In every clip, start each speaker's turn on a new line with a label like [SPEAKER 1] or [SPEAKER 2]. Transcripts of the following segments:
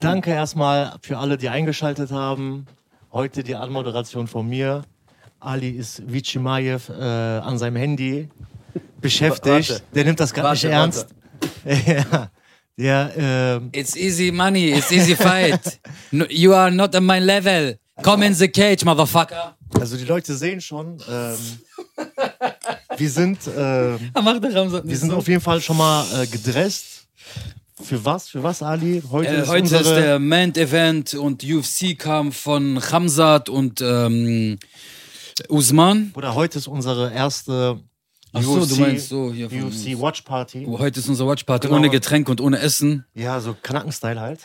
[SPEAKER 1] Danke erstmal für alle, die eingeschaltet haben. Heute die Anmoderation von mir. Ali ist Vichimayev äh, an seinem Handy beschäftigt.
[SPEAKER 2] Warte.
[SPEAKER 1] Der nimmt das gar
[SPEAKER 2] Warte,
[SPEAKER 1] nicht ernst. ja. Der, ähm,
[SPEAKER 3] It's easy money, it's easy fight. No, you are not on my level. Come in the cage, motherfucker.
[SPEAKER 1] also die Leute sehen schon, ähm, wir sind, ähm,
[SPEAKER 3] Er macht den Ramsam.
[SPEAKER 1] wir sind auf jeden Fall schon mal äh, gedresst. Für was? Für was, Ali? Heute,
[SPEAKER 3] äh,
[SPEAKER 1] ist,
[SPEAKER 3] heute
[SPEAKER 1] unsere,
[SPEAKER 3] ist der Main Event und UFC-Kampf von Hamzat und ähm, Usman.
[SPEAKER 1] Oder heute ist unsere erste
[SPEAKER 3] Ach so,
[SPEAKER 1] UFC,
[SPEAKER 3] du meinst so hier von-
[SPEAKER 1] UFC Watch Party.
[SPEAKER 3] Heute ist unser Watchparty
[SPEAKER 1] Genau.
[SPEAKER 3] ohne Getränk und ohne Essen.
[SPEAKER 1] Ja, so Kanaken-Style halt.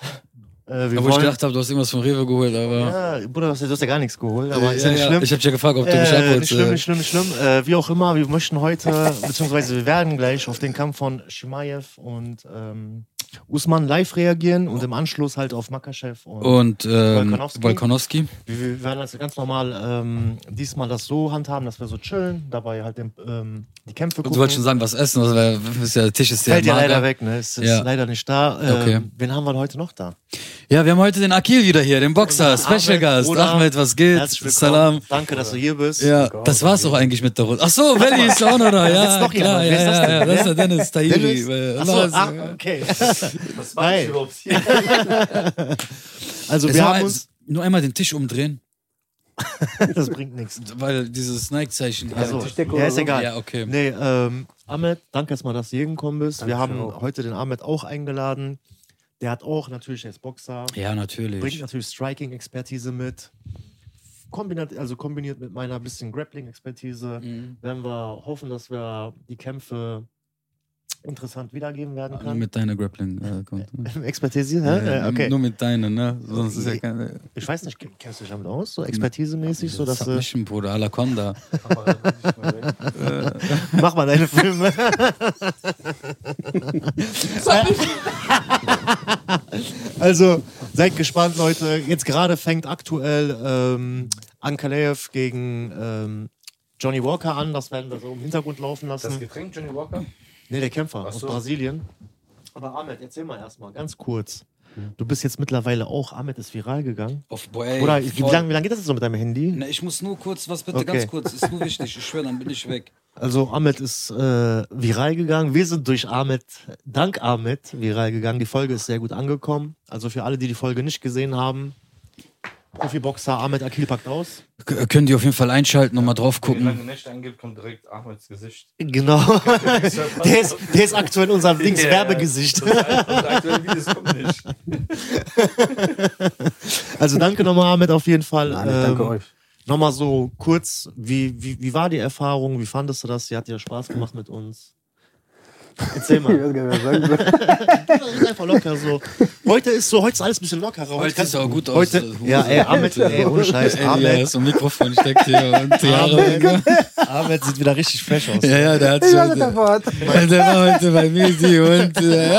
[SPEAKER 1] Äh, wir
[SPEAKER 3] Wo ich
[SPEAKER 1] wollen,
[SPEAKER 3] gedacht habe, du hast irgendwas von Rewe geholt, aber.
[SPEAKER 1] ja, Bruder, du hast ja gar nichts geholt, aber ist ja, nicht schlimm.
[SPEAKER 3] Ich habe dich ja gefragt, ob du mich
[SPEAKER 1] äh, nicht
[SPEAKER 3] abholst.
[SPEAKER 1] schlimm,
[SPEAKER 3] äh.
[SPEAKER 1] nicht schlimm, nicht schlimm. Äh, wie auch immer, wir möchten heute, beziehungsweise wir werden gleich auf den Kampf von Shimaev und ähm, Usman live reagieren und im Anschluss halt auf Makaschew. Und
[SPEAKER 3] Und ähm,
[SPEAKER 1] Wolkonowski.
[SPEAKER 3] Wolkonowski.
[SPEAKER 1] wir, wir werden also ganz normal ähm, diesmal das so handhaben, dass wir so chillen, dabei halt den, ähm, die Kämpfe gucken.
[SPEAKER 3] Du wolltest schon sagen, was essen, also, weil, ist ja, der Tisch ist sehr
[SPEAKER 1] Fällt ja
[SPEAKER 3] mager.
[SPEAKER 1] leider weg, ne? Ist, ist
[SPEAKER 3] Ja.
[SPEAKER 1] leider nicht da. Ähm,
[SPEAKER 3] Okay.
[SPEAKER 1] Wen haben wir denn heute noch da?
[SPEAKER 3] Ja, wir haben heute den Akil wieder hier, den Boxer, Special
[SPEAKER 1] Ahmed,
[SPEAKER 3] Gast.
[SPEAKER 1] Genau. Bruder,
[SPEAKER 3] Ahmed, was geht?
[SPEAKER 1] Herzlich willkommen.
[SPEAKER 3] Salam.
[SPEAKER 1] Danke, dass du hier bist.
[SPEAKER 3] Ja, das war's auch eigentlich mit der Runde. Ach so, Welli ist auch noch da.
[SPEAKER 1] sitzt
[SPEAKER 3] Ja,
[SPEAKER 1] noch jemand.
[SPEAKER 3] klar, ja,
[SPEAKER 1] Wer ist das
[SPEAKER 3] ja,
[SPEAKER 1] denn?
[SPEAKER 3] ja, das ist der Dennis Tahiri.
[SPEAKER 1] Dennis?
[SPEAKER 3] Äh,
[SPEAKER 1] Ach so,
[SPEAKER 3] Allah,
[SPEAKER 1] ach,
[SPEAKER 3] äh,
[SPEAKER 1] okay.
[SPEAKER 2] Was
[SPEAKER 1] mach ich
[SPEAKER 2] überhaupt hier?
[SPEAKER 1] Also
[SPEAKER 3] es
[SPEAKER 1] wir
[SPEAKER 3] war
[SPEAKER 1] haben
[SPEAKER 3] ein-
[SPEAKER 1] uns...
[SPEAKER 3] Nur einmal den Tisch umdrehen,
[SPEAKER 1] Das bringt nichts.
[SPEAKER 3] weil dieses Nike-Zeichen. halt
[SPEAKER 1] Also,
[SPEAKER 2] Tischdecke
[SPEAKER 1] ja,
[SPEAKER 2] oder
[SPEAKER 1] ist
[SPEAKER 2] so?
[SPEAKER 1] egal.
[SPEAKER 3] Ja, okay.
[SPEAKER 1] Nee, ähm, Ahmed, danke erstmal, dass du hier gekommen bist. wir haben
[SPEAKER 2] Dankeschön auch.
[SPEAKER 1] heute den Ahmed auch eingeladen. Der hat auch natürlich als Boxer,
[SPEAKER 3] ja,
[SPEAKER 1] bringt
[SPEAKER 3] natürlich.
[SPEAKER 1] natürlich Striking-Expertise mit. Kombiniert, also kombiniert mit meiner bisschen Grappling-Expertise
[SPEAKER 3] Mhm.
[SPEAKER 1] werden wir hoffen, dass wir die Kämpfe interessant wiedergeben werden
[SPEAKER 3] Nur
[SPEAKER 1] können.
[SPEAKER 3] mit deiner Grappling. Äh, kommt, ne?
[SPEAKER 1] Expertise,
[SPEAKER 3] Ja,
[SPEAKER 1] hä?
[SPEAKER 3] Ah, ja,
[SPEAKER 1] Äh, okay.
[SPEAKER 3] Nur mit deiner, ne? Sonst ist ja keine.
[SPEAKER 1] Ich weiß nicht, kennst du dich damit aus? So expertisemäßig, so dass du.
[SPEAKER 3] Submission, Bruder, Alaconda.
[SPEAKER 1] Mach mal deine Filme. also, seid gespannt, Leute. Jetzt gerade fängt aktuell ähm, Ankaleev gegen ähm, Johnny Walker an. Das werden wir so im Hintergrund laufen
[SPEAKER 2] Das
[SPEAKER 1] lassen.
[SPEAKER 2] Getränk, Johnny Walker?
[SPEAKER 1] Nee, der Kämpfer
[SPEAKER 2] Ach
[SPEAKER 1] aus
[SPEAKER 2] so.
[SPEAKER 1] Brasilien. Aber Ahmed, erzähl mal erstmal ganz kurz. Du bist jetzt mittlerweile auch, Ahmed ist viral gegangen.
[SPEAKER 3] Auf Boy.
[SPEAKER 1] Oder wie lange wie lang geht das jetzt so mit deinem Handy?
[SPEAKER 3] Na, Ne, ich muss nur kurz, was bitte
[SPEAKER 1] Okay.
[SPEAKER 3] ganz kurz, ist nur wichtig, ich schwöre, dann bin ich weg.
[SPEAKER 1] Also Ahmed ist äh, viral gegangen. Wir sind durch Ahmed, dank Ahmed, viral gegangen. Die Folge ist sehr gut angekommen. Also für alle, die die Folge nicht gesehen haben, Profiboxer Ahmed Akil packt aus.
[SPEAKER 3] K können die auf jeden Fall einschalten und mal drauf
[SPEAKER 2] Wenn ihr
[SPEAKER 3] gucken.
[SPEAKER 2] lange nicht eingibt, kommt direkt Ahmeds Gesicht.
[SPEAKER 1] Genau. der, ist, der ist aktuell unser Dings
[SPEAKER 2] Ja.
[SPEAKER 1] Werbegesicht.
[SPEAKER 2] Das aktuelle Video kommt nicht.
[SPEAKER 1] Also danke nochmal Ahmed auf jeden Fall.
[SPEAKER 2] danke
[SPEAKER 1] Ähm,
[SPEAKER 2] euch.
[SPEAKER 1] Nochmal so kurz, wie, wie, wie war die Erfahrung? Wie fandest du das? Sie hat dir Spaß gemacht mit uns. Erzähl mal. ist einfach locker so. Heute ist so, heute ist alles ein bisschen lockerer.
[SPEAKER 3] Heute
[SPEAKER 1] kann-
[SPEAKER 3] ist auch gut aus-
[SPEAKER 1] heute,
[SPEAKER 3] aus-
[SPEAKER 1] Ja, ey, Ahmed, ey, ohne Scheiß,
[SPEAKER 3] Ey, ja,
[SPEAKER 1] Ahmed.
[SPEAKER 3] so ein Mikrofon steckt hier und die Haare.
[SPEAKER 1] Ahmed, Ahmed sieht wieder richtig fresh aus.
[SPEAKER 3] Ja, ja, der hat schon. Der, der war heute bei mir, die und äh,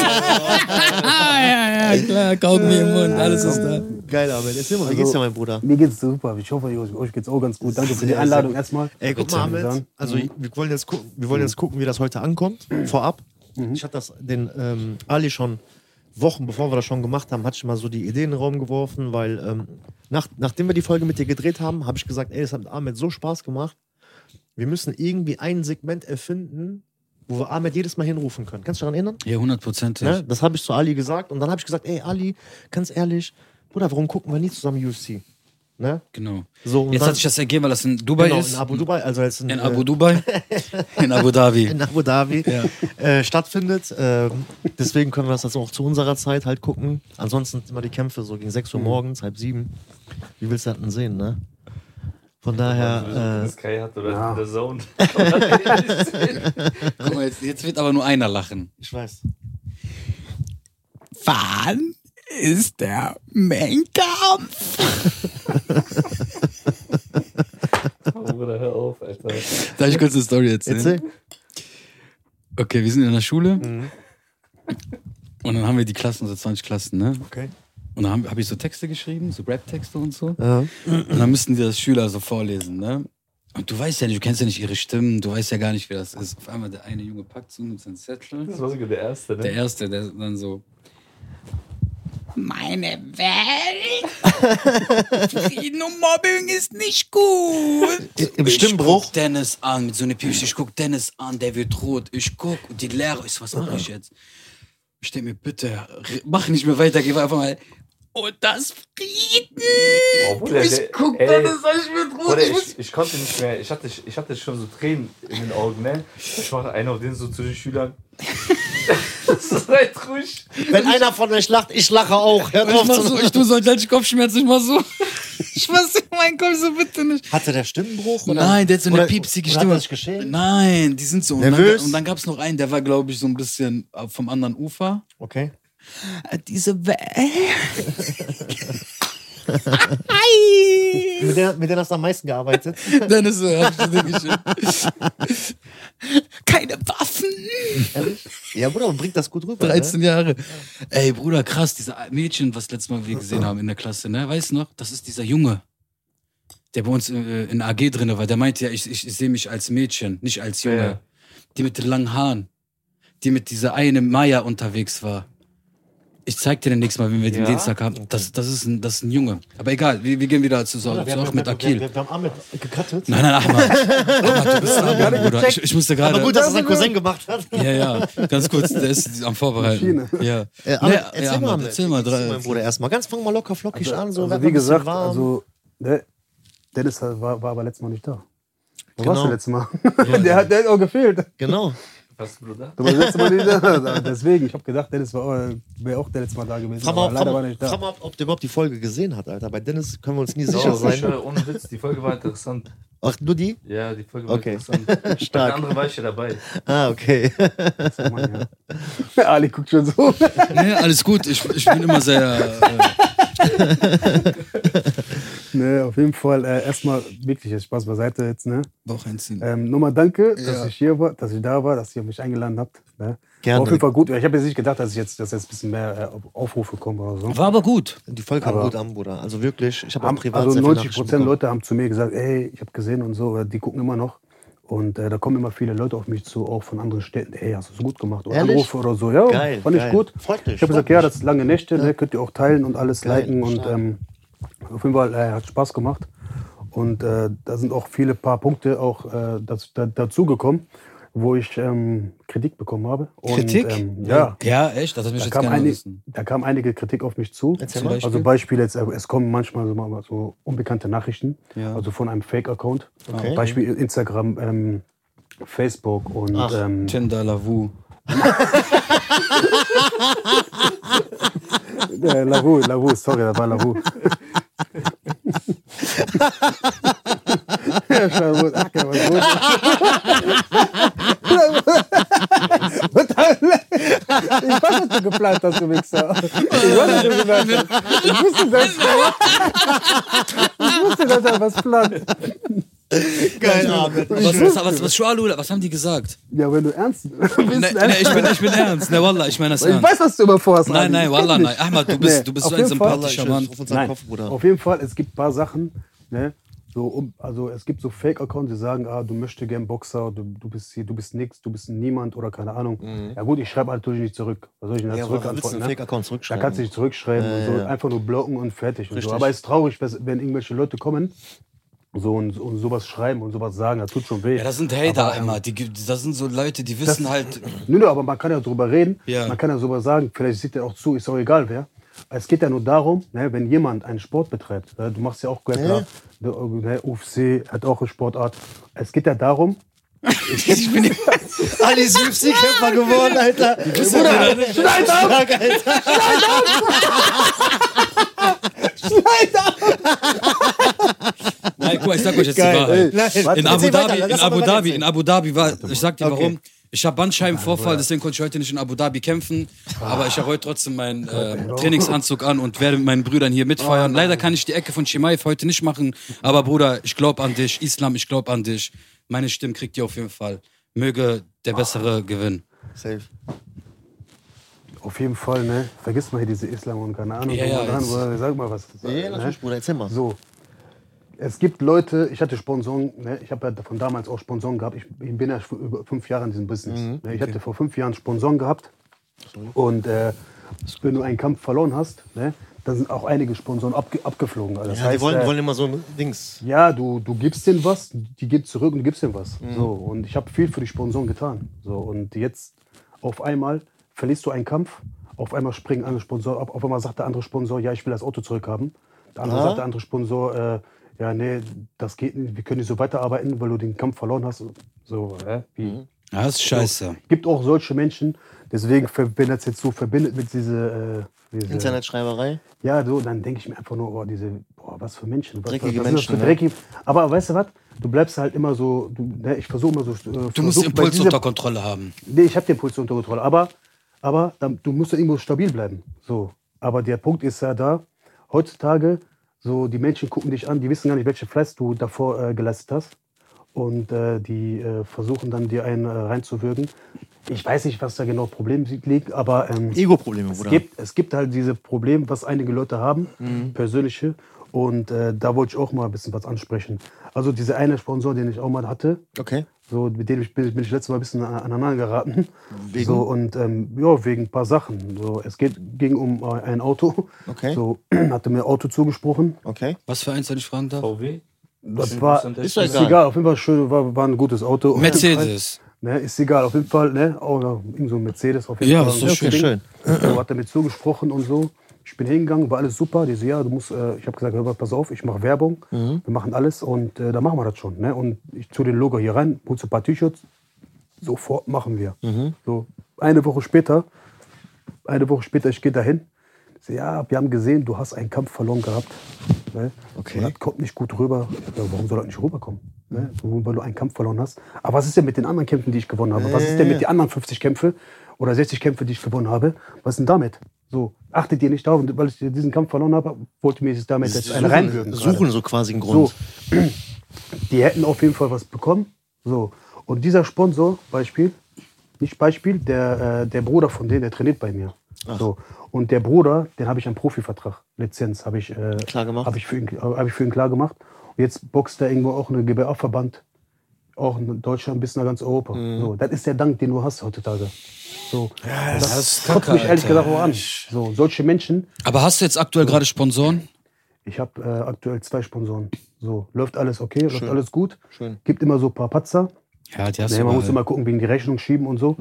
[SPEAKER 3] ja, ja, ja, klar, kaut mir im Mund, alles ist da.
[SPEAKER 1] Geil, Ahmed. Erzähl mal, wie geht's dir, mein Bruder?
[SPEAKER 4] Mir geht's super. Ich hoffe, euch, euch geht's auch ganz gut. Danke für die Einladung erstmal.
[SPEAKER 1] Ey, guck
[SPEAKER 4] Bitte.
[SPEAKER 1] mal, Ahmed. Also, wir wollen, jetzt gucken, wir wollen jetzt gucken, wie das heute ankommt, vorab. Ich hatte das den ähm, Ali schon Wochen, bevor wir das schon gemacht haben, hatte ich mal so die Idee in den Raum geworfen, weil ähm, nach, nachdem wir die Folge mit dir gedreht haben, habe ich gesagt, ey, es hat mit Ahmed so Spaß gemacht. Wir müssen irgendwie ein Segment erfinden, wo wir Ahmed jedes Mal hinrufen können. Kannst du dich daran erinnern?
[SPEAKER 3] Ja, hundertprozentig.
[SPEAKER 1] Ne? Das habe ich zu Ali gesagt. Und dann habe ich gesagt, ey, Ali, ganz ehrlich, Bruder, warum gucken wir nie zusammen UFC? Ne?
[SPEAKER 3] Genau.
[SPEAKER 1] So, und
[SPEAKER 3] Jetzt
[SPEAKER 1] dann-
[SPEAKER 3] hat sich das ergeben, weil das in Dubai
[SPEAKER 1] genau, in
[SPEAKER 3] ist.
[SPEAKER 1] Abu Dhabi, also als
[SPEAKER 3] In Abu Dubai? In Abu Dhabi.
[SPEAKER 1] in Abu Dhabi
[SPEAKER 3] Ja.
[SPEAKER 1] äh, stattfindet. Ähm, deswegen können wir das also auch zu unserer Zeit halt gucken. Ansonsten sind immer die Kämpfe so gegen 6 Uhr
[SPEAKER 3] Mhm.
[SPEAKER 1] morgens, halb sieben. Wie willst du das denn sehen, ne? Von daher,
[SPEAKER 2] Das Kai hat oder
[SPEAKER 4] Ja.
[SPEAKER 2] der Zone.
[SPEAKER 3] Guck mal, jetzt, jetzt wird aber nur einer lachen.
[SPEAKER 1] äh, ich weiß.
[SPEAKER 3] Wann ist der Main-Kampf?
[SPEAKER 2] Oh, Bruder, hör auf, Alter.
[SPEAKER 3] Darf ich kurz eine Story erzählen?
[SPEAKER 1] Erzähl.
[SPEAKER 3] Okay, wir sind in der Schule. Und dann haben wir die Klassen, so 20 Klassen, ne?
[SPEAKER 1] Okay.
[SPEAKER 3] Und dann habe hab ich so Texte geschrieben, so Rap-Texte und so.
[SPEAKER 1] Ja.
[SPEAKER 3] Und dann müssten die das Schüler so vorlesen, ne? Und du weißt ja nicht, du kennst ja nicht ihre Stimmen, du weißt ja gar nicht, wer das ist. Auf einmal der eine Junge packt so nimmt seinen Zettel.
[SPEAKER 2] Das war sogar der erste, ne?
[SPEAKER 3] Der erste, der dann so. Meine Welt. Frieden und Mobbing ist nicht gut.
[SPEAKER 1] Im Stimmbruch?
[SPEAKER 3] Ich guck Dennis an, mit so einer Püsche. Ich guck Dennis an, der wird rot. Ich guck und die Lehrer ist, was mache
[SPEAKER 1] Ah.
[SPEAKER 3] ich jetzt? Ich denke mir, bitte, re- mach nicht mehr weiter, geh einfach mal. Und das Frieden.
[SPEAKER 2] Oh, Bruder,
[SPEAKER 3] ich
[SPEAKER 2] der-
[SPEAKER 3] guck
[SPEAKER 2] ey,
[SPEAKER 3] Dennis an, ich wird rot.
[SPEAKER 2] Bruder,
[SPEAKER 3] Ich muss
[SPEAKER 2] ich, ich konnte nicht mehr, ich hatte, ich hatte schon so Tränen in den Augen, ne? Ich mache einen auf den so zu den Schülern. das ist halt ruhig.
[SPEAKER 1] Wenn einer von euch lacht, ich lache auch. Hört
[SPEAKER 3] Ich,
[SPEAKER 1] auf
[SPEAKER 3] mach
[SPEAKER 1] zu
[SPEAKER 3] so, ich tue so, als hätte ich Kopfschmerzen, ich mach so. Ich mach so, mein Kopf so, bitte nicht.
[SPEAKER 1] Hatte der Stimmbruch?
[SPEAKER 3] Nein, der hat so eine
[SPEAKER 1] oder-
[SPEAKER 3] piepsige
[SPEAKER 1] oder hat
[SPEAKER 3] Stimme.
[SPEAKER 1] das geschehen?
[SPEAKER 3] Nein, die sind so. Und
[SPEAKER 1] Nervös?
[SPEAKER 3] dann, und dann gab es noch einen, der war, glaube ich, so ein bisschen äh, vom anderen Ufer.
[SPEAKER 1] Okay.
[SPEAKER 3] Äh, Diese Welt. Hi.
[SPEAKER 1] Mit der, mit der hast du am meisten gearbeitet.
[SPEAKER 3] Dann ist so, äh, hab ich das Ding geschickt. Keine Waffen.
[SPEAKER 1] Ehrlich? Ja, Bruder, aber bringt das gut rüber. ne?
[SPEAKER 3] 13 Jahre. Ey, Bruder, krass, diese Mädchen, was letztes Mal wir gesehen haben in der Klasse, ne? Weißt du noch? Das ist dieser Junge, der bei uns äh, in AG drin war. Der meinte ja, ich, ich, ich sehe mich als Mädchen, nicht als Junge.
[SPEAKER 2] Ja.
[SPEAKER 3] Die mit den langen Haaren, die mit dieser einen Maya unterwegs war. Ich zeig dir den nächsten Mal, wenn wir den
[SPEAKER 2] Ja?
[SPEAKER 3] Dienstag haben. Das, das, ist ein, das ist ein Junge. Aber egal, wir, wir gehen wieder zu, zu,
[SPEAKER 1] Ne? Bruder, wir,
[SPEAKER 3] zu
[SPEAKER 1] haben, wir,
[SPEAKER 3] Ahmed
[SPEAKER 1] wir,
[SPEAKER 3] Akil.
[SPEAKER 1] wir, wir haben Ahmed gecuttet.
[SPEAKER 3] Nein, nein, Ahmad. Ahmad, du bist Ahmad, Bruder. Ich, ich musste gerade.
[SPEAKER 1] Aber gut, dass das sein Cousin gemacht hat.
[SPEAKER 3] Ja, ja, ganz kurz, der ist am Vorbereiten. Ja.
[SPEAKER 1] Äh,
[SPEAKER 3] Nee,
[SPEAKER 1] Ahmed,
[SPEAKER 3] ja,
[SPEAKER 1] erzähl,
[SPEAKER 3] Ahmad,
[SPEAKER 1] mal, Ahmed.
[SPEAKER 3] erzähl mal.
[SPEAKER 1] Erzähl
[SPEAKER 3] Drei,
[SPEAKER 1] mein Bruder erstmal. Ganz fang mal locker flockig an. So, werd
[SPEAKER 4] also
[SPEAKER 1] mal
[SPEAKER 4] wie
[SPEAKER 1] ein bisschen
[SPEAKER 4] gesagt,
[SPEAKER 1] warm.
[SPEAKER 4] also ne, Dennis hat- war, war aber letztes Mal nicht da. Wo
[SPEAKER 1] Genau.
[SPEAKER 4] warst du letztes Mal? der, hat, der hat auch gefehlt.
[SPEAKER 1] Genau.
[SPEAKER 2] Was, Bruder?
[SPEAKER 4] Du warst letztes Mal nicht da. Also, Deswegen, ich habe gedacht, Dennis war, wäre auch der letzte Mal da gewesen.
[SPEAKER 1] Frag mal,
[SPEAKER 4] Aber leider
[SPEAKER 1] frag,
[SPEAKER 4] war er nicht
[SPEAKER 1] mal,
[SPEAKER 4] da.
[SPEAKER 1] frag mal, ob ob der überhaupt die Folge gesehen hat, Alter. Bei Dennis können wir uns nie sicher
[SPEAKER 2] Doch, ich
[SPEAKER 1] sein.
[SPEAKER 2] schwöre, ohne Witz, die Folge war interessant.
[SPEAKER 1] Ach, nur die?
[SPEAKER 2] Ja, die Folge war
[SPEAKER 1] Okay.
[SPEAKER 2] interessant.
[SPEAKER 1] Stark.
[SPEAKER 2] Der andere war ich ja dabei.
[SPEAKER 1] Ah, okay.
[SPEAKER 4] Mann, ja. Ali guckt schon so.
[SPEAKER 3] Nee, alles gut, ich, ich bin immer sehr. Äh,
[SPEAKER 4] ne, auf jeden Fall äh, erstmal wirklich jetzt Spaß beiseite jetzt. Ne?
[SPEAKER 3] Bauch einziehen.
[SPEAKER 4] Ähm, nochmal danke, dass
[SPEAKER 3] Ja.
[SPEAKER 4] ich hier war, dass ich da war, dass ihr mich eingeladen habt. Ne?
[SPEAKER 1] Gerne.
[SPEAKER 4] War auf jeden Fall gut. Ich habe jetzt nicht gedacht, dass ich jetzt, dass jetzt ein bisschen mehr äh, Aufrufe kommen oder so.
[SPEAKER 3] War aber gut.
[SPEAKER 1] Die Folge kam
[SPEAKER 4] Aber-
[SPEAKER 1] gut an, Bruder. Also wirklich, ich habe auch
[SPEAKER 4] Haben,
[SPEAKER 1] privat
[SPEAKER 4] also
[SPEAKER 1] sehr viel
[SPEAKER 4] 90
[SPEAKER 1] Nachrichten
[SPEAKER 4] Prozent
[SPEAKER 1] bekommen.
[SPEAKER 4] Leute haben zu mir gesagt, ey, ich habe gesehen und so, oder die gucken immer noch. Und äh, da kommen immer viele Leute auf mich zu, auch von anderen Städten. Ey, hast du es gut gemacht? Oder
[SPEAKER 1] Ehrlich?
[SPEAKER 4] Anrufe oder so. Ja,
[SPEAKER 1] Geil,
[SPEAKER 4] fand
[SPEAKER 1] geil.
[SPEAKER 4] ich gut.
[SPEAKER 1] Freut mich,
[SPEAKER 4] Ich habe
[SPEAKER 1] freut
[SPEAKER 4] gesagt, ja,
[SPEAKER 1] mich.
[SPEAKER 4] das ist lange Nächte, ne? könnt ihr auch teilen und alles
[SPEAKER 1] Geil,
[SPEAKER 4] liken. Und
[SPEAKER 1] stark.
[SPEAKER 4] ähm, auf jeden Fall äh, hat Spaß gemacht. Und äh, da sind auch viele paar Punkte auch äh, das, da, dazugekommen, wo ich ähm, Kritik bekommen habe. Und,
[SPEAKER 3] Kritik?
[SPEAKER 4] Ähm, ja,
[SPEAKER 3] Ja, echt? Das hat mich
[SPEAKER 4] da
[SPEAKER 3] jetzt
[SPEAKER 4] kam,
[SPEAKER 3] gerne
[SPEAKER 4] einige,
[SPEAKER 3] wissen.
[SPEAKER 4] da kam einige Kritik auf mich zu.
[SPEAKER 1] Erzähl
[SPEAKER 3] Zum
[SPEAKER 1] mal.
[SPEAKER 3] Beispiel?
[SPEAKER 4] Also Beispiel jetzt, äh, es kommen manchmal so, mal so unbekannte Nachrichten,
[SPEAKER 3] Ja.
[SPEAKER 4] also von einem Fake-Account.
[SPEAKER 1] Okay.
[SPEAKER 4] Beispiel Instagram, ähm, Facebook und
[SPEAKER 1] Ach,
[SPEAKER 4] ähm,
[SPEAKER 3] Tinder, Lavu.
[SPEAKER 4] äh, Lavu, Lavu, sorry, das war Lavu. Ja, schau, wo- ach, ja, was gut. Total. ich weiß, was du geplant hast, du Wichser. Ich weiß, was du geplant hast. Ich wusste, dass, ich wusste, dass er was plant.
[SPEAKER 1] Geil, Ahmed.
[SPEAKER 3] Was, was, was, was, Schualula, was haben die gesagt?
[SPEAKER 4] Ja, wenn du ernst bist.
[SPEAKER 3] Nee,
[SPEAKER 4] ernst
[SPEAKER 3] nee, ich, bin, ich bin ernst. Ne, Wallah, ich meine das
[SPEAKER 4] Ich
[SPEAKER 3] ernst.
[SPEAKER 4] weiß, was du immer vorhast.
[SPEAKER 3] Nein,
[SPEAKER 4] Ali.
[SPEAKER 3] nein,
[SPEAKER 4] Ich
[SPEAKER 3] Wallah,
[SPEAKER 4] kenn
[SPEAKER 3] nein.
[SPEAKER 4] dich.
[SPEAKER 3] Ahmad, du bist,
[SPEAKER 4] Nee,
[SPEAKER 3] du bist
[SPEAKER 4] auf
[SPEAKER 3] so ein
[SPEAKER 4] jeden Fall.
[SPEAKER 3] sympathischer Mann.
[SPEAKER 1] Ruf uns an den
[SPEAKER 4] Nein, Oh.
[SPEAKER 1] Kopf, Bruder.
[SPEAKER 4] auf jeden Fall, es gibt ein paar Sachen, ne? So, um, also es gibt so Fake-Accounts, die sagen, ah, du möchtest gern Boxer, du, du bist hier, du bist nix, du bist niemand oder keine Ahnung. Ja gut, ich schreibe natürlich nicht zurück. Was soll ich denn da
[SPEAKER 1] Mhm. Ja, aber willst du
[SPEAKER 4] zurückantworten?
[SPEAKER 1] einen
[SPEAKER 4] Ne?
[SPEAKER 1] Fake-Account
[SPEAKER 4] Da
[SPEAKER 1] zurückschreiben?
[SPEAKER 4] kannst du nicht zurückschreiben
[SPEAKER 1] Ja,
[SPEAKER 4] und so,
[SPEAKER 1] ja.
[SPEAKER 4] einfach nur blocken und fertig und
[SPEAKER 1] Richtig.
[SPEAKER 4] so. Aber es ist traurig, wes- wenn irgendwelche Leute kommen so und, und sowas schreiben und sowas sagen, das tut schon weh.
[SPEAKER 3] Ja, das sind Hater,
[SPEAKER 4] Aber, ähm,
[SPEAKER 3] Ahmad. Die, das sind so Leute, die wissen halt.
[SPEAKER 4] Nö, nö, aber man kann ja drüber reden,
[SPEAKER 3] Ja.
[SPEAKER 4] man kann ja drüber sagen, vielleicht sieht er auch zu, ist auch egal wer. Es geht ja nur darum, ne, wenn jemand einen Sport betreibt, ne, du machst ja auch Grappler, du, ne, UFC hat auch eine Sportart. Es geht ja darum,
[SPEAKER 3] Ich bin
[SPEAKER 1] Ali ist UFC-Kämpfer geworden, Alter. Bruder, schneid ab! Stark, Alter.
[SPEAKER 3] Nein, guck mal, ich sag euch jetzt
[SPEAKER 1] Geil,
[SPEAKER 3] die Wahrheit.
[SPEAKER 1] ey. Nein,
[SPEAKER 3] In Abu
[SPEAKER 1] erzähl weiter,
[SPEAKER 3] Dhabi,
[SPEAKER 1] lass
[SPEAKER 3] in
[SPEAKER 1] das
[SPEAKER 3] Abu
[SPEAKER 1] aber
[SPEAKER 3] Dhabi,
[SPEAKER 1] weg
[SPEAKER 3] in Abu Dhabi war, ich sag dir
[SPEAKER 1] Okay.
[SPEAKER 3] warum. Ich habe Bandscheibenvorfall, deswegen konnte ich heute nicht in Abu Dhabi kämpfen.
[SPEAKER 1] Ah.
[SPEAKER 3] Aber ich habe heute trotzdem meinen äh, Trainingsanzug an und werde mit meinen Brüdern hier mitfeiern.
[SPEAKER 1] Oh,
[SPEAKER 3] Leider kann ich die Ecke von Shimaev heute nicht machen. Aber Bruder, ich glaube an dich. Islam, ich glaube an dich. Meine Stimme kriegt ihr auf jeden Fall. Möge der Bessere gewinnen.
[SPEAKER 1] Safe.
[SPEAKER 4] auf jeden Fall, ne, vergiss mal hier diese Islam und keine Ahnung,
[SPEAKER 3] Ja, ja,
[SPEAKER 4] Ramadan
[SPEAKER 3] jetzt-
[SPEAKER 4] oder sag mal was. ne?
[SPEAKER 1] Ja, natürlich, Bruder, erzähl mal.
[SPEAKER 4] So. Es gibt Leute, ich hatte Sponsoren, ne? ich habe ja von damals auch Sponsoren gehabt. Ich, ich
[SPEAKER 1] Mhm,
[SPEAKER 4] bin ja schon über fünf Jahre in diesem Business. ne? Ich hatte vor fünf Jahren Sponsoren gehabt. Und äh, wenn du einen Kampf verloren hast, ne, dann sind auch einige Sponsoren abge abgeflogen. Also Das
[SPEAKER 1] Ja, die
[SPEAKER 4] heißt,
[SPEAKER 1] wollen,
[SPEAKER 4] äh,
[SPEAKER 1] wollen immer so ein Dings.
[SPEAKER 4] ja, du, du gibst denen was, die gibt zurück und du gibst denen was. So, und ich habe viel für die Sponsoren getan. So, und jetzt auf einmal verlierst du einen Kampf, auf einmal springen andere Sponsoren ab, auf einmal sagt der andere Sponsor, ja, ich will das Auto zurückhaben. Der andere
[SPEAKER 1] Ah.
[SPEAKER 4] sagt der andere Sponsor, äh, ja, nee, das geht nicht, wir können nicht so weiterarbeiten, weil du den Kampf verloren hast. So, äh, wie,
[SPEAKER 3] Ja, das ist scheiße.
[SPEAKER 4] gibt auch solche Menschen. Deswegen, ver- wenn das jetzt so verbindet mit diese, äh, diese
[SPEAKER 1] Internetschreiberei.
[SPEAKER 4] ja, so, dann denke ich mir einfach nur, boah, diese, boah, was für Menschen. Was,
[SPEAKER 1] Dreckige
[SPEAKER 4] was, was ist das
[SPEAKER 1] Menschen,
[SPEAKER 4] für
[SPEAKER 1] ne?
[SPEAKER 4] dreckige, Aber weißt du was? Du bleibst halt immer so, du, ne, ich versuche immer so. Äh,
[SPEAKER 3] Du musst den Impuls unter
[SPEAKER 4] unter
[SPEAKER 3] Kontrolle haben.
[SPEAKER 4] Nee, ich habe den Puls unter Kontrolle. Aber, aber dann, du musst ja irgendwo stabil bleiben. So. Aber der Punkt ist ja da, heutzutage, so die Menschen gucken dich an, die wissen gar nicht, welchen Fleiß du davor äh, geleistet hast. Und äh, die äh, versuchen dann dir einen äh, reinzuwirken. Ich weiß nicht, was da genau Problem liegt, aber ähm,
[SPEAKER 1] Ego-Probleme,
[SPEAKER 4] es
[SPEAKER 1] Bruder.
[SPEAKER 4] gibt, es gibt halt diese Probleme, was einige Leute haben,
[SPEAKER 1] Mhm.
[SPEAKER 4] persönliche. Und äh, da wollte ich auch mal ein bisschen was ansprechen. Also dieser eine Sponsor, den ich auch mal hatte,
[SPEAKER 1] Okay.
[SPEAKER 4] so, mit dem ich, bin, bin ich letztes Mal ein bisschen an- aneinander geraten.
[SPEAKER 1] Wegen?
[SPEAKER 4] So, und ähm, ja, wegen ein paar Sachen. So, es geht, ging um äh, ein Auto.
[SPEAKER 1] Okay.
[SPEAKER 4] So, hatte mir Auto zugesprochen.
[SPEAKER 1] Okay.
[SPEAKER 3] Was für eins, wenn ich fragen darf?
[SPEAKER 2] VW?
[SPEAKER 4] Das war,
[SPEAKER 2] Ist
[SPEAKER 1] Ist
[SPEAKER 2] Ist
[SPEAKER 1] doch
[SPEAKER 4] ist
[SPEAKER 1] egal.
[SPEAKER 4] egal, auf jeden Fall schön, war, war ein gutes Auto.
[SPEAKER 3] Mercedes.
[SPEAKER 4] Ne, ist egal, auf jeden Fall, ne? Oh, ja, irgend so ein Mercedes auf jeden
[SPEAKER 3] Ja,
[SPEAKER 4] Fall.
[SPEAKER 3] ist doch
[SPEAKER 4] Das
[SPEAKER 3] schön,
[SPEAKER 4] Ding.
[SPEAKER 1] schön.
[SPEAKER 4] So hat er mir zugesprochen und so. Ich bin hingegangen, war alles super. Die so, ja, du musst, äh, ich habe gesagt, hör mal, pass auf, ich mache Werbung,
[SPEAKER 3] Mhm.
[SPEAKER 4] wir machen alles und äh, dann machen wir das schon. Ne? Und ich zu den Logo hier rein, holst ein paar T-Shirts, sofort machen wir.
[SPEAKER 3] Mhm.
[SPEAKER 4] So, eine Woche später, eine Woche später, ich gehe dahin. Sie, ja, wir haben gesehen, du hast einen Kampf verloren gehabt. Ne?
[SPEAKER 1] Okay.
[SPEAKER 4] Und das kommt nicht gut rüber. Ja, warum soll das nicht rüberkommen? Ne? Nur Weil du einen Kampf verloren hast. Aber was ist denn mit den anderen Kämpfen, die ich gewonnen habe? Was ist denn
[SPEAKER 1] Äh.
[SPEAKER 4] mit den anderen 50 Kämpfe oder 60 Kämpfe, die ich gewonnen habe? Was ist denn damit? So, achtet ihr nicht darauf, Und weil ich diesen Kampf verloren habe, wollte mir jetzt damit jetzt einen reinwürgen.
[SPEAKER 1] Suchen,
[SPEAKER 4] gerade.
[SPEAKER 1] suchen so quasi einen Grund.
[SPEAKER 4] So, die hätten auf jeden Fall was bekommen. So. Und dieser Sponsor, Beispiel, nicht Beispiel, der, äh, der Bruder von denen, der trainiert bei mir. So. Und der Bruder, den habe ich einen Profivertrag, Lizenz habe ich, äh,
[SPEAKER 1] Klar gemacht.
[SPEAKER 4] Habe ich, für ihn, habe ich für ihn klar gemacht. Und jetzt boxt er irgendwo auch in einem GBA-Verband, auch in Deutschland bis nach ganz Europa. So, das ist der Dank, den du hast heutzutage. So. Und das
[SPEAKER 3] ist
[SPEAKER 4] kotzt
[SPEAKER 3] Kacke,
[SPEAKER 4] mich ehrlich
[SPEAKER 3] Alter.
[SPEAKER 4] gesagt auch an. So, solche Menschen,
[SPEAKER 3] Aber hast du jetzt aktuell gerade Sponsoren?
[SPEAKER 4] ich habe äh, aktuell zwei Sponsoren. So, läuft alles okay, läuft
[SPEAKER 1] Schön.
[SPEAKER 4] alles gut.
[SPEAKER 1] Schön.
[SPEAKER 4] Gibt immer so ein paar Patzer.
[SPEAKER 3] Ja, die hast
[SPEAKER 4] Nee,
[SPEAKER 3] du.
[SPEAKER 4] man muss
[SPEAKER 3] überall.
[SPEAKER 4] immer gucken, wegen die Rechnung schieben und so.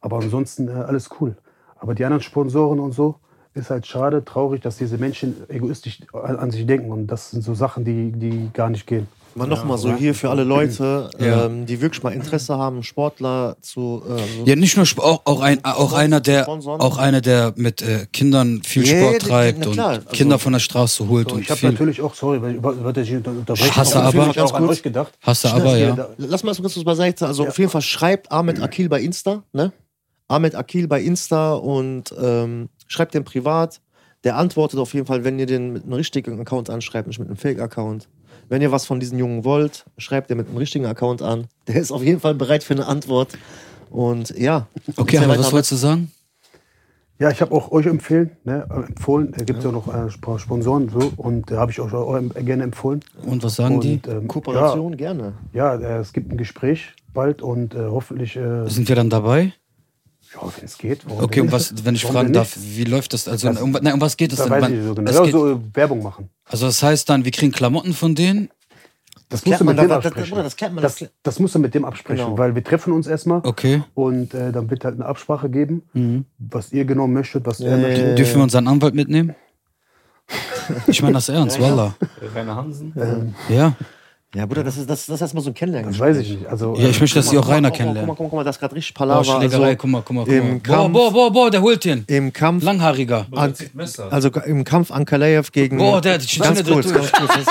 [SPEAKER 4] Aber ansonsten äh, alles cool. Aber die anderen Sponsoren und so ist halt schade, traurig, dass diese Menschen egoistisch an, an sich denken. Und das sind so Sachen, die, die gar nicht gehen.
[SPEAKER 1] Mal nochmal so hier für alle Leute,
[SPEAKER 3] Ja.
[SPEAKER 1] ähm, die wirklich mal Interesse haben, Sportler zu. Äh, so
[SPEAKER 3] Ja, nicht nur Sp- auch, auch, ein, auch einer, der
[SPEAKER 1] Sponsoren?
[SPEAKER 3] auch einer, der mit äh, Kindern viel
[SPEAKER 1] Ja,
[SPEAKER 3] Sport
[SPEAKER 1] ja,
[SPEAKER 3] treibt
[SPEAKER 1] na klar,
[SPEAKER 3] und
[SPEAKER 1] also-
[SPEAKER 3] Kinder von der Straße holt
[SPEAKER 4] So,
[SPEAKER 3] und
[SPEAKER 4] ich habe
[SPEAKER 3] viel.
[SPEAKER 4] natürlich auch, sorry, weil ich über- wollte dich nicht unter- unterbrechen.
[SPEAKER 3] Hast du
[SPEAKER 4] aber
[SPEAKER 3] aber-
[SPEAKER 4] ich habe auch an
[SPEAKER 1] Ganz kurz.
[SPEAKER 4] euch gedacht.
[SPEAKER 3] Hast du aber,
[SPEAKER 4] Schnell,
[SPEAKER 3] ja.
[SPEAKER 4] da-
[SPEAKER 1] Lass mal das kurz beiseite. Also auf jeden Fall schreibt Ahmed Akil bei Insta, ne? Ahmed Akil bei Insta und ähm, schreibt den privat. Der antwortet auf jeden Fall, wenn ihr den mit einem richtigen Account anschreibt, nicht mit einem Fake-Account. Wenn ihr was von diesen Jungen wollt, schreibt den mit einem richtigen Account an. Der ist auf jeden Fall bereit für eine Antwort. Und ja.
[SPEAKER 3] Okay,
[SPEAKER 1] Erzähl
[SPEAKER 3] aber
[SPEAKER 1] weiter,
[SPEAKER 3] was wolltest du sagen?
[SPEAKER 4] Ja, ich habe auch euch empfehlen, ne, äh, empfohlen. Da gibt es ja. noch äh, ein paar Sponsoren so, und da habe ich euch auch ähm, gerne empfohlen.
[SPEAKER 3] Und was sagen die?
[SPEAKER 4] und, ähm,
[SPEAKER 1] Kooperation gerne.
[SPEAKER 4] Ja, ja, äh, es gibt ein Gespräch bald und äh, hoffentlich äh,
[SPEAKER 3] Sind wir dann dabei?
[SPEAKER 4] Ja, wenn es geht. warum
[SPEAKER 3] Okay,
[SPEAKER 4] denn
[SPEAKER 3] und
[SPEAKER 4] nicht?
[SPEAKER 3] was, wenn ich
[SPEAKER 4] Warum
[SPEAKER 3] fragen
[SPEAKER 4] denn
[SPEAKER 3] darf,
[SPEAKER 4] nicht?
[SPEAKER 3] wie läuft das? Also,
[SPEAKER 4] Das-
[SPEAKER 3] um, nein, um was geht es
[SPEAKER 4] Da
[SPEAKER 3] denn?
[SPEAKER 4] weiß
[SPEAKER 3] Man-
[SPEAKER 4] ich nicht so
[SPEAKER 3] es
[SPEAKER 4] genau. Ja,
[SPEAKER 3] geht,
[SPEAKER 4] so äh, Werbung machen.
[SPEAKER 3] also, das heißt dann, wir kriegen Klamotten von denen?
[SPEAKER 4] Das,
[SPEAKER 1] klärt
[SPEAKER 4] musst du
[SPEAKER 1] man
[SPEAKER 4] mit
[SPEAKER 1] da-
[SPEAKER 4] dem
[SPEAKER 1] das- das-
[SPEAKER 4] absprechen.
[SPEAKER 1] Bruder, das klärt man, das
[SPEAKER 4] das,
[SPEAKER 1] klär-
[SPEAKER 4] das musst du mit dem absprechen,
[SPEAKER 1] Genau.
[SPEAKER 4] weil wir treffen uns erstmal
[SPEAKER 3] Okay. Mhm.
[SPEAKER 4] und äh, dann wird halt eine Absprache geben, was ihr genau möchtet, was er möchte.
[SPEAKER 1] Äh,
[SPEAKER 3] Dürfen wir unseren Anwalt mitnehmen? Ich meine das ernst, Wallah.
[SPEAKER 1] halt-
[SPEAKER 2] Rainer Hansen?
[SPEAKER 1] Ähm,
[SPEAKER 3] Ja.
[SPEAKER 1] ja, Bruder, das ist, das, das ist erstmal so ein Kennenlernen.
[SPEAKER 4] Das weiß ich nicht. Also,
[SPEAKER 3] Ja, ich möchte, dass
[SPEAKER 1] Guck
[SPEAKER 3] sie
[SPEAKER 1] mal,
[SPEAKER 3] auch
[SPEAKER 1] guck mal,
[SPEAKER 3] Rainer
[SPEAKER 1] Guck mal,
[SPEAKER 3] kennenlernen.
[SPEAKER 1] guck mal, guck mal, das ist gerade richtig
[SPEAKER 3] Boah,
[SPEAKER 1] Palaver.
[SPEAKER 3] Schlägerei,
[SPEAKER 1] Also,
[SPEAKER 3] guck mal, guck mal,
[SPEAKER 1] im
[SPEAKER 3] guck mal. Boah,
[SPEAKER 1] Kampf-
[SPEAKER 3] boah, boah, boah, der holt den.
[SPEAKER 1] Im Kampf
[SPEAKER 3] Langhaariger.
[SPEAKER 1] An-
[SPEAKER 2] zieht Messer.
[SPEAKER 1] also im Kampf Ankalaev gegen.
[SPEAKER 3] Boah, der hat die Schiene
[SPEAKER 1] ganz
[SPEAKER 3] dreht
[SPEAKER 1] kurz, ganz
[SPEAKER 3] durch.
[SPEAKER 1] kurz.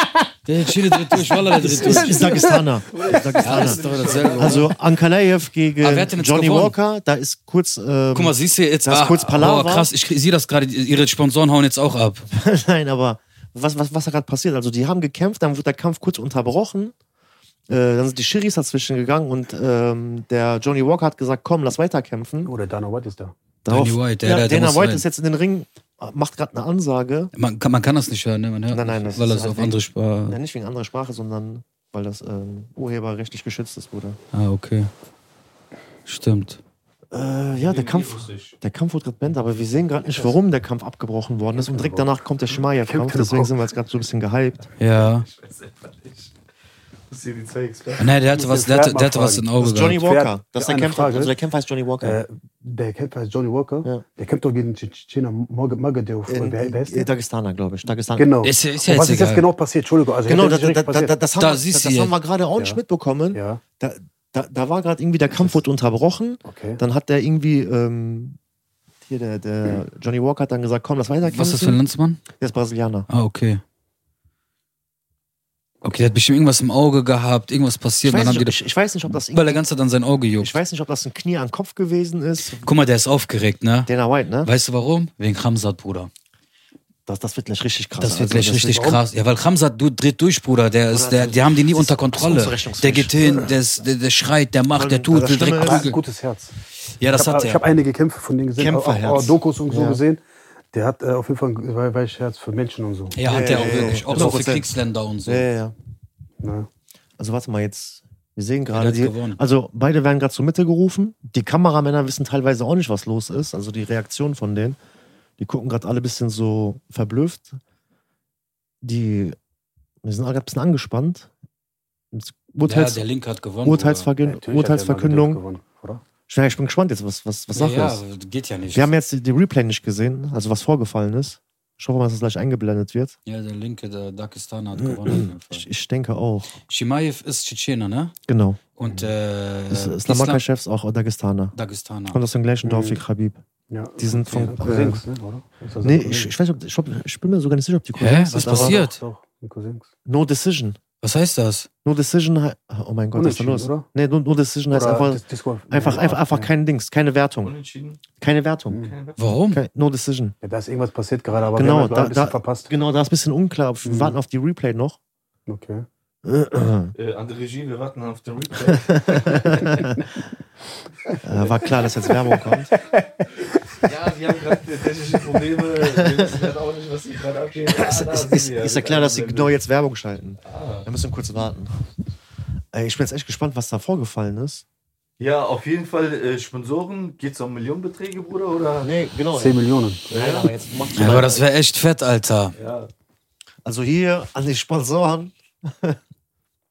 [SPEAKER 3] Der Chile dreht durch, Wallah, der dreht
[SPEAKER 1] Das
[SPEAKER 3] durch.
[SPEAKER 1] ist Dagestaner.
[SPEAKER 3] Ja, das ist doch dasselbe. oder?
[SPEAKER 1] Also Ankalaev
[SPEAKER 3] Aber wer hat
[SPEAKER 1] gegen
[SPEAKER 3] denn jetzt
[SPEAKER 1] Johnny
[SPEAKER 3] gewonnen?
[SPEAKER 1] Walker, da ist kurz. Ähm,
[SPEAKER 3] Guck mal, siehst du jetzt?
[SPEAKER 1] Das ist kurz Palaver.
[SPEAKER 3] boah, krass, ich sehe das gerade. Ihre Sponsoren hauen jetzt auch ab.
[SPEAKER 1] Nein, aber was, was, was da gerade passiert? Also, die haben gekämpft, dann wurde der Kampf kurz unterbrochen. Äh, dann sind die Schiris dazwischen gegangen und ähm, der Johnny Walker hat gesagt: Komm, lass weiterkämpfen.
[SPEAKER 4] Oder Dana White ist da.
[SPEAKER 1] Darauf,
[SPEAKER 3] Danny White, der-
[SPEAKER 1] ja,
[SPEAKER 3] der- der
[SPEAKER 1] Dana
[SPEAKER 3] muss
[SPEAKER 1] White
[SPEAKER 3] rein.
[SPEAKER 1] ist jetzt in den Ring, macht gerade eine Ansage.
[SPEAKER 3] Man kann, man kann das nicht hören, ne? Man hört
[SPEAKER 1] Nein, nein, das
[SPEAKER 3] nicht, weil
[SPEAKER 1] ist
[SPEAKER 3] das
[SPEAKER 1] halt
[SPEAKER 3] auf andere Sprache.
[SPEAKER 1] Ja, nicht wegen anderer Sprache, sondern weil das ähm, urheberrechtlich geschützt ist, Bruder.
[SPEAKER 3] Ah, okay. ah, Stimmt.
[SPEAKER 1] Äh, ja, der Kampf, der Kampf wurde gerade beendet, aber wir sehen gerade nicht, warum der Kampf abgebrochen worden ist. Und direkt danach kommt der Schmeier-Kampf, deswegen sind wir jetzt gerade so ein bisschen gehypt.
[SPEAKER 3] Ja.
[SPEAKER 2] Ich weiß einfach nicht. Das sind die zwei Experten.
[SPEAKER 3] Nein, der hatte was, der hatte, der hatte was in den
[SPEAKER 1] Das
[SPEAKER 3] Augen.
[SPEAKER 1] ist Johnny
[SPEAKER 3] gehabt.
[SPEAKER 1] Walker. Das ist der
[SPEAKER 4] Eine
[SPEAKER 1] Kämpfer.
[SPEAKER 4] Frage.
[SPEAKER 1] Also der Kämpfer heißt Johnny Walker.
[SPEAKER 4] Äh, der Kämpfer heißt Johnny Walker.
[SPEAKER 1] Ja.
[SPEAKER 4] Der kämpft doch gegen den Tschetschener Mag- Magadev.
[SPEAKER 1] In,
[SPEAKER 4] Wer, wer ist
[SPEAKER 1] äh,
[SPEAKER 4] der?
[SPEAKER 1] Dagestaner, glaube ich. Dagestaner.
[SPEAKER 4] Genau.
[SPEAKER 3] Ist ja- ist ja
[SPEAKER 4] Und was
[SPEAKER 3] jetzt
[SPEAKER 4] ist jetzt
[SPEAKER 3] egal.
[SPEAKER 4] genau passiert? Entschuldigung. Also
[SPEAKER 1] Genau,
[SPEAKER 4] hätte
[SPEAKER 1] da,
[SPEAKER 4] nicht
[SPEAKER 1] da,
[SPEAKER 4] direkt
[SPEAKER 1] da, da,
[SPEAKER 4] passiert.
[SPEAKER 1] das haben,
[SPEAKER 3] Da
[SPEAKER 1] wir-
[SPEAKER 3] siehst
[SPEAKER 1] das,
[SPEAKER 3] du
[SPEAKER 1] das
[SPEAKER 3] jetzt.
[SPEAKER 1] haben wir gerade auch nicht
[SPEAKER 4] Ja.
[SPEAKER 1] mitbekommen.
[SPEAKER 4] ja.
[SPEAKER 1] Da, da, da war gerade irgendwie, der Kampf wurde unterbrochen.
[SPEAKER 4] Okay.
[SPEAKER 1] Dann hat der irgendwie, ähm, hier der,
[SPEAKER 4] Hm.
[SPEAKER 1] der Johnny Walker hat dann gesagt, komm, lass weiterkämpfen.
[SPEAKER 3] Was ist das für ein Landsmann?
[SPEAKER 1] Der ist Brasilianer.
[SPEAKER 3] Ah, okay. Okay, der hat bestimmt irgendwas im Auge gehabt, irgendwas
[SPEAKER 1] Ich
[SPEAKER 3] passiert. Dann
[SPEAKER 1] weiß,
[SPEAKER 3] haben
[SPEAKER 1] nicht,
[SPEAKER 3] die
[SPEAKER 1] ob-
[SPEAKER 3] das,
[SPEAKER 1] ich, ich weiß nicht, ob das
[SPEAKER 3] weil
[SPEAKER 1] irgendwie,
[SPEAKER 3] der Ganze dann sein Auge
[SPEAKER 1] ich
[SPEAKER 3] juckt.
[SPEAKER 1] weiß nicht, ob das ein Knie an den Kopf gewesen ist.
[SPEAKER 3] Guck mal, der ist aufgeregt, ne?
[SPEAKER 1] Dana White, ne?
[SPEAKER 3] Weißt du warum? Wegen Kramsat, Bruder.
[SPEAKER 1] Das, das wird gleich richtig krass.
[SPEAKER 3] Das wird
[SPEAKER 1] Also,
[SPEAKER 3] gleich richtig
[SPEAKER 1] wird-
[SPEAKER 3] krass. Ja, weil Kramsat du, dreht durch, Bruder. Der ist, der, die haben die nie unter Kontrolle.
[SPEAKER 1] unzurechnungsfähig.
[SPEAKER 3] Der geht hin, der, ist, der, der schreit, der macht, der
[SPEAKER 1] Vor allem,
[SPEAKER 3] tut,
[SPEAKER 1] das
[SPEAKER 3] will direkt
[SPEAKER 1] Schlimme
[SPEAKER 4] Aber er hat ein
[SPEAKER 3] prügeln.
[SPEAKER 4] gutes Herz.
[SPEAKER 3] Ja, das
[SPEAKER 4] ich
[SPEAKER 3] hat
[SPEAKER 4] habe
[SPEAKER 3] er.
[SPEAKER 4] hab einige Kämpfe von denen gesehen, auch, auch,
[SPEAKER 1] Kämpferherz.
[SPEAKER 4] auch Dokus und so
[SPEAKER 1] Ja.
[SPEAKER 4] gesehen. Der hat äh, auf jeden Fall ein wei- weiches Herz für Menschen und so.
[SPEAKER 3] Ja, hat er auch
[SPEAKER 1] ja, ja,
[SPEAKER 3] wirklich.
[SPEAKER 1] ja.
[SPEAKER 3] Auch so für
[SPEAKER 1] 100%.
[SPEAKER 3] Kriegsländer und so.
[SPEAKER 1] Ja, ja, ja.
[SPEAKER 4] Ne?
[SPEAKER 1] Also warte mal jetzt. Wir sehen
[SPEAKER 3] der
[SPEAKER 1] gerade,
[SPEAKER 3] hat
[SPEAKER 1] die-
[SPEAKER 3] gewonnen.
[SPEAKER 1] also beide werden gerade zur Mitte gerufen. Die Kameramänner wissen teilweise auch nicht, was los ist. Also die Reaktion von denen. Die gucken gerade alle ein bisschen so verblüfft. Die, wir sind alle gerade ein bisschen angespannt. Das
[SPEAKER 3] Ja,
[SPEAKER 1] Urteils,
[SPEAKER 3] der Link hat gewonnen.
[SPEAKER 4] Ja,
[SPEAKER 1] Urteilsverkün-
[SPEAKER 4] natürlich hat der Magadev
[SPEAKER 1] Urteilsverkündung.
[SPEAKER 4] gewonnen, oder?
[SPEAKER 1] Schnell, ich bin gespannt jetzt, was, was, was
[SPEAKER 3] Bruder.
[SPEAKER 1] Sache
[SPEAKER 3] Ja,
[SPEAKER 1] ist.
[SPEAKER 3] ja, geht ja nicht.
[SPEAKER 1] Wir haben jetzt die- die Replay nicht gesehen, also was vorgefallen ist. Ich hoffe mal, dass das gleich eingeblendet wird.
[SPEAKER 3] Ja, der Linke, der Dagestaner hat gewonnen. auf jeden
[SPEAKER 1] Ich,
[SPEAKER 3] Fall.
[SPEAKER 1] ich denke auch.
[SPEAKER 3] Shimaev ist Tschetschener, ne?
[SPEAKER 1] Genau.
[SPEAKER 3] Und äh,
[SPEAKER 1] Das
[SPEAKER 3] Islam-
[SPEAKER 1] ist Islamaka-Chefs auch Dagestaner.
[SPEAKER 3] Dagestaner.
[SPEAKER 1] Kommt aus dem gleichen Dorf wie
[SPEAKER 4] Mhm.
[SPEAKER 1] Khabib.
[SPEAKER 4] Ja.
[SPEAKER 1] Die sind von.
[SPEAKER 4] Von
[SPEAKER 1] Äh,
[SPEAKER 4] Cousins, ne, oder? Ist das
[SPEAKER 1] nee,
[SPEAKER 4] ein
[SPEAKER 1] ich,
[SPEAKER 4] Cousin?
[SPEAKER 1] ich, weiß, ob, ich, glaub, ich bin mir sogar nicht sicher, ob die
[SPEAKER 3] Hä?
[SPEAKER 1] Cousins
[SPEAKER 3] Was
[SPEAKER 1] aber-
[SPEAKER 3] passiert?
[SPEAKER 4] Doch, die Cousins.
[SPEAKER 1] No Decision.
[SPEAKER 3] Was heißt das?
[SPEAKER 1] No Decision. hei- Oh mein Gott, was ist da
[SPEAKER 4] Unentschieden,
[SPEAKER 1] los?
[SPEAKER 4] oder?
[SPEAKER 1] Nee, no, no Decision heißt
[SPEAKER 4] Oder
[SPEAKER 1] einfach,
[SPEAKER 4] Dis- Disqual-
[SPEAKER 1] einfach,
[SPEAKER 4] Ja,
[SPEAKER 1] einfach, einfach
[SPEAKER 4] ja.
[SPEAKER 1] kein Dings, keine Wertung.
[SPEAKER 2] Unentschieden?
[SPEAKER 1] Keine Wertung.
[SPEAKER 4] Mhm.
[SPEAKER 2] Keine
[SPEAKER 3] Warum?
[SPEAKER 1] Kein, no Decision.
[SPEAKER 4] Ja, da ist irgendwas passiert gerade, aber
[SPEAKER 1] Genau,
[SPEAKER 4] wir haben halt
[SPEAKER 1] da-
[SPEAKER 4] ein bisschen
[SPEAKER 1] da-
[SPEAKER 4] verpasst.
[SPEAKER 1] Genau, da ist ein bisschen unklar. Wir
[SPEAKER 4] Mhm.
[SPEAKER 1] warten auf die Replay noch.
[SPEAKER 4] Okay.
[SPEAKER 1] Äh,
[SPEAKER 2] Äh, an der Regie, wir warten auf den Replay.
[SPEAKER 1] war klar, dass jetzt Werbung kommt.
[SPEAKER 2] ja, wir haben gerade technische Probleme. Wir wissen gerade auch nicht, was hier gerade abgeht. Ah,
[SPEAKER 1] Ist,
[SPEAKER 2] da
[SPEAKER 1] ist,
[SPEAKER 2] sind
[SPEAKER 1] ist,
[SPEAKER 2] wir. Wir
[SPEAKER 1] ist
[SPEAKER 2] Also,
[SPEAKER 1] ja
[SPEAKER 2] sind
[SPEAKER 1] klar, dass sie
[SPEAKER 2] am
[SPEAKER 1] genau
[SPEAKER 2] Ende.
[SPEAKER 1] jetzt Werbung schalten.
[SPEAKER 2] Ah.
[SPEAKER 1] Wir müssen kurz warten. Ey, Ich bin jetzt echt gespannt, was da vorgefallen ist.
[SPEAKER 2] Ja, auf jeden Fall äh, Sponsoren. Geht es um Millionenbeträge, Bruder? Oder?
[SPEAKER 1] Nee, genau.
[SPEAKER 4] 10 Millionen.
[SPEAKER 1] Nein, aber jetzt macht
[SPEAKER 3] Ja, aber das wäre echt fett, Alter.
[SPEAKER 2] Ja.
[SPEAKER 1] Also hier an die Sponsoren,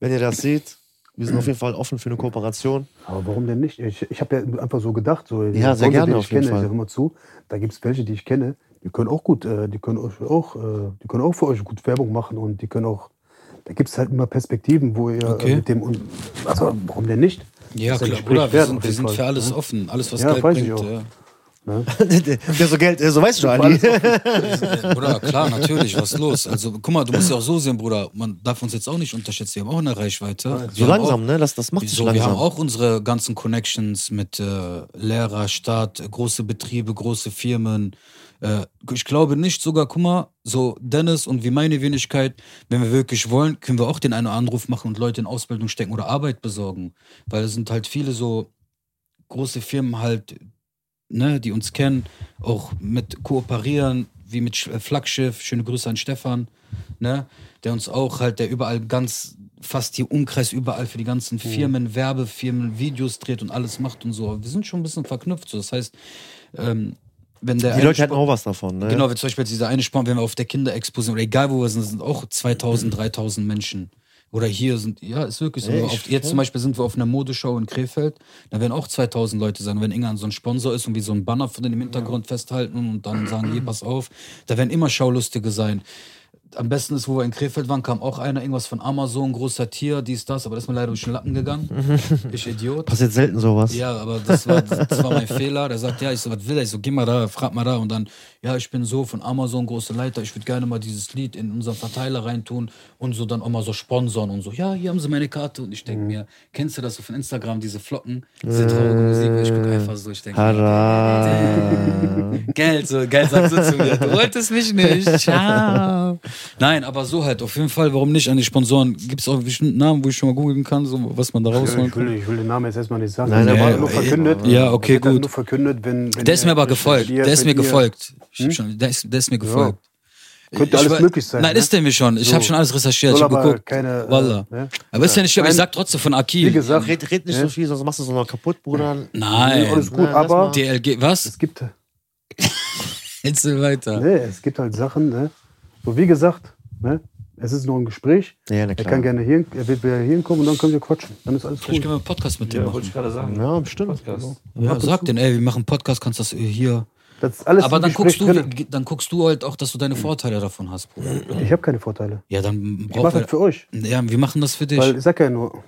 [SPEAKER 1] wenn ihr das seht, wir sind auf jeden Fall offen für eine Kooperation.
[SPEAKER 4] Aber warum denn nicht? Ich, ich habe ja einfach so gedacht, so
[SPEAKER 1] Ja, sehr
[SPEAKER 4] Freunde,
[SPEAKER 1] gerne
[SPEAKER 4] die
[SPEAKER 1] auf
[SPEAKER 4] ich
[SPEAKER 1] jeden
[SPEAKER 4] kenne, ich
[SPEAKER 1] Fall.
[SPEAKER 4] sag immer zu, da gibt es welche, die ich kenne, die können auch gut, äh, die können euch auch, äh, die können auch für euch gut Werbung machen und die können auch, da gibt es halt immer Perspektiven, wo ihr
[SPEAKER 3] Okay.
[SPEAKER 4] äh, mit dem, und, also warum denn nicht?
[SPEAKER 3] Ja,
[SPEAKER 4] Das ist ein
[SPEAKER 3] klar,
[SPEAKER 4] Gespräch
[SPEAKER 3] Bruder, wir
[SPEAKER 4] wert
[SPEAKER 3] sind,
[SPEAKER 4] auf
[SPEAKER 3] wir
[SPEAKER 4] jeden
[SPEAKER 3] sind
[SPEAKER 4] Fall.
[SPEAKER 3] für alles offen. Alles, was
[SPEAKER 4] Ja,
[SPEAKER 3] Geld
[SPEAKER 4] weiß ich
[SPEAKER 3] bringt.
[SPEAKER 4] auch.
[SPEAKER 3] Ja.
[SPEAKER 1] der so Geld, der so weißt du, Ali.
[SPEAKER 3] Bruder, klar, natürlich, was ist los? Also, guck mal, du musst ja auch so sehen, Bruder. Man darf uns jetzt auch nicht unterschätzen. Wir haben auch eine Reichweite. Wir
[SPEAKER 1] So
[SPEAKER 3] haben
[SPEAKER 1] langsam, ne? Das, das
[SPEAKER 3] Auch,
[SPEAKER 1] macht sich
[SPEAKER 3] so, wir haben
[SPEAKER 1] langsam.
[SPEAKER 3] auch unsere ganzen Connections mit äh, Lehrer, Staat, äh, große Betriebe, große Firmen. Äh, ich glaube nicht sogar, guck mal, so Dennis und wie meine Wenigkeit, wenn wir wirklich wollen, können wir auch den einen oder anderen Anruf machen und Leute in Ausbildung stecken oder Arbeit besorgen. Weil es sind halt viele so große Firmen halt, ne, die uns kennen, auch mit kooperieren, wie mit Sch- äh, Flaggschiff. Schöne Grüße an Stefan, ne, der uns auch halt, der überall ganz, fast hier Umkreis überall für die ganzen
[SPEAKER 1] Mhm.
[SPEAKER 3] Firmen, Werbefirmen, Videos dreht und alles macht und so. Wir sind schon ein bisschen verknüpft. So. Das heißt, ähm, wenn der
[SPEAKER 1] Die
[SPEAKER 3] eine
[SPEAKER 1] Leute hätten
[SPEAKER 3] Spon-
[SPEAKER 1] auch was davon, ne?
[SPEAKER 3] Genau, wie zum Beispiel jetzt dieser eine Sport, wenn wir auf der Kinderexpo sind, oder egal wo wir sind, sind auch 2000, 3000 Menschen. Oder hier sind, ja, ist wirklich so.
[SPEAKER 1] Ey,
[SPEAKER 3] Wenn wir
[SPEAKER 1] ich-
[SPEAKER 3] auf, jetzt zum Beispiel sind wir auf einer Modeshow in Krefeld, da werden auch 2000 Leute sagen, wenn Inga so ein Sponsor ist und wie so ein Banner von im Hintergrund festhalten und dann sagen, hier, pass auf, da werden immer Schaulustige sein. Am besten ist, wo wir in Krefeld waren, kam auch einer, irgendwas von Amazon, großer Tier, dies, das, aber das ist mir leider durch den Lappen gegangen. Ich Idiot.
[SPEAKER 1] Passiert selten sowas.
[SPEAKER 3] Ja, aber das war, das war mein Fehler. Der sagt, ja, ich so, was will er? Ich so, geh mal da, frag mal da. Und dann, ja, ich bin so von Amazon, große Leiter, ich würde gerne mal dieses Lied in unseren Verteiler reintun und so dann auch mal so sponsoren und so. Ja, hier haben sie meine Karte. Und ich denke
[SPEAKER 4] Mhm.
[SPEAKER 3] mir, kennst du das so von Instagram, diese Flocken, diese
[SPEAKER 4] Äh,
[SPEAKER 3] traurige Musik? Und ich gucke einfach so, ich denke,
[SPEAKER 1] Hara.
[SPEAKER 3] Geld, so, Geld sagt so zu mir, du wolltest mich nicht, ciao. Nein, aber so halt, auf jeden Fall, warum nicht an die Sponsoren? Gibt es auch bestimmt Namen, wo ich schon mal googeln kann, so, was man da rausholen
[SPEAKER 4] Ich
[SPEAKER 3] kann?
[SPEAKER 4] will, ich will den Namen jetzt erstmal nicht sagen.
[SPEAKER 1] Nein,
[SPEAKER 4] Der
[SPEAKER 1] aber-
[SPEAKER 4] wird nur
[SPEAKER 1] ey,
[SPEAKER 4] verkündet.
[SPEAKER 3] ja, okay,
[SPEAKER 4] Der wird
[SPEAKER 3] gut.
[SPEAKER 4] Nur verkündet, wenn, wenn
[SPEAKER 3] Der ist
[SPEAKER 4] ihr-
[SPEAKER 3] mir aber
[SPEAKER 4] wenn
[SPEAKER 3] gefolgt.
[SPEAKER 4] ihr- Hm?
[SPEAKER 3] Der ist
[SPEAKER 4] wenn
[SPEAKER 3] mir
[SPEAKER 4] ihr-
[SPEAKER 3] gefolgt. Ich hab Schon, der, ist, der ist mir gefolgt.
[SPEAKER 4] Könnte
[SPEAKER 3] Ich
[SPEAKER 4] alles
[SPEAKER 3] war-
[SPEAKER 4] möglich sein.
[SPEAKER 3] Nein,
[SPEAKER 4] ne?
[SPEAKER 3] ist denn mir schon. Ich habe schon alles recherchiert. Ich
[SPEAKER 4] Soll
[SPEAKER 3] habe
[SPEAKER 4] aber
[SPEAKER 3] geguckt.
[SPEAKER 4] keine, äh,
[SPEAKER 3] Wallah.
[SPEAKER 4] ne?
[SPEAKER 3] Aber ist ja nicht schlimm. Ich sag trotzdem von
[SPEAKER 4] Wie
[SPEAKER 3] Akil.
[SPEAKER 4] gesagt,
[SPEAKER 1] Red, red nicht so viel, sonst machst du es noch kaputt, Bruder.
[SPEAKER 4] Nee, alles
[SPEAKER 3] Nein.
[SPEAKER 4] gut,
[SPEAKER 1] lass
[SPEAKER 4] aber
[SPEAKER 1] mal.
[SPEAKER 3] DLG, was?
[SPEAKER 4] es gibt,
[SPEAKER 3] Erzähl weiter.
[SPEAKER 4] ne, es gibt halt Sachen, ne? So wie gesagt, ne? Es ist nur ein Gespräch.
[SPEAKER 1] Ja, na
[SPEAKER 4] Er
[SPEAKER 1] klar.
[SPEAKER 4] kann gerne hier, er wird wieder hier hinkommen und dann können wir quatschen. Dann ist alles
[SPEAKER 3] Vielleicht
[SPEAKER 4] cool.
[SPEAKER 3] können wir einen Podcast mit dir
[SPEAKER 2] Ja, wollte
[SPEAKER 3] machen.
[SPEAKER 2] ich gerade sagen.
[SPEAKER 1] Ja, bestimmt.
[SPEAKER 2] Podcast.
[SPEAKER 3] Ja, sag den, ey, wir machen einen Podcast, kannst das äh, hier.
[SPEAKER 4] Das ist alles
[SPEAKER 3] Aber
[SPEAKER 4] im
[SPEAKER 3] dann
[SPEAKER 4] Gespräch
[SPEAKER 3] guckst, du,
[SPEAKER 4] drinne.
[SPEAKER 3] dann guckst du halt auch, dass du deine Vorteile davon hast, Bruder.
[SPEAKER 4] Ich habe keine Vorteile.
[SPEAKER 3] Ja, dann
[SPEAKER 4] Ich mache
[SPEAKER 3] brauchen
[SPEAKER 4] das für euch.
[SPEAKER 3] wir. Ja, wir machen das für dich.
[SPEAKER 4] Weil ich sag ja nur,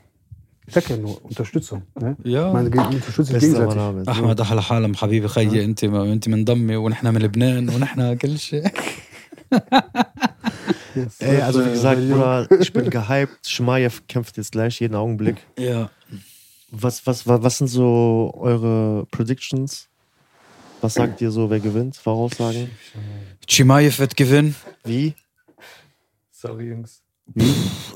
[SPEAKER 4] ich sag ja nur Unterstützung. Ne?
[SPEAKER 3] Ja.
[SPEAKER 4] Man ge- unterstützt sich
[SPEAKER 1] Bester
[SPEAKER 4] gegenseitig.
[SPEAKER 1] Name.
[SPEAKER 3] احمد احلى حالم حبيبي خيي انت ما انت من دمي ونحن من لبنان ونحن كل شيء
[SPEAKER 1] Ey, also
[SPEAKER 4] äh,
[SPEAKER 1] wie gesagt, Bruder, ich bin gehypt. Schmajew kämpft jetzt gleich jeden Augenblick.
[SPEAKER 3] Ja.
[SPEAKER 1] Was, was, was, was sind so eure Predictions? Was sagt ihr so, wer gewinnt? Voraussagen?
[SPEAKER 3] Chimaev wird gewinnen.
[SPEAKER 1] Wie?
[SPEAKER 2] Sorry, Jungs.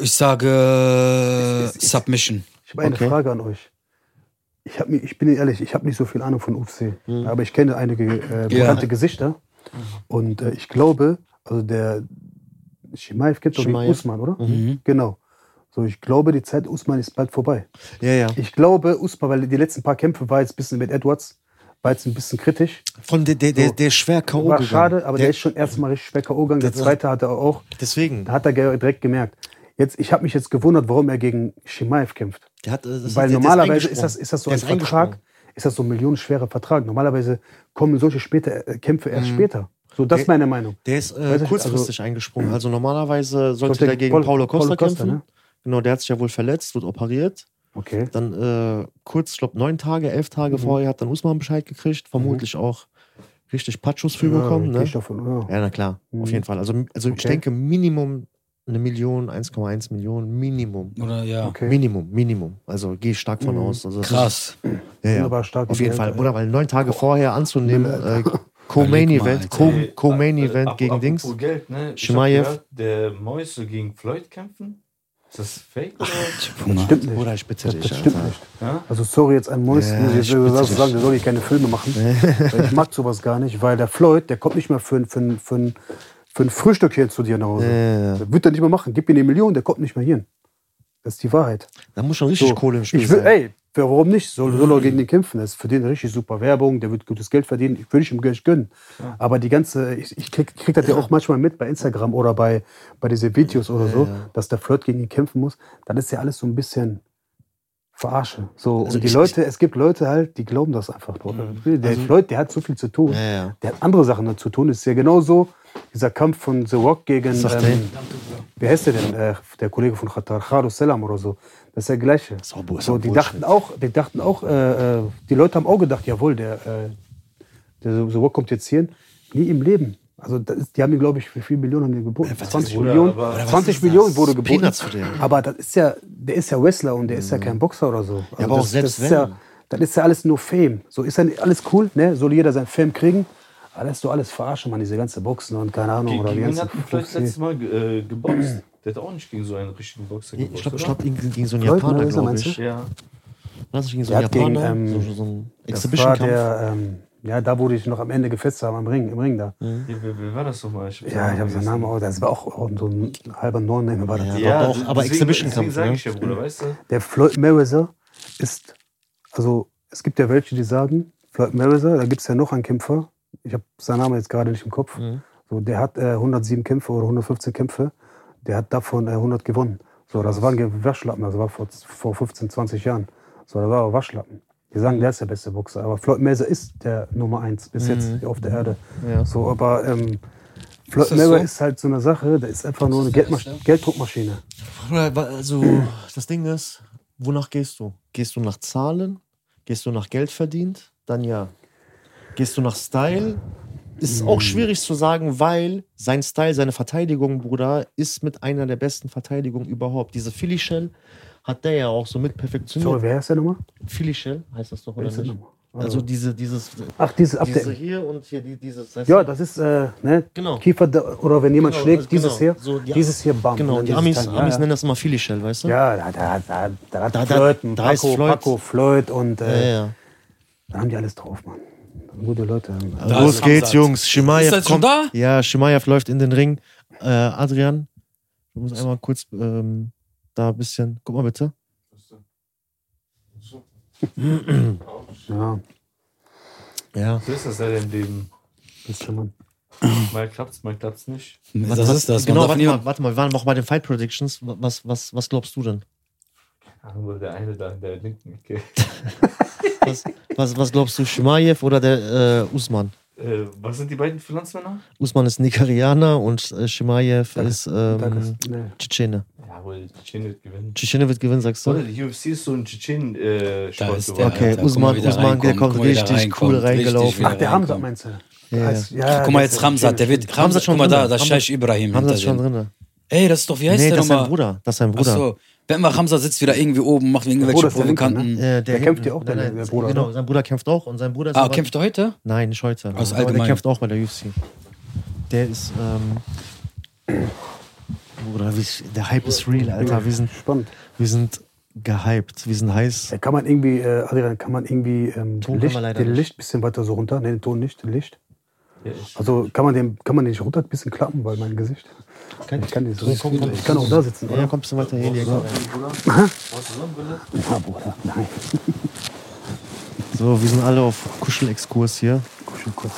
[SPEAKER 3] Ich sage äh, Submission.
[SPEAKER 4] Ich habe eine
[SPEAKER 1] Okay.
[SPEAKER 4] Frage an euch. Ich, hab, mir- ich bin ehrlich, ich habe nicht so viel Ahnung von UFC, aber ich kenne einige äh, bekannte
[SPEAKER 3] Ja.
[SPEAKER 4] Gesichter. Und äh, ich glaube, also der Shimaev kennt doch den
[SPEAKER 1] Chimaev.
[SPEAKER 4] Usman, oder?
[SPEAKER 3] Mhm.
[SPEAKER 4] Genau. So, ich glaube, die Zeit Usman ist bald vorbei.
[SPEAKER 1] Ja, ja.
[SPEAKER 4] Ich glaube, Usman, weil die letzten paar Kämpfe war jetzt ein bisschen mit Edwards, war jetzt ein bisschen kritisch.
[SPEAKER 1] Von der, der, der, der ist schwer K.O.
[SPEAKER 4] War
[SPEAKER 1] gegangen.
[SPEAKER 4] schade, aber der, ist schon erstmal richtig schwer K.O. gegangen. Der
[SPEAKER 1] Das-
[SPEAKER 4] zweite hat er auch,
[SPEAKER 1] Deswegen.
[SPEAKER 4] da hat er ge- direkt gemerkt. Jetzt, ich habe mich jetzt gewundert, warum er gegen Shimaev kämpft.
[SPEAKER 1] Der hat, äh, das
[SPEAKER 4] Weil
[SPEAKER 1] der- der
[SPEAKER 4] normalerweise ist
[SPEAKER 1] eingesprungen.
[SPEAKER 4] das, ist das so
[SPEAKER 1] Der
[SPEAKER 4] ein Vertrag,
[SPEAKER 1] eingesprungen.
[SPEAKER 4] ist das so ein millionenschwerer Vertrag. Normalerweise kommen solche später, äh, Kämpfe erst
[SPEAKER 1] Mhm.
[SPEAKER 4] später. So, das ist meine Meinung.
[SPEAKER 1] Der ist äh,
[SPEAKER 4] Weiß ich,
[SPEAKER 1] kurzfristig eingesprungen. Also normalerweise sollte
[SPEAKER 4] Sollte
[SPEAKER 1] der gegen
[SPEAKER 4] Paul-
[SPEAKER 1] Paulo Costa,
[SPEAKER 4] Paulo Costa,
[SPEAKER 1] kämpfen.
[SPEAKER 4] ne?
[SPEAKER 1] Genau, der hat sich ja wohl verletzt, wird operiert.
[SPEAKER 4] Okay.
[SPEAKER 1] Dann äh, kurz, ich glaube, neun Tage, elf
[SPEAKER 4] Mhm.
[SPEAKER 1] Tage vorher hat dann Usman Bescheid gekriegt. Vermutlich auch richtig Patschus für bekommen.
[SPEAKER 4] Ja,
[SPEAKER 1] Ne?
[SPEAKER 4] ich davon, ja.
[SPEAKER 1] Ja, na klar, auf jeden Fall. Also, also ich
[SPEAKER 4] Okay.
[SPEAKER 1] denke, Minimum eine Million, 1,1 Millionen, Minimum.
[SPEAKER 3] Oder ja.
[SPEAKER 4] Okay. Mhm.
[SPEAKER 1] Minimum, Minimum. Also gehe ich stark von aus. Also, das
[SPEAKER 3] Krass.
[SPEAKER 1] Ist, ja, ja.
[SPEAKER 4] Wunderbar stark.
[SPEAKER 1] Auf jeden
[SPEAKER 4] Ja,
[SPEAKER 1] Fall.
[SPEAKER 4] ja.
[SPEAKER 1] Oder weil neun Tage vorher anzunehmen, äh, Co-Main-Event,
[SPEAKER 3] Überleg
[SPEAKER 2] Ey, äh,
[SPEAKER 1] Co-Main-Event
[SPEAKER 2] ap-
[SPEAKER 1] gegen
[SPEAKER 2] apropos
[SPEAKER 1] Dings.
[SPEAKER 2] Geld, ne? Ich hab
[SPEAKER 1] Chimaev.
[SPEAKER 2] gehört, Der Mois soll gegen Floyd kämpfen? Ist das fake oder?
[SPEAKER 3] Hunger.
[SPEAKER 4] Stimmt nicht.
[SPEAKER 1] Bruder, ich bitte
[SPEAKER 4] Das,
[SPEAKER 1] dich,
[SPEAKER 4] das stimmt
[SPEAKER 1] Alter.
[SPEAKER 4] nicht.
[SPEAKER 2] Ja?
[SPEAKER 4] Also sorry jetzt an Mois,
[SPEAKER 1] Ja,
[SPEAKER 4] muss ich
[SPEAKER 1] ich bitte
[SPEAKER 4] jetzt
[SPEAKER 1] dich.
[SPEAKER 4] sagen, der soll hier keine Filme machen. Weil ich mag sowas gar nicht, weil der Floyd, der kommt nicht mehr für, ein- für, ein- für, ein- für ein Frühstück hier zu dir nach Hause.
[SPEAKER 1] Äh,
[SPEAKER 4] Das wird er nicht mehr machen. Gib ihm eine Million, der kommt nicht mehr hin. Das ist die Wahrheit.
[SPEAKER 1] da muss schon richtig
[SPEAKER 4] So,
[SPEAKER 1] Kohle im Spiel
[SPEAKER 4] ich will,
[SPEAKER 1] sein. Mhm.
[SPEAKER 4] ey, wer- warum nicht? Soll, soll er gegen den kämpfen? Das ist für den richtig super Werbung, der wird gutes Geld verdienen. Ich würde ich ihm gleich gönnen. Aber die ganze, ich, ich krieg, krieg das ja auch manchmal mit bei Instagram oder bei, bei diesen Videos oder so, dass der Flirt gegen ihn kämpfen muss. Dann ist ja alles so ein bisschen verarsche. So,
[SPEAKER 1] Also
[SPEAKER 4] und die
[SPEAKER 1] ich- Mhm. Also
[SPEAKER 4] Leute, es gibt Leute halt, die glauben das einfach. Der Flirt, der hat so viel zu tun.
[SPEAKER 1] Ja, ja.
[SPEAKER 4] Der hat andere Sachen noch zu tun. Das ist ja genauso dieser Kampf von The Rock gegen.
[SPEAKER 1] Sagt
[SPEAKER 4] Ähm, wer heißt der denn? Äh, der Kollege von Qatar, Haru Selam oder so. Das ist der gleiche.
[SPEAKER 1] auch Bu- ist
[SPEAKER 4] so,
[SPEAKER 1] auch
[SPEAKER 4] die,
[SPEAKER 1] Bullshit.
[SPEAKER 4] dachten auch, die dachten auch, äh, äh, die Leute haben auch gedacht, jawohl, der, äh, der The Rock kommt jetzt hier hin. Nie im Leben. Also das ist, die haben ihn, glaube ich, für 4 Millionen haben die geboten. 20
[SPEAKER 2] Bruder,
[SPEAKER 4] Millionen,
[SPEAKER 2] aber- Oder
[SPEAKER 1] was
[SPEAKER 4] 20
[SPEAKER 1] ist das?
[SPEAKER 4] Millionen wurde geboten.
[SPEAKER 1] Peanuts für den. Mhm.
[SPEAKER 4] Aber das ist ja, der ist ja Wrestler und der ist ja kein Boxer oder so. Also
[SPEAKER 1] aber auch
[SPEAKER 4] das,
[SPEAKER 1] selbst
[SPEAKER 4] das ist
[SPEAKER 1] wenn.
[SPEAKER 4] ja, das ist ja alles nur Fame. So ist dann alles cool, ne? Soll jeder seinen Fame kriegen? Aber das ist doch alles Verarsche, man, diese ganze Boxen und keine Ahnung.
[SPEAKER 2] Gegen
[SPEAKER 4] oder die
[SPEAKER 2] wen
[SPEAKER 4] ganze
[SPEAKER 2] hat Floyd
[SPEAKER 4] Fuchs-
[SPEAKER 2] letztes Mal äh, geboxt? Der hat auch nicht gegen so einen richtigen Boxer geboxt.
[SPEAKER 1] Ich glaube, ich
[SPEAKER 2] oder?
[SPEAKER 1] glaub, gegen gegen so einen
[SPEAKER 4] Leute,
[SPEAKER 1] Japaner,
[SPEAKER 4] ne, was
[SPEAKER 1] glaube
[SPEAKER 4] meinst
[SPEAKER 1] ich.
[SPEAKER 2] Ja.
[SPEAKER 1] Lass gegen so
[SPEAKER 4] Der
[SPEAKER 1] einen
[SPEAKER 4] hat gegen,
[SPEAKER 1] Japaner,
[SPEAKER 4] ähm,
[SPEAKER 1] so, so einen
[SPEAKER 4] Das war
[SPEAKER 1] Exhibition-Kampf.
[SPEAKER 4] der, ähm, ja, da wurde ich noch am Ende gefetzt haben, am Ring, im Ring da.
[SPEAKER 2] Hier, wer, wer war das nochmal? Ich
[SPEAKER 4] Ja, ich habe seinen Namen auch, das war auch so ein halber Nornname war das.
[SPEAKER 1] Ja.
[SPEAKER 2] Ja,
[SPEAKER 1] Aber auch- aber
[SPEAKER 2] deswegen- Deswegen
[SPEAKER 1] Exhibition-Kampf,
[SPEAKER 2] sage
[SPEAKER 1] ne?
[SPEAKER 2] ich ja, Bruder, weißt du?
[SPEAKER 4] Der Floyd Mayweather ist, also es gibt ja welche, die sagen, Floyd Mayweather, da gibt es ja noch einen Kämpfer, ich habe seinen Namen jetzt gerade nicht im Kopf, so, der hat äh, 107 Kämpfe oder 115 Kämpfe, der hat davon äh, 100 gewonnen. So, das war ein Waschlappen, das war vor, vor 15, 20 Jahren. So, da war aber Waschlappen. Die sagen, der ist der beste Boxer, aber Floyd Mayweather ist der Nummer eins bis jetzt auf der Erde. So, aber ähm,
[SPEAKER 3] das
[SPEAKER 4] Floyd Mayweather
[SPEAKER 3] so?
[SPEAKER 4] ist halt so eine Sache, der ist einfach nur eine Geldmasch Gelddruckmaschine.
[SPEAKER 1] Bruder, wa- Also, das Ding ist, wonach gehst du? Gehst du nach Zahlen? Gehst du nach Geld verdient? Dann ja. Gehst du nach Style? Ist auch
[SPEAKER 4] Mhm.
[SPEAKER 1] schwierig zu sagen, weil sein Style, seine Verteidigung, Bruder, ist mit einer der besten Verteidigungen überhaupt. Diese Philly Shell hat der ja auch so mit
[SPEAKER 4] Sorry,
[SPEAKER 1] perfektioniert.
[SPEAKER 4] wer ist der nochmal?
[SPEAKER 1] Philly Shell heißt das doch,
[SPEAKER 4] Wer
[SPEAKER 1] oder
[SPEAKER 4] ist der
[SPEAKER 1] nicht?
[SPEAKER 4] nochmal?
[SPEAKER 1] Also, diese, dieses,
[SPEAKER 4] Ach, dieses ab
[SPEAKER 1] diese
[SPEAKER 4] der.
[SPEAKER 1] hier und hier, die- dieses.
[SPEAKER 4] Ja, das ist äh, ne,
[SPEAKER 1] Genau.
[SPEAKER 4] Kiefer da- oder wenn jemand
[SPEAKER 1] Genau,
[SPEAKER 4] schlägt,
[SPEAKER 1] also genau,
[SPEAKER 4] dieses hier,
[SPEAKER 1] so die-
[SPEAKER 4] dieses hier, bam.
[SPEAKER 1] Genau, die
[SPEAKER 4] Und dieses
[SPEAKER 1] Amis,
[SPEAKER 4] dann, ja,
[SPEAKER 1] Amis
[SPEAKER 4] ja.
[SPEAKER 1] nennen das immer Philly Shell, weißt du?
[SPEAKER 4] Ja, da, da, da, da hat
[SPEAKER 1] Da- da-
[SPEAKER 4] Floyd, ein
[SPEAKER 1] da ist
[SPEAKER 4] Paco,
[SPEAKER 1] Floyd.
[SPEAKER 4] Paco, Floyd und
[SPEAKER 1] ja,
[SPEAKER 4] äh,
[SPEAKER 1] ja.
[SPEAKER 4] da haben die alles drauf, Mann. Gute Leute. haben.
[SPEAKER 1] Los
[SPEAKER 3] ist
[SPEAKER 1] geht's,
[SPEAKER 3] Hamzat.
[SPEAKER 1] Jungs. Schimaev
[SPEAKER 3] Ist das schon
[SPEAKER 1] kommt.
[SPEAKER 3] da?
[SPEAKER 1] Ja, Schimaev läuft in den Ring. Äh, Adrian, du musst einmal kurz ähm, da ein bisschen. Guck mal bitte.
[SPEAKER 4] Ja,
[SPEAKER 1] Ja.
[SPEAKER 2] So ist das leider im Leben.
[SPEAKER 4] bester Mann.
[SPEAKER 2] Mal klappt's, mal klappt's nicht.
[SPEAKER 1] Was-
[SPEAKER 3] Das
[SPEAKER 1] was-
[SPEAKER 3] ist das. Man
[SPEAKER 1] Genau,
[SPEAKER 3] darf
[SPEAKER 1] warte
[SPEAKER 3] nie-
[SPEAKER 1] mal, warte mal, wir waren noch bei den Fight Predictions. Was, was, was glaubst du denn?
[SPEAKER 2] Ach, nur der eine da in der linken Ecke.
[SPEAKER 1] Was, was, was glaubst du, Shimaev oder der äh, Usman?
[SPEAKER 2] Äh, was sind die beiden Finanzmänner?
[SPEAKER 1] Usman ist Nigerianer und äh, Shimaev
[SPEAKER 4] Danke.
[SPEAKER 1] ist ähm,
[SPEAKER 4] Danke. Nee.
[SPEAKER 1] Tschetschene.
[SPEAKER 2] Jawohl, Tschetschenien wird gewinnen.
[SPEAKER 1] Tschetschene wird gewinnen, sagst
[SPEAKER 2] Oder
[SPEAKER 1] du?
[SPEAKER 2] die UFC ist so ein Tschetschen-Sport
[SPEAKER 3] Da ist der
[SPEAKER 2] geworden.
[SPEAKER 1] Okay,
[SPEAKER 3] Alter. Guck
[SPEAKER 1] Usman-
[SPEAKER 3] mal, wie
[SPEAKER 1] Usman, der
[SPEAKER 3] reinkommt.
[SPEAKER 1] kommt
[SPEAKER 3] Guck mal, wie der
[SPEAKER 1] richtig cool
[SPEAKER 3] reinkommt.
[SPEAKER 1] reingelaufen.
[SPEAKER 3] Richtig, wie
[SPEAKER 4] Ach, der Hamza
[SPEAKER 3] reinkommt.
[SPEAKER 4] meinst du?
[SPEAKER 1] Ja,
[SPEAKER 4] Heißt-
[SPEAKER 3] Guck mal,
[SPEAKER 4] der-
[SPEAKER 3] jetzt Ramsat, der wird.
[SPEAKER 1] Ramsat
[SPEAKER 3] Ramsat,
[SPEAKER 1] schon
[SPEAKER 3] guck mal da,
[SPEAKER 1] drin.
[SPEAKER 3] da ist
[SPEAKER 1] Ramsat-
[SPEAKER 3] Scheich Ibrahim
[SPEAKER 1] Haben
[SPEAKER 3] hinter
[SPEAKER 1] das schon
[SPEAKER 3] dem.
[SPEAKER 1] drin?
[SPEAKER 3] Ey, das ist doch, wie heißt
[SPEAKER 1] Nee,
[SPEAKER 3] der
[SPEAKER 1] das ist sein
[SPEAKER 3] nochmal?
[SPEAKER 1] Bruder. Das ist sein Bruder.
[SPEAKER 3] Achso, Benzema Hamza sitzt wieder irgendwie oben, macht irgendwelche
[SPEAKER 4] Bruder ist der Linke,
[SPEAKER 3] Provokanten.
[SPEAKER 1] Äh,
[SPEAKER 4] Der kämpft
[SPEAKER 1] hinten.
[SPEAKER 4] ja auch, der- der
[SPEAKER 1] sein-
[SPEAKER 4] Bruder,
[SPEAKER 1] Genau,
[SPEAKER 4] ne?
[SPEAKER 1] sein Bruder kämpft auch und sein Bruder ist.
[SPEAKER 3] Ah,
[SPEAKER 1] aber-
[SPEAKER 3] kämpft er heute?
[SPEAKER 1] Nein, nicht heute. Aber der
[SPEAKER 3] allgemein.
[SPEAKER 1] kämpft auch bei der UFC. Der ist. Ähm, Bruder, wie, der Hype ist real, Alter. Wir sind,
[SPEAKER 4] Spannend.
[SPEAKER 1] wir sind gehypt. Wir sind heiß.
[SPEAKER 4] Ja, kann man irgendwie, äh, Adrian, kann man irgendwie ähm,
[SPEAKER 1] Ton kann
[SPEAKER 4] Licht,
[SPEAKER 1] man leider
[SPEAKER 4] den
[SPEAKER 1] nicht.
[SPEAKER 4] Licht ein bisschen weiter so runter? Ne, den Ton nicht, den Licht.
[SPEAKER 2] Ja, ich-
[SPEAKER 4] Also kann man den, kann man den nicht runter ein bisschen klappen, weil mein Gesicht.
[SPEAKER 1] Kein-
[SPEAKER 4] ich kann, nicht so,
[SPEAKER 1] Komm, komm, komm.
[SPEAKER 4] ich kann auch da sitzen,
[SPEAKER 1] Ja,
[SPEAKER 4] oder?
[SPEAKER 1] komm, ein bisschen weiter hier. hier.
[SPEAKER 4] Ja, Bruder, nein.
[SPEAKER 1] So, wir sind alle auf Kuschelexkurs hier.
[SPEAKER 4] Kuschel kurz.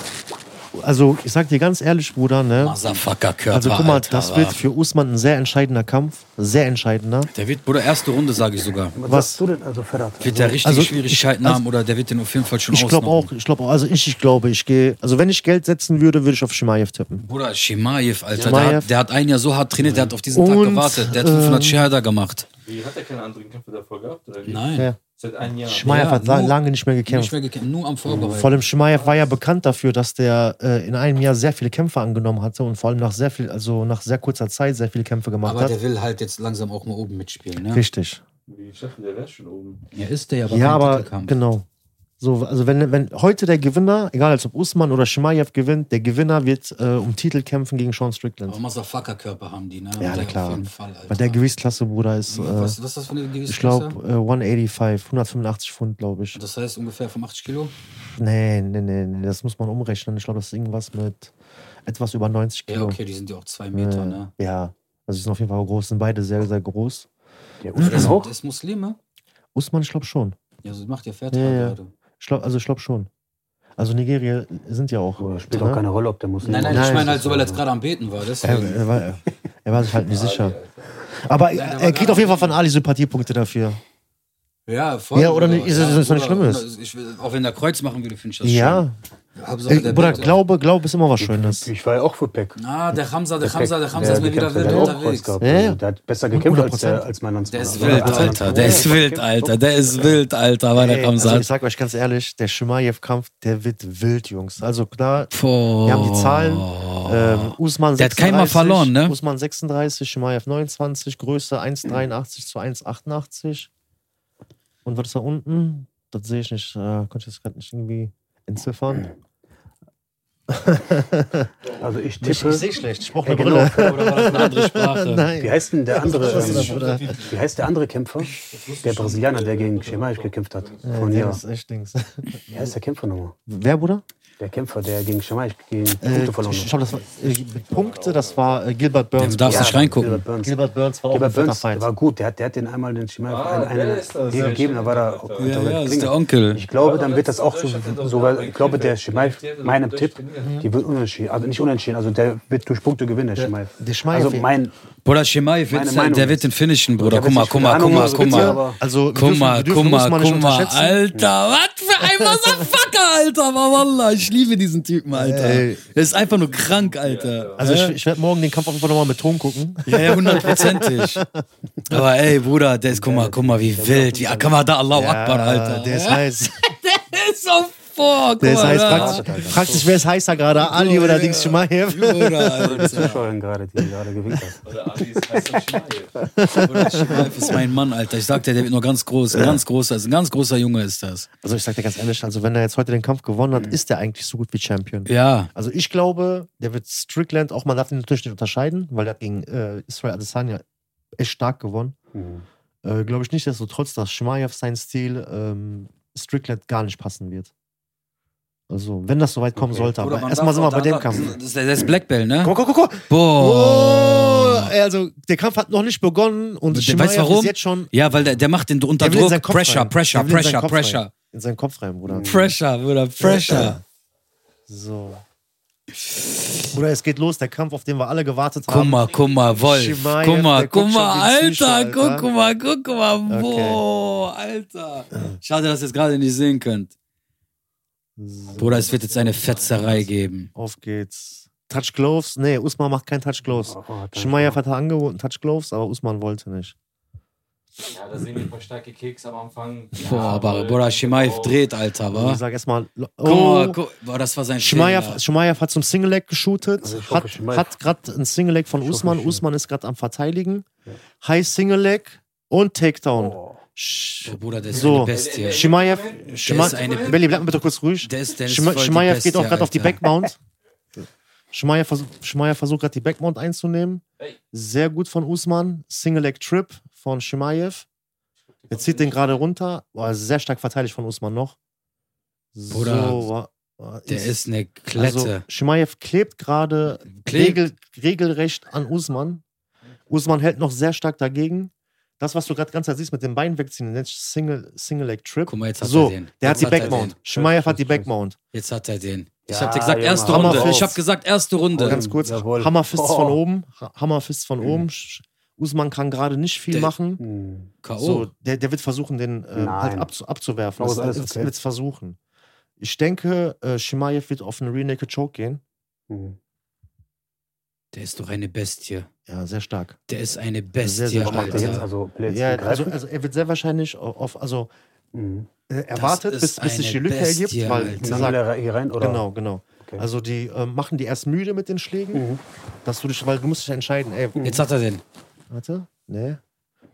[SPEAKER 1] Also, ich sag dir ganz ehrlich, Bruder, ne?
[SPEAKER 3] Motherfucker Körper.
[SPEAKER 1] Also, guck mal,
[SPEAKER 3] Alter,
[SPEAKER 1] das wird für Usman ein sehr entscheidender Kampf. Sehr entscheidender.
[SPEAKER 3] Der wird, Bruder, erste Runde, sage ich sogar.
[SPEAKER 4] Was,
[SPEAKER 1] Was?
[SPEAKER 4] sagst du denn, also Ferrat?
[SPEAKER 3] Wird der richtige
[SPEAKER 1] also, ich-
[SPEAKER 3] Schwierigkeiten haben oder der wird den auf jeden Fall schon
[SPEAKER 1] Ich glaube
[SPEAKER 3] ausnocken.
[SPEAKER 1] auch, ich glaube auch, also ich, ich glaube, ich gehe, also wenn ich Geld setzen würde, würde ich auf Shimaev tippen.
[SPEAKER 3] Bruder, Shemaev, Alter,
[SPEAKER 1] Shemaev.
[SPEAKER 3] Der, hat, der hat ein Jahr so hart trainiert, der hat auf diesen Tag
[SPEAKER 1] Und,
[SPEAKER 3] gewartet. Der hat
[SPEAKER 1] ähm,
[SPEAKER 3] 500 Scherder gemacht.
[SPEAKER 2] Wie, hat er keine anderen Kämpfe davor gehabt? Oder wie?
[SPEAKER 3] Nein.
[SPEAKER 1] Ja.
[SPEAKER 2] Seit einem Jahr.
[SPEAKER 1] Shimaev
[SPEAKER 3] Hm. Ja,
[SPEAKER 1] hat la
[SPEAKER 3] nur-
[SPEAKER 1] lange nicht mehr
[SPEAKER 3] Nicht
[SPEAKER 1] gekämpft.
[SPEAKER 3] mehr gekämpft, nur am Vorbereiten.
[SPEAKER 1] Vor allem Shimaev war ja bekannt dafür, dass der äh, in einem Jahr sehr viele Kämpfe angenommen hatte und vor allem nach sehr viel, also nach sehr kurzer Zeit sehr viele Kämpfe gemacht
[SPEAKER 3] aber
[SPEAKER 1] hat.
[SPEAKER 3] der will halt jetzt langsam auch mal oben mitspielen, ne?
[SPEAKER 1] Richtig.
[SPEAKER 2] Wie, Ich dachte, der wäre schon oben.
[SPEAKER 3] Ja, ist der
[SPEAKER 1] ja, aber
[SPEAKER 3] Titelkampf.
[SPEAKER 1] genau. So, also wenn, wenn heute der Gewinner, egal als ob Usman oder Shimaev gewinnt, der Gewinner wird äh, um Titel kämpfen gegen Sean Strickland.
[SPEAKER 3] Aber Motherfucker-Körper haben die, ne?
[SPEAKER 1] Ja, na
[SPEAKER 3] Der Oh Auf
[SPEAKER 1] klar.
[SPEAKER 3] jeden Fall, Alter.
[SPEAKER 1] Weil der Gewichtsklasse, Bruder, ist, äh,
[SPEAKER 3] was, was ist das für eine gewisse
[SPEAKER 1] ich glaube, äh, 185, 185 Pfund, glaube ich.
[SPEAKER 3] Das heißt ungefähr 85 Kilo?
[SPEAKER 1] Nee, nee, nee, nee, das muss man umrechnen. Ich glaube, das ist irgendwas mit etwas über 90
[SPEAKER 3] Ja,
[SPEAKER 1] Kilo.
[SPEAKER 3] okay, die sind ja auch zwei
[SPEAKER 1] Äh,
[SPEAKER 3] Meter,
[SPEAKER 1] Genau.
[SPEAKER 3] ne?
[SPEAKER 1] Ja, also die sind auf jeden Fall groß, sind beide sehr, sehr groß.
[SPEAKER 4] Der
[SPEAKER 3] Der
[SPEAKER 4] Usman
[SPEAKER 3] ist,
[SPEAKER 4] auch?
[SPEAKER 3] Genau. der ist Muslime?
[SPEAKER 1] Usman, ich glaube schon.
[SPEAKER 3] Ja, so macht ja fertig
[SPEAKER 1] Ja, ja.
[SPEAKER 3] gerade.
[SPEAKER 1] Ich glaub, also ich glaube schon. Also Nigeria sind ja auch.
[SPEAKER 4] Bruder, äh, spielt auch keine Rolle, ob der muss.
[SPEAKER 3] Nein, nein,
[SPEAKER 1] Nein,
[SPEAKER 3] ich meine halt
[SPEAKER 1] das
[SPEAKER 3] so, weil er jetzt gerade am Beten war.
[SPEAKER 1] er,
[SPEAKER 3] Deswegen.
[SPEAKER 1] er, war, er war sich halt nicht sicher. Aber
[SPEAKER 3] Nein, der
[SPEAKER 1] er
[SPEAKER 3] war
[SPEAKER 1] kriegt
[SPEAKER 3] gar
[SPEAKER 1] auf jeden Fall
[SPEAKER 3] nicht.
[SPEAKER 1] von Ali Sympathiepunkte dafür.
[SPEAKER 3] Ja, voll.
[SPEAKER 1] Ja, oder nicht, ist das-
[SPEAKER 3] Ja,
[SPEAKER 1] ist das nicht
[SPEAKER 3] Bruder,
[SPEAKER 1] Schlimmes?
[SPEAKER 3] Ich, will- auch wenn der Kreuz machen würde, finde ich das
[SPEAKER 1] Ja.
[SPEAKER 3] schön. Hauptsache,
[SPEAKER 1] Äh,
[SPEAKER 3] der
[SPEAKER 1] Bruder,
[SPEAKER 3] Bete.
[SPEAKER 1] Glaube, Glaube ist immer was Schönes.
[SPEAKER 4] Ich war ja auch für Peck.
[SPEAKER 3] Ah, der Hamza, der Hamza, der Hamza
[SPEAKER 4] Der-
[SPEAKER 3] ist mir
[SPEAKER 4] der
[SPEAKER 3] wieder
[SPEAKER 4] Kämpfer,
[SPEAKER 3] wild
[SPEAKER 4] der hat auch Kreuz
[SPEAKER 3] unterwegs.
[SPEAKER 4] gehabt.
[SPEAKER 1] Ja, ja.
[SPEAKER 4] Also, Der hat besser gekämpft als,
[SPEAKER 1] 100%.
[SPEAKER 4] der, als mein Landsmann.
[SPEAKER 3] Der ist
[SPEAKER 4] Also,
[SPEAKER 3] wild,
[SPEAKER 4] als mein
[SPEAKER 3] Alter. Der ist
[SPEAKER 4] Landsmann.
[SPEAKER 3] wild, Alter. Der ist wild, Alter, war der
[SPEAKER 1] Ey, also
[SPEAKER 3] Hamza.
[SPEAKER 1] ich sag euch ganz ehrlich, der Shimaev-Kampf, der wird wild, Jungs. Also klar,
[SPEAKER 3] Boah.
[SPEAKER 1] Wir haben die Zahlen. Ähm, Usman
[SPEAKER 3] Oh. Der hat keinen Mal verloren, ne?
[SPEAKER 1] Usman 36, Shimaev 29, Größe 1,83 zu 1,88. Und was ist da unten? Das sehe ich nicht. Äh, konnte ich das gerade nicht irgendwie entziffern?
[SPEAKER 4] Also ich
[SPEAKER 1] Ich,
[SPEAKER 4] tippe.
[SPEAKER 1] sehe schlecht. Ich brauche
[SPEAKER 4] Ja,
[SPEAKER 1] eine
[SPEAKER 4] genau. Äh,
[SPEAKER 1] Brille.
[SPEAKER 3] Oder war das eine andere Sprache?
[SPEAKER 4] Wie
[SPEAKER 1] Nein.
[SPEAKER 4] heißt denn der andere?
[SPEAKER 1] Was ist das,
[SPEAKER 4] ähm,
[SPEAKER 1] Bruder?
[SPEAKER 4] Wie heißt der andere Kämpfer? Der Brasilianer, der gegen Schemaich gekämpft hat.
[SPEAKER 1] Ja,
[SPEAKER 4] Von
[SPEAKER 1] der
[SPEAKER 4] ja.
[SPEAKER 1] Äh, ist echt Dings.
[SPEAKER 4] Wie heißt der Kämpfer nochmal?
[SPEAKER 1] Wer, Bruder?
[SPEAKER 4] Der Kämpfer, der gegen Schemaich gegen
[SPEAKER 1] Äh,
[SPEAKER 4] Punkte verloren
[SPEAKER 1] ich ich
[SPEAKER 4] hat.
[SPEAKER 1] glaube, das war äh, mit Punkte, das war äh, Gilbert Burns.
[SPEAKER 3] Du darfst nicht reingucken.
[SPEAKER 4] Gilbert Burns.
[SPEAKER 1] Gilbert Burns war auch ein
[SPEAKER 4] Gilbert
[SPEAKER 1] fetter
[SPEAKER 4] Burns der
[SPEAKER 1] Feind.
[SPEAKER 4] war gut. Der hat, der hat den einmal den Schemaich
[SPEAKER 2] Ah,
[SPEAKER 4] einen,
[SPEAKER 2] der
[SPEAKER 4] einen
[SPEAKER 2] ist das.
[SPEAKER 4] den gegeben. Da war er auch
[SPEAKER 3] Ja, ja, das ist der
[SPEAKER 4] Klinge.
[SPEAKER 3] Onkel.
[SPEAKER 4] Ich glaube, dann wird das auch so. so weil ich glaube, der Schemaich, meinem Tipp, die wird unentschieden. Also nicht unentschieden. Also der wird durch Punkte gewinnen, der Schemaich.
[SPEAKER 1] der Schemaev-
[SPEAKER 4] Also mein.
[SPEAKER 3] Bruder, Shemaev,
[SPEAKER 4] Meine
[SPEAKER 3] wird,
[SPEAKER 4] Meinung
[SPEAKER 3] halt- der wird
[SPEAKER 4] ist-
[SPEAKER 3] den finishen, Bruder.
[SPEAKER 4] Ich hab
[SPEAKER 3] Guck mal,
[SPEAKER 4] jetzt
[SPEAKER 3] guck
[SPEAKER 4] nicht
[SPEAKER 3] mal,
[SPEAKER 4] viel
[SPEAKER 3] guck mal,
[SPEAKER 4] Ahnung,
[SPEAKER 3] guck mal.
[SPEAKER 4] aber-
[SPEAKER 1] Also, wir
[SPEAKER 3] Guck
[SPEAKER 1] dürfen-
[SPEAKER 3] mal,
[SPEAKER 1] wir dürfen
[SPEAKER 3] guck mal,
[SPEAKER 1] Usman nicht
[SPEAKER 3] guck mal,
[SPEAKER 1] unterschätzen.
[SPEAKER 3] Alter, was für ein Motherfucker, Alter, Wallah, ich liebe diesen Typen, Alter.
[SPEAKER 1] Ey.
[SPEAKER 3] Der ist einfach nur krank, Alter.
[SPEAKER 1] Also ich,
[SPEAKER 3] Äh?
[SPEAKER 1] ich werde morgen den Kampf auf jeden Fall nochmal mit Ton gucken.
[SPEAKER 3] ja, ja, hundertprozentig. Aber ey, Bruder, der ist, guck mal, guck mal, wie wild, wie Akamada Allahu Akbar, Alter.
[SPEAKER 1] Der ist
[SPEAKER 3] Ja,
[SPEAKER 1] heiß.
[SPEAKER 3] der ist so vor, guck
[SPEAKER 1] Der ist
[SPEAKER 3] mal
[SPEAKER 1] heiß.
[SPEAKER 3] da.
[SPEAKER 1] Fragst, fragst dich, wer ist heißer gerade? Ali oder Dings Schumacher?
[SPEAKER 3] Bruder, Alter.
[SPEAKER 4] Zuschauerin gerade, die gerade gewinkt hat.
[SPEAKER 3] Bruder, Shemaev ist mein Mann, Alter. Ich sag dir, der wird noch ganz groß, ein ganz großer, ist ein ganz großer Junge ist das.
[SPEAKER 1] Also ich sag dir ganz ehrlich, also wenn er jetzt heute den Kampf gewonnen hat, ist er eigentlich so gut wie Champion.
[SPEAKER 3] Ja,
[SPEAKER 1] Also ich glaube, der wird Strickland auch, man darf ihn natürlich nicht unterscheiden, weil der hat gegen äh, Israel Adesanya echt stark gewonnen.
[SPEAKER 4] Mhm.
[SPEAKER 1] Äh, glaube ich nicht, dass so trotz, dass Schmaev sein Stil ähm, Strickland gar nicht passen wird. Also, wenn das soweit kommen sollte.
[SPEAKER 3] Bruder,
[SPEAKER 1] Aber
[SPEAKER 3] man
[SPEAKER 1] erstmal
[SPEAKER 3] darf
[SPEAKER 1] sind wir
[SPEAKER 3] auch
[SPEAKER 1] bei
[SPEAKER 3] da-
[SPEAKER 1] dem Kampf.
[SPEAKER 3] Das ist, das ist Black Belt, ne?
[SPEAKER 1] Guck, guck, guck, guck.
[SPEAKER 3] Boah.
[SPEAKER 1] Oh, also, der Kampf hat noch nicht begonnen und
[SPEAKER 3] Der-
[SPEAKER 1] Shimaev
[SPEAKER 3] Weißt du warum?
[SPEAKER 1] ist jetzt schon.
[SPEAKER 3] ja, weil der, der macht den unter
[SPEAKER 1] Der will in
[SPEAKER 3] Druck.
[SPEAKER 1] seinen Kopf
[SPEAKER 3] Pressure,
[SPEAKER 1] rein.
[SPEAKER 3] Pressure,
[SPEAKER 1] Der will in seinen
[SPEAKER 3] Pressure,
[SPEAKER 1] Kopf
[SPEAKER 3] Pressure.
[SPEAKER 1] Rein. In seinen Kopf rein, Bruder.
[SPEAKER 3] Pressure, Bruder, Pressure.
[SPEAKER 1] So. Bruder, es geht los. Der Kampf, auf den wir alle gewartet
[SPEAKER 3] Guck
[SPEAKER 1] haben.
[SPEAKER 3] mal, guck mal, Wolf.
[SPEAKER 1] Schimaev,
[SPEAKER 3] Guck mal,
[SPEAKER 1] der
[SPEAKER 3] guck
[SPEAKER 1] guckt schon wie ein
[SPEAKER 3] mal, Alter,
[SPEAKER 1] Süßer, Alter.
[SPEAKER 3] guck mal, guck mal,
[SPEAKER 1] Okay.
[SPEAKER 3] boah, Alter. Schade, dass ihr es gerade nicht sehen könnt. Bruder, es wird jetzt eine Fetzerei geben.
[SPEAKER 1] Auf geht's. Touch Gloves? Nee, Usman macht kein Touch
[SPEAKER 4] Oh,
[SPEAKER 1] Gloves. Schmeier hat er angeboten, Touch Gloves, aber Usman wollte nicht.
[SPEAKER 2] Ja, da sehen wir ein paar starke Kicks am Anfang. oh,
[SPEAKER 3] Boah, aber Bruder, Shimaev dreht, Alter,
[SPEAKER 1] Und
[SPEAKER 3] wa?
[SPEAKER 1] Ich sag erstmal, oh,
[SPEAKER 3] Guck mal, guck, boah, das war sein
[SPEAKER 1] Schmeier,
[SPEAKER 3] Fehler.
[SPEAKER 1] Schmeier hat zum Single Leg geshootet,
[SPEAKER 4] Also ich hoffe,
[SPEAKER 1] hat,
[SPEAKER 4] Schmeier-
[SPEAKER 1] hat gerade ein Single Leg von
[SPEAKER 4] Ich hoffe,
[SPEAKER 1] Usman.
[SPEAKER 4] Schmeier-
[SPEAKER 1] Usman ist gerade am Verteidigen.
[SPEAKER 4] Ja.
[SPEAKER 1] High Single Leg und Takedown.
[SPEAKER 4] Oh.
[SPEAKER 1] Sch-
[SPEAKER 3] Boah, Bruder, der ist
[SPEAKER 1] So.
[SPEAKER 3] eine Bestie.
[SPEAKER 1] Schmeier,
[SPEAKER 3] ist eine-
[SPEAKER 1] Schmeier, Belly, bleib mal bitte kurz ruhig.
[SPEAKER 3] Der ist, der ist
[SPEAKER 1] Schme-
[SPEAKER 3] voll die
[SPEAKER 1] Schmeier
[SPEAKER 3] Bestie,
[SPEAKER 1] geht auch gerade auf die
[SPEAKER 3] Alter.
[SPEAKER 1] Backmount. Schmeier, versuch, Schmeier versucht gerade die Backmount einzunehmen.
[SPEAKER 2] Hey.
[SPEAKER 1] Sehr gut von Usman. Single Leg Trip von Schmaiev. Er zieht den gerade runter. Boah, sehr stark verteidigt von Usman noch. So,
[SPEAKER 3] Bruder,
[SPEAKER 1] wa- wa-
[SPEAKER 3] Der ist eine
[SPEAKER 1] Also,
[SPEAKER 3] Klette.
[SPEAKER 1] Schmaiev klebt gerade
[SPEAKER 3] Klebt.
[SPEAKER 1] regel, regelrecht an Usman. Usman hält noch sehr stark dagegen. Das, was du gerade ganz siehst mit dem Bein wegziehen, nennt sich Single, Single Leg Trip.
[SPEAKER 3] Guck mal, jetzt hat
[SPEAKER 1] so,
[SPEAKER 3] er den.
[SPEAKER 1] der hat
[SPEAKER 3] Jetzt
[SPEAKER 1] die
[SPEAKER 3] er
[SPEAKER 1] Backmount.
[SPEAKER 3] den.
[SPEAKER 1] Schmaiev hat die
[SPEAKER 4] Schuss, Schuss.
[SPEAKER 1] Backmount.
[SPEAKER 3] Jetzt hat er den. Ich
[SPEAKER 4] Ja,
[SPEAKER 3] hab dir gesagt,
[SPEAKER 4] Junge,
[SPEAKER 3] erste
[SPEAKER 1] Ah, hau mal
[SPEAKER 3] Runde.
[SPEAKER 1] raus.
[SPEAKER 3] Ich hab gesagt, erste Runde.
[SPEAKER 1] Ganz kurz.
[SPEAKER 4] Jawohl.
[SPEAKER 1] Hammerfists
[SPEAKER 4] Oh.
[SPEAKER 1] von oben. Ha- Hammerfists von
[SPEAKER 4] Mhm.
[SPEAKER 1] oben. Sch- Usman kann gerade nicht viel
[SPEAKER 3] Der- oh.
[SPEAKER 1] machen.
[SPEAKER 4] Hm.
[SPEAKER 3] K.O.
[SPEAKER 1] So, der, der wird versuchen, den ähm, halt
[SPEAKER 4] Nein.
[SPEAKER 1] abzu abzuwerfen.
[SPEAKER 4] Aber
[SPEAKER 1] Das
[SPEAKER 4] ist alles
[SPEAKER 1] wird's-
[SPEAKER 4] okay.
[SPEAKER 1] wird's versuchen. Ich denke, äh, Shimaev wird auf einen Rear Naked Choke gehen.
[SPEAKER 4] Hm.
[SPEAKER 3] Der ist doch eine Bestie.
[SPEAKER 1] Ja, sehr stark.
[SPEAKER 3] Der ist eine Bestie,
[SPEAKER 1] Sehr, sehr
[SPEAKER 4] Macht
[SPEAKER 1] stark.
[SPEAKER 4] er jetzt
[SPEAKER 3] Alter.
[SPEAKER 4] also Plätze?
[SPEAKER 1] Ja, also, also er wird sehr wahrscheinlich au- auf, also
[SPEAKER 4] Mhm.
[SPEAKER 1] äh, er wartet,
[SPEAKER 3] ist
[SPEAKER 1] bis, bis sich
[SPEAKER 3] eine
[SPEAKER 1] die Lücke
[SPEAKER 3] Bestie,
[SPEAKER 1] ergibt, weil
[SPEAKER 3] Alter.
[SPEAKER 1] wie
[SPEAKER 4] Dann will
[SPEAKER 1] gesagt,
[SPEAKER 4] er hier rein, oder?
[SPEAKER 1] genau, genau.
[SPEAKER 4] Okay.
[SPEAKER 1] Also die äh, machen die erst müde mit den Schlägen,
[SPEAKER 4] Mhm.
[SPEAKER 1] dass du dich, weil du musst dich entscheiden, ey,
[SPEAKER 3] Jetzt hat er den.
[SPEAKER 1] warte, ne?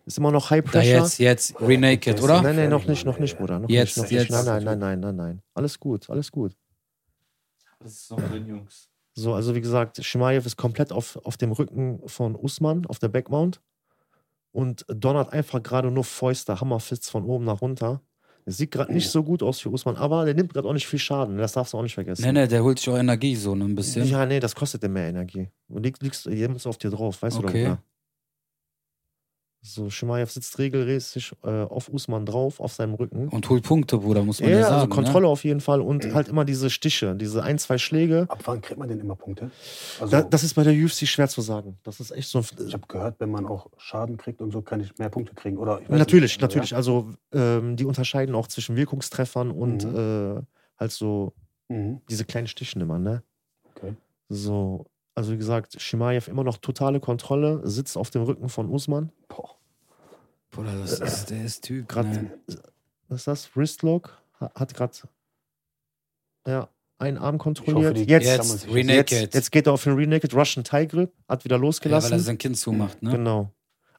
[SPEAKER 1] Ist immer noch High
[SPEAKER 3] Da
[SPEAKER 1] Pressure.
[SPEAKER 3] jetzt, jetzt. Renaked,
[SPEAKER 4] Jetzt,
[SPEAKER 3] oder?
[SPEAKER 1] Nein, nein, noch nicht, noch nicht, Bruder. Noch
[SPEAKER 3] Jetzt,
[SPEAKER 1] nicht, noch
[SPEAKER 3] jetzt.
[SPEAKER 1] nicht. Nein, nein, nein, nein, nein, nein. Alles gut, alles gut.
[SPEAKER 2] Das ist noch drin, Jungs.
[SPEAKER 1] So, also wie gesagt, Shimaev ist komplett auf, auf dem Rücken von Usman, auf der Backmount. Und donnert einfach gerade nur Fäuste, Hammerfists von oben nach runter. Es sieht gerade nicht so gut aus für Usman, aber der nimmt gerade auch nicht viel Schaden. Das darfst du auch nicht vergessen.
[SPEAKER 3] Nee, nee, der holt sich auch Energie so ne, ein bisschen.
[SPEAKER 1] Ja, nee, das kostet dir mehr Energie. Und liegst, liegst jemals auf dir drauf, weißt du
[SPEAKER 3] Okay.
[SPEAKER 1] doch. ja. So, Shimaev sitzt regelmäßig äh, auf Usman drauf, auf seinem Rücken.
[SPEAKER 3] Und holt Punkte, Bruder, muss man ja,
[SPEAKER 1] Ja,
[SPEAKER 3] sagen.
[SPEAKER 1] also Kontrolle
[SPEAKER 3] Ne?
[SPEAKER 1] auf jeden Fall und halt immer diese Stiche, diese ein, zwei Schläge.
[SPEAKER 4] Ab wann kriegt man denn immer Punkte? Also,
[SPEAKER 1] Da, das ist bei der UFC schwer zu sagen. Das ist echt so
[SPEAKER 4] ich
[SPEAKER 1] ein.
[SPEAKER 4] habe gehört, wenn man auch Schaden kriegt und so, kann ich mehr Punkte kriegen. Oder ich weiß
[SPEAKER 1] äh, Natürlich,
[SPEAKER 4] nicht, also,
[SPEAKER 1] natürlich. Also ähm, die unterscheiden auch zwischen Wirkungstreffern und
[SPEAKER 3] Mhm.
[SPEAKER 1] äh, halt so
[SPEAKER 4] Ja? Mhm.
[SPEAKER 1] diese kleinen Stichen immer, ne?
[SPEAKER 4] Okay.
[SPEAKER 1] So, also wie gesagt, Shimaev immer noch totale Kontrolle, sitzt auf dem Rücken von Usman.
[SPEAKER 4] Boah.
[SPEAKER 3] Bruder, das ist, der ist Typ.
[SPEAKER 1] Äh, Grad,
[SPEAKER 3] ne?
[SPEAKER 1] Was ist das? Wristlock Ha- hat gerade ja, einen Arm
[SPEAKER 4] die
[SPEAKER 1] kontrolliert.
[SPEAKER 4] kann
[SPEAKER 1] jetzt,
[SPEAKER 4] man
[SPEAKER 3] Jetzt,
[SPEAKER 4] sich-
[SPEAKER 3] Renaked.
[SPEAKER 1] jetzt, jetzt geht er auf den Renaked Russian Tie Grip, hat wieder
[SPEAKER 3] ja, weil er
[SPEAKER 1] losgelassen.
[SPEAKER 3] sein Kind zumacht, ne?
[SPEAKER 1] Genau.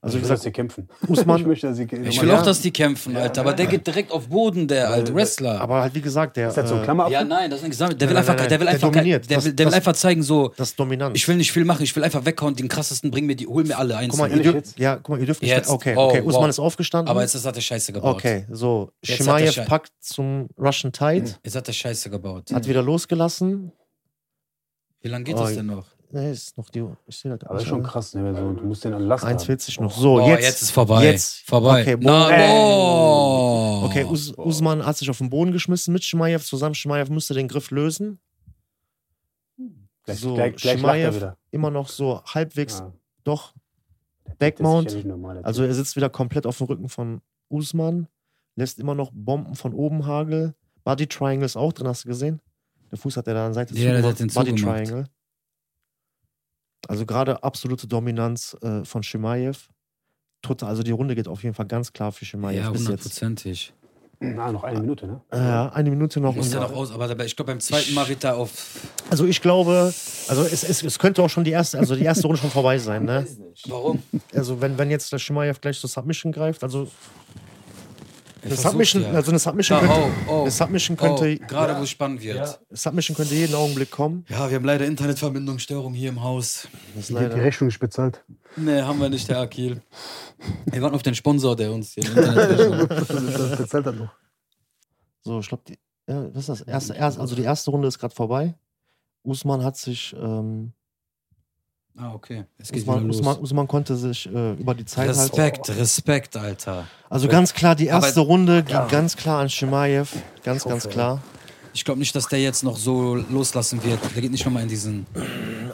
[SPEAKER 1] Also
[SPEAKER 4] Also,
[SPEAKER 1] wie
[SPEAKER 4] ich will, dass
[SPEAKER 1] gesagt,
[SPEAKER 4] sie kämpfen. Ich
[SPEAKER 1] Usman,
[SPEAKER 4] möchte, dass sie kämpfen.
[SPEAKER 3] Ich will
[SPEAKER 1] Ja.
[SPEAKER 3] auch, dass die kämpfen, Alter. Aber der geht direkt auf Boden, der alte Wrestler.
[SPEAKER 1] aber halt wie gesagt, der
[SPEAKER 4] Ist das so ein
[SPEAKER 1] äh,
[SPEAKER 4] Klammer
[SPEAKER 3] ja, nein, das ist ein Gesamt. Der
[SPEAKER 1] Nein, nein,
[SPEAKER 3] will einfach,
[SPEAKER 1] nein,
[SPEAKER 3] der will
[SPEAKER 1] der
[SPEAKER 3] einfach, kein-
[SPEAKER 1] dominiert.
[SPEAKER 3] der
[SPEAKER 1] Das-
[SPEAKER 3] will, der will
[SPEAKER 1] das- Hm.
[SPEAKER 3] einfach zeigen, so,
[SPEAKER 1] das ist dominant.
[SPEAKER 3] ich will nicht viel machen, ich will einfach weghauen, den krassesten, bring mir die, hol mir alle
[SPEAKER 1] guck
[SPEAKER 3] einzeln.
[SPEAKER 1] mal, ihr
[SPEAKER 4] Ehrlich
[SPEAKER 1] dürft,
[SPEAKER 4] jetzt?
[SPEAKER 1] ja, guck mal, ihr dürft nicht.
[SPEAKER 3] Jetzt?
[SPEAKER 1] Okay,
[SPEAKER 3] Oh,
[SPEAKER 1] okay. Usman
[SPEAKER 3] wow.
[SPEAKER 1] ist aufgestanden.
[SPEAKER 3] aber jetzt ist- hat er Scheiße gebaut.
[SPEAKER 1] okay, so
[SPEAKER 3] Jetzt hat der
[SPEAKER 1] Shimaev
[SPEAKER 3] Schei-
[SPEAKER 1] packt zum Russian Tide,
[SPEAKER 3] Jetzt hat er Scheiße gebaut.
[SPEAKER 4] Hm.
[SPEAKER 1] hat wieder losgelassen.
[SPEAKER 3] Wie lange geht
[SPEAKER 1] Oh,
[SPEAKER 3] das denn noch?
[SPEAKER 1] Ne, ist noch die. Ich sehe das gar
[SPEAKER 4] Aber ist
[SPEAKER 1] nicht.
[SPEAKER 4] schon krass, ne? wenn So, du musst den an Last
[SPEAKER 1] 1,40 noch.
[SPEAKER 4] Oh.
[SPEAKER 1] So,
[SPEAKER 3] oh,
[SPEAKER 1] jetzt,
[SPEAKER 3] jetzt, ist vorbei.
[SPEAKER 1] Jetzt.
[SPEAKER 3] Vorbei.
[SPEAKER 1] Okay,
[SPEAKER 3] Na,
[SPEAKER 1] Boden.
[SPEAKER 3] boah.
[SPEAKER 1] Okay, Us
[SPEAKER 3] Oh.
[SPEAKER 1] Usman hat sich auf den Boden geschmissen mit Schmaiev zusammen. Schmaiev müsste den Griff lösen.
[SPEAKER 4] Gleich,
[SPEAKER 1] so,
[SPEAKER 4] gleich, gleich lacht er
[SPEAKER 1] Shimaev
[SPEAKER 4] wieder.
[SPEAKER 1] immer noch so halbwegs,
[SPEAKER 4] Ja,
[SPEAKER 1] doch.
[SPEAKER 4] Das ist
[SPEAKER 1] Backmount.
[SPEAKER 4] ja nicht normal, der
[SPEAKER 1] Also er sitzt wieder komplett auf dem Rücken von Usman, lässt immer noch Bomben von oben Hagel. Body Triangle ist auch drin, hast du gesehen? Der Fuß hat er da an Seite
[SPEAKER 3] Ja, der
[SPEAKER 1] zugemacht.
[SPEAKER 3] hat den
[SPEAKER 1] Body
[SPEAKER 3] zugemacht.
[SPEAKER 1] Triangle. Also gerade absolute Dominanz äh, von Shimaev. Total, also die Runde geht auf jeden Fall ganz klar für Shimaev
[SPEAKER 3] Ja,
[SPEAKER 1] bis jetzt. Oh,
[SPEAKER 3] hundertprozentig.
[SPEAKER 4] Typ. Na, noch eine Minute, ne?
[SPEAKER 1] Ja, eine Minute noch.
[SPEAKER 3] Muss
[SPEAKER 1] und-
[SPEAKER 3] ja noch aus, aber dabei- ich glaube, beim zweiten Mal wird er auf.
[SPEAKER 1] Also ich glaube, also es, es, es könnte auch schon die erste, also die erste Runde schon vorbei sein, ne?
[SPEAKER 2] Weiß nicht.
[SPEAKER 3] Warum?
[SPEAKER 1] Also wenn, wenn jetzt der Shimaev gleich zur Submission greift, also eine
[SPEAKER 3] Ich versuch's
[SPEAKER 1] Submission,
[SPEAKER 3] ja.
[SPEAKER 1] also eine Submission
[SPEAKER 3] Da,
[SPEAKER 1] könnte,
[SPEAKER 3] oh, oh,
[SPEAKER 1] eine Submission
[SPEAKER 3] Oh,
[SPEAKER 1] könnte,
[SPEAKER 3] gerade wo es spannend wird.
[SPEAKER 2] Ja.
[SPEAKER 3] Ja.
[SPEAKER 1] Submission könnte jeden Augenblick kommen.
[SPEAKER 3] wir haben leider Internetverbindungsstörung hier im Haus.
[SPEAKER 1] Das ist
[SPEAKER 4] Die
[SPEAKER 1] leider.
[SPEAKER 4] Rechnung ist bezahlt.
[SPEAKER 3] Nee, haben wir nicht, Herr Akil. Wir warten auf den Sponsor, der uns hier im Internet
[SPEAKER 4] Das bezahlt er noch.
[SPEAKER 1] So, ich glaube, die ja, was ist das? Erste, erst, also die erste Runde ist gerade vorbei. Usman hat sich, ähm,
[SPEAKER 3] Ah, okay. Es geht
[SPEAKER 1] Usman,
[SPEAKER 3] wieder los.
[SPEAKER 1] Usman, Usman konnte sich äh, über die Zeit halt.
[SPEAKER 3] Respekt, Respekt, Alter.
[SPEAKER 1] Also ganz klar, die
[SPEAKER 3] Aber-
[SPEAKER 1] erste Runde ging ganz klar an Shimaev. Ganz, ganz
[SPEAKER 4] hoffe,
[SPEAKER 1] klar.
[SPEAKER 3] Ich glaube nicht, dass der jetzt noch so loslassen wird. Der geht nicht nochmal in diesen.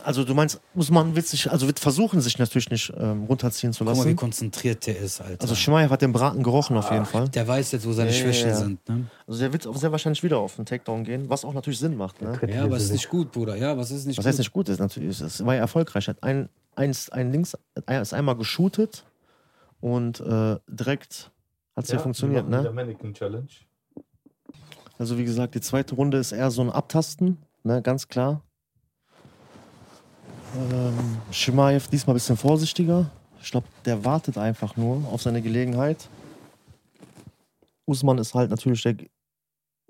[SPEAKER 1] Also du meinst, Usman wird sich, also wird versuchen, sich natürlich nicht ähm, runterziehen zu
[SPEAKER 3] Guck mal, wie Ah.
[SPEAKER 1] lassen.
[SPEAKER 3] konzentriert der ist, Alter.
[SPEAKER 1] Also Shimaev hat den Braten gerochen auf jeden Fall.
[SPEAKER 3] der weiß jetzt, wo seine
[SPEAKER 1] Ja, ja,
[SPEAKER 3] Schwächen
[SPEAKER 1] ja.
[SPEAKER 3] sind. Ne?
[SPEAKER 1] Also der wird auch sehr wahrscheinlich wieder auf den Takedown gehen, was auch natürlich Sinn macht. Ne?
[SPEAKER 4] Tritt
[SPEAKER 3] Ja,
[SPEAKER 4] hier
[SPEAKER 3] aber
[SPEAKER 4] so
[SPEAKER 3] es ist
[SPEAKER 4] weg.
[SPEAKER 3] nicht gut, Bruder. Ja, was ist nicht
[SPEAKER 1] Was
[SPEAKER 3] gut?
[SPEAKER 1] heißt nicht gut ist, natürlich, es war ja erfolgreich. Hat ein, eins, ein Links ein- ist einmal geshootet und äh, direkt hat es ja, funktioniert.
[SPEAKER 2] wir machen wieder
[SPEAKER 1] Ne?
[SPEAKER 2] Mannequin Challenge.
[SPEAKER 1] Also wie gesagt, die zweite Runde ist eher so ein Abtasten, ne? ganz klar. Ähm, Shimaev diesmal ein bisschen vorsichtiger. Ich glaube, der wartet einfach nur auf seine Gelegenheit. Usman ist halt natürlich der.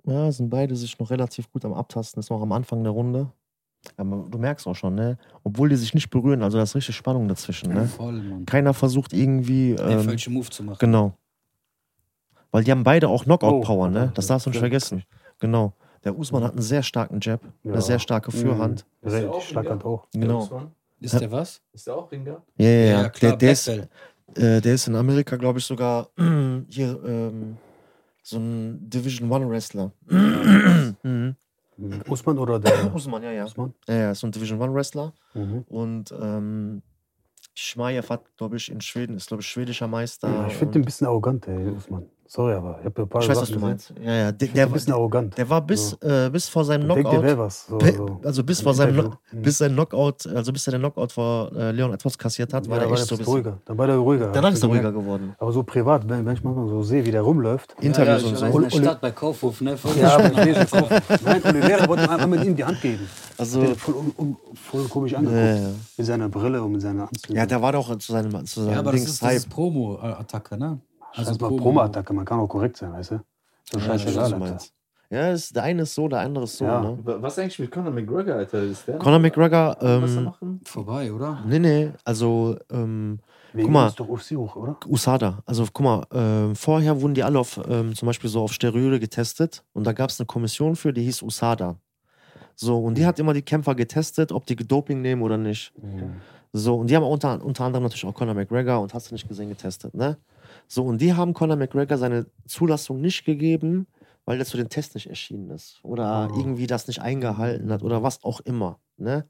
[SPEAKER 1] Ja, sind beide sich noch relativ gut am Abtasten, ist noch am Anfang der Runde. Aber du merkst auch schon, ne? Obwohl die sich nicht berühren, also da ist richtig Spannung dazwischen, ne?
[SPEAKER 3] Voll, Mann.
[SPEAKER 1] Keiner versucht irgendwie.
[SPEAKER 3] Den
[SPEAKER 1] Ähm,
[SPEAKER 3] falschen Move zu machen.
[SPEAKER 1] genau. Weil die haben beide auch Knockout-Power,
[SPEAKER 4] Oh,
[SPEAKER 1] ne? Das darfst du nicht
[SPEAKER 4] ja.
[SPEAKER 1] vergessen. Genau. Der Usman hat einen sehr starken Jab,
[SPEAKER 4] Ja.
[SPEAKER 1] eine sehr starke Fürhand.
[SPEAKER 4] Mhm.
[SPEAKER 2] Ist ja auch
[SPEAKER 4] Sehr stark
[SPEAKER 2] egal.
[SPEAKER 4] auch.
[SPEAKER 1] Genau.
[SPEAKER 2] Usman?
[SPEAKER 3] Ist der was?
[SPEAKER 2] Ist der auch Ringer?
[SPEAKER 1] Ja, ja, ja.
[SPEAKER 3] klar.
[SPEAKER 1] der, der, ist,
[SPEAKER 3] Blackbelt.
[SPEAKER 1] äh, der ist in Amerika, glaube ich, sogar hier ähm, so ein Division One Wrestler. mhm.
[SPEAKER 4] Usman oder der
[SPEAKER 1] Usman, ja, ja.
[SPEAKER 4] Usman?
[SPEAKER 1] Ja, ja, ist so ein Division One Wrestler.
[SPEAKER 4] Mhm.
[SPEAKER 1] Und ähm, Schmajew hat, glaube ich, in Schweden, ist, glaube ich, schwedischer Meister.
[SPEAKER 4] Ja, ich finde den ein
[SPEAKER 1] und,
[SPEAKER 4] bisschen arrogant, ey, Usman. Sorry, aber ich habe ein paar
[SPEAKER 1] ich weiß, was
[SPEAKER 4] Sachen
[SPEAKER 1] du
[SPEAKER 4] gesehen.
[SPEAKER 1] meinst. Ja, ja. Der,
[SPEAKER 4] Ich find
[SPEAKER 1] der,
[SPEAKER 4] den ein bisschen arrogant.
[SPEAKER 1] der war bis, äh, bis vor seinem
[SPEAKER 4] Denkt der
[SPEAKER 1] Knockout.
[SPEAKER 4] wäre was. So,
[SPEAKER 1] Pe-
[SPEAKER 4] so.
[SPEAKER 1] Also bis
[SPEAKER 4] Im
[SPEAKER 1] vor seinem
[SPEAKER 4] Interview.
[SPEAKER 1] Kno- bis sein Knockout, also bis er den Knockout vor äh, Leon etwas kassiert hat, war
[SPEAKER 4] Ja,
[SPEAKER 1] er
[SPEAKER 4] war
[SPEAKER 1] echt
[SPEAKER 4] der
[SPEAKER 1] so ein bisschen.
[SPEAKER 4] bisschen ruhiger. Dann war der ruhiger.
[SPEAKER 1] Danach ist er
[SPEAKER 4] Hab ich
[SPEAKER 1] ruhiger geworden.
[SPEAKER 4] gemerkt. Aber so privat, wenn, wenn ich manchmal so sehe, wie der rumläuft.
[SPEAKER 1] Interviews
[SPEAKER 3] ja,
[SPEAKER 1] und
[SPEAKER 3] ja, ich
[SPEAKER 1] so.
[SPEAKER 3] weiß, In der Stadt bei Kaufhof, ne? Voll
[SPEAKER 4] Ja,
[SPEAKER 3] der
[SPEAKER 4] aber ich
[SPEAKER 3] Spinner.
[SPEAKER 4] lese auch. Nein, und der Lehrer wollte ihm einmal mit ihm die Hand geben.
[SPEAKER 1] Also-
[SPEAKER 4] Der hat voll, un, un, voll komisch angeguckt.
[SPEAKER 1] Ja, ja.
[SPEAKER 4] Mit seiner Brille und mit seiner Anzüge.
[SPEAKER 1] Ja, der war doch zu seinem, zu seinem
[SPEAKER 3] Ja, aber das
[SPEAKER 1] Dings
[SPEAKER 3] ist, das
[SPEAKER 1] Hype.
[SPEAKER 3] ist Promo-Attacke, ne?
[SPEAKER 4] also mal Promo-Attacke, man kann auch korrekt sein, weißt du? So
[SPEAKER 1] Ja, ich weiß,
[SPEAKER 4] scheiße,
[SPEAKER 1] was du meinst. Ja, ist, der eine ist so, der andere ist so.
[SPEAKER 4] Ja.
[SPEAKER 1] Ne?
[SPEAKER 2] Wa- Was eigentlich mit Conor McGregor, Alter? Ist der?
[SPEAKER 1] Conor McGregor,
[SPEAKER 2] Was er
[SPEAKER 1] ähm,
[SPEAKER 2] machen?
[SPEAKER 3] Vorbei, oder?
[SPEAKER 1] nee, nee, also ähm,
[SPEAKER 4] Wegen
[SPEAKER 1] Guck mal.
[SPEAKER 4] ist doch UFC hoch, oder?
[SPEAKER 1] USADA. Also guck mal, ähm, vorher wurden die alle auf, ähm, zum Beispiel so auf Steroide getestet und da gab es eine Kommission für, die hieß USADA. So, und die hat immer die Kämpfer getestet, ob die Doping nehmen oder nicht. Mhm. So, und die haben unter, unter anderem natürlich auch Conor McGregor und hast du nicht gesehen getestet, ne? So, und die haben Conor McGregor seine Zulassung nicht gegeben, weil er zu den Tests nicht erschienen ist. Oder
[SPEAKER 4] Oh.
[SPEAKER 1] irgendwie das nicht eingehalten hat oder was auch immer, ne?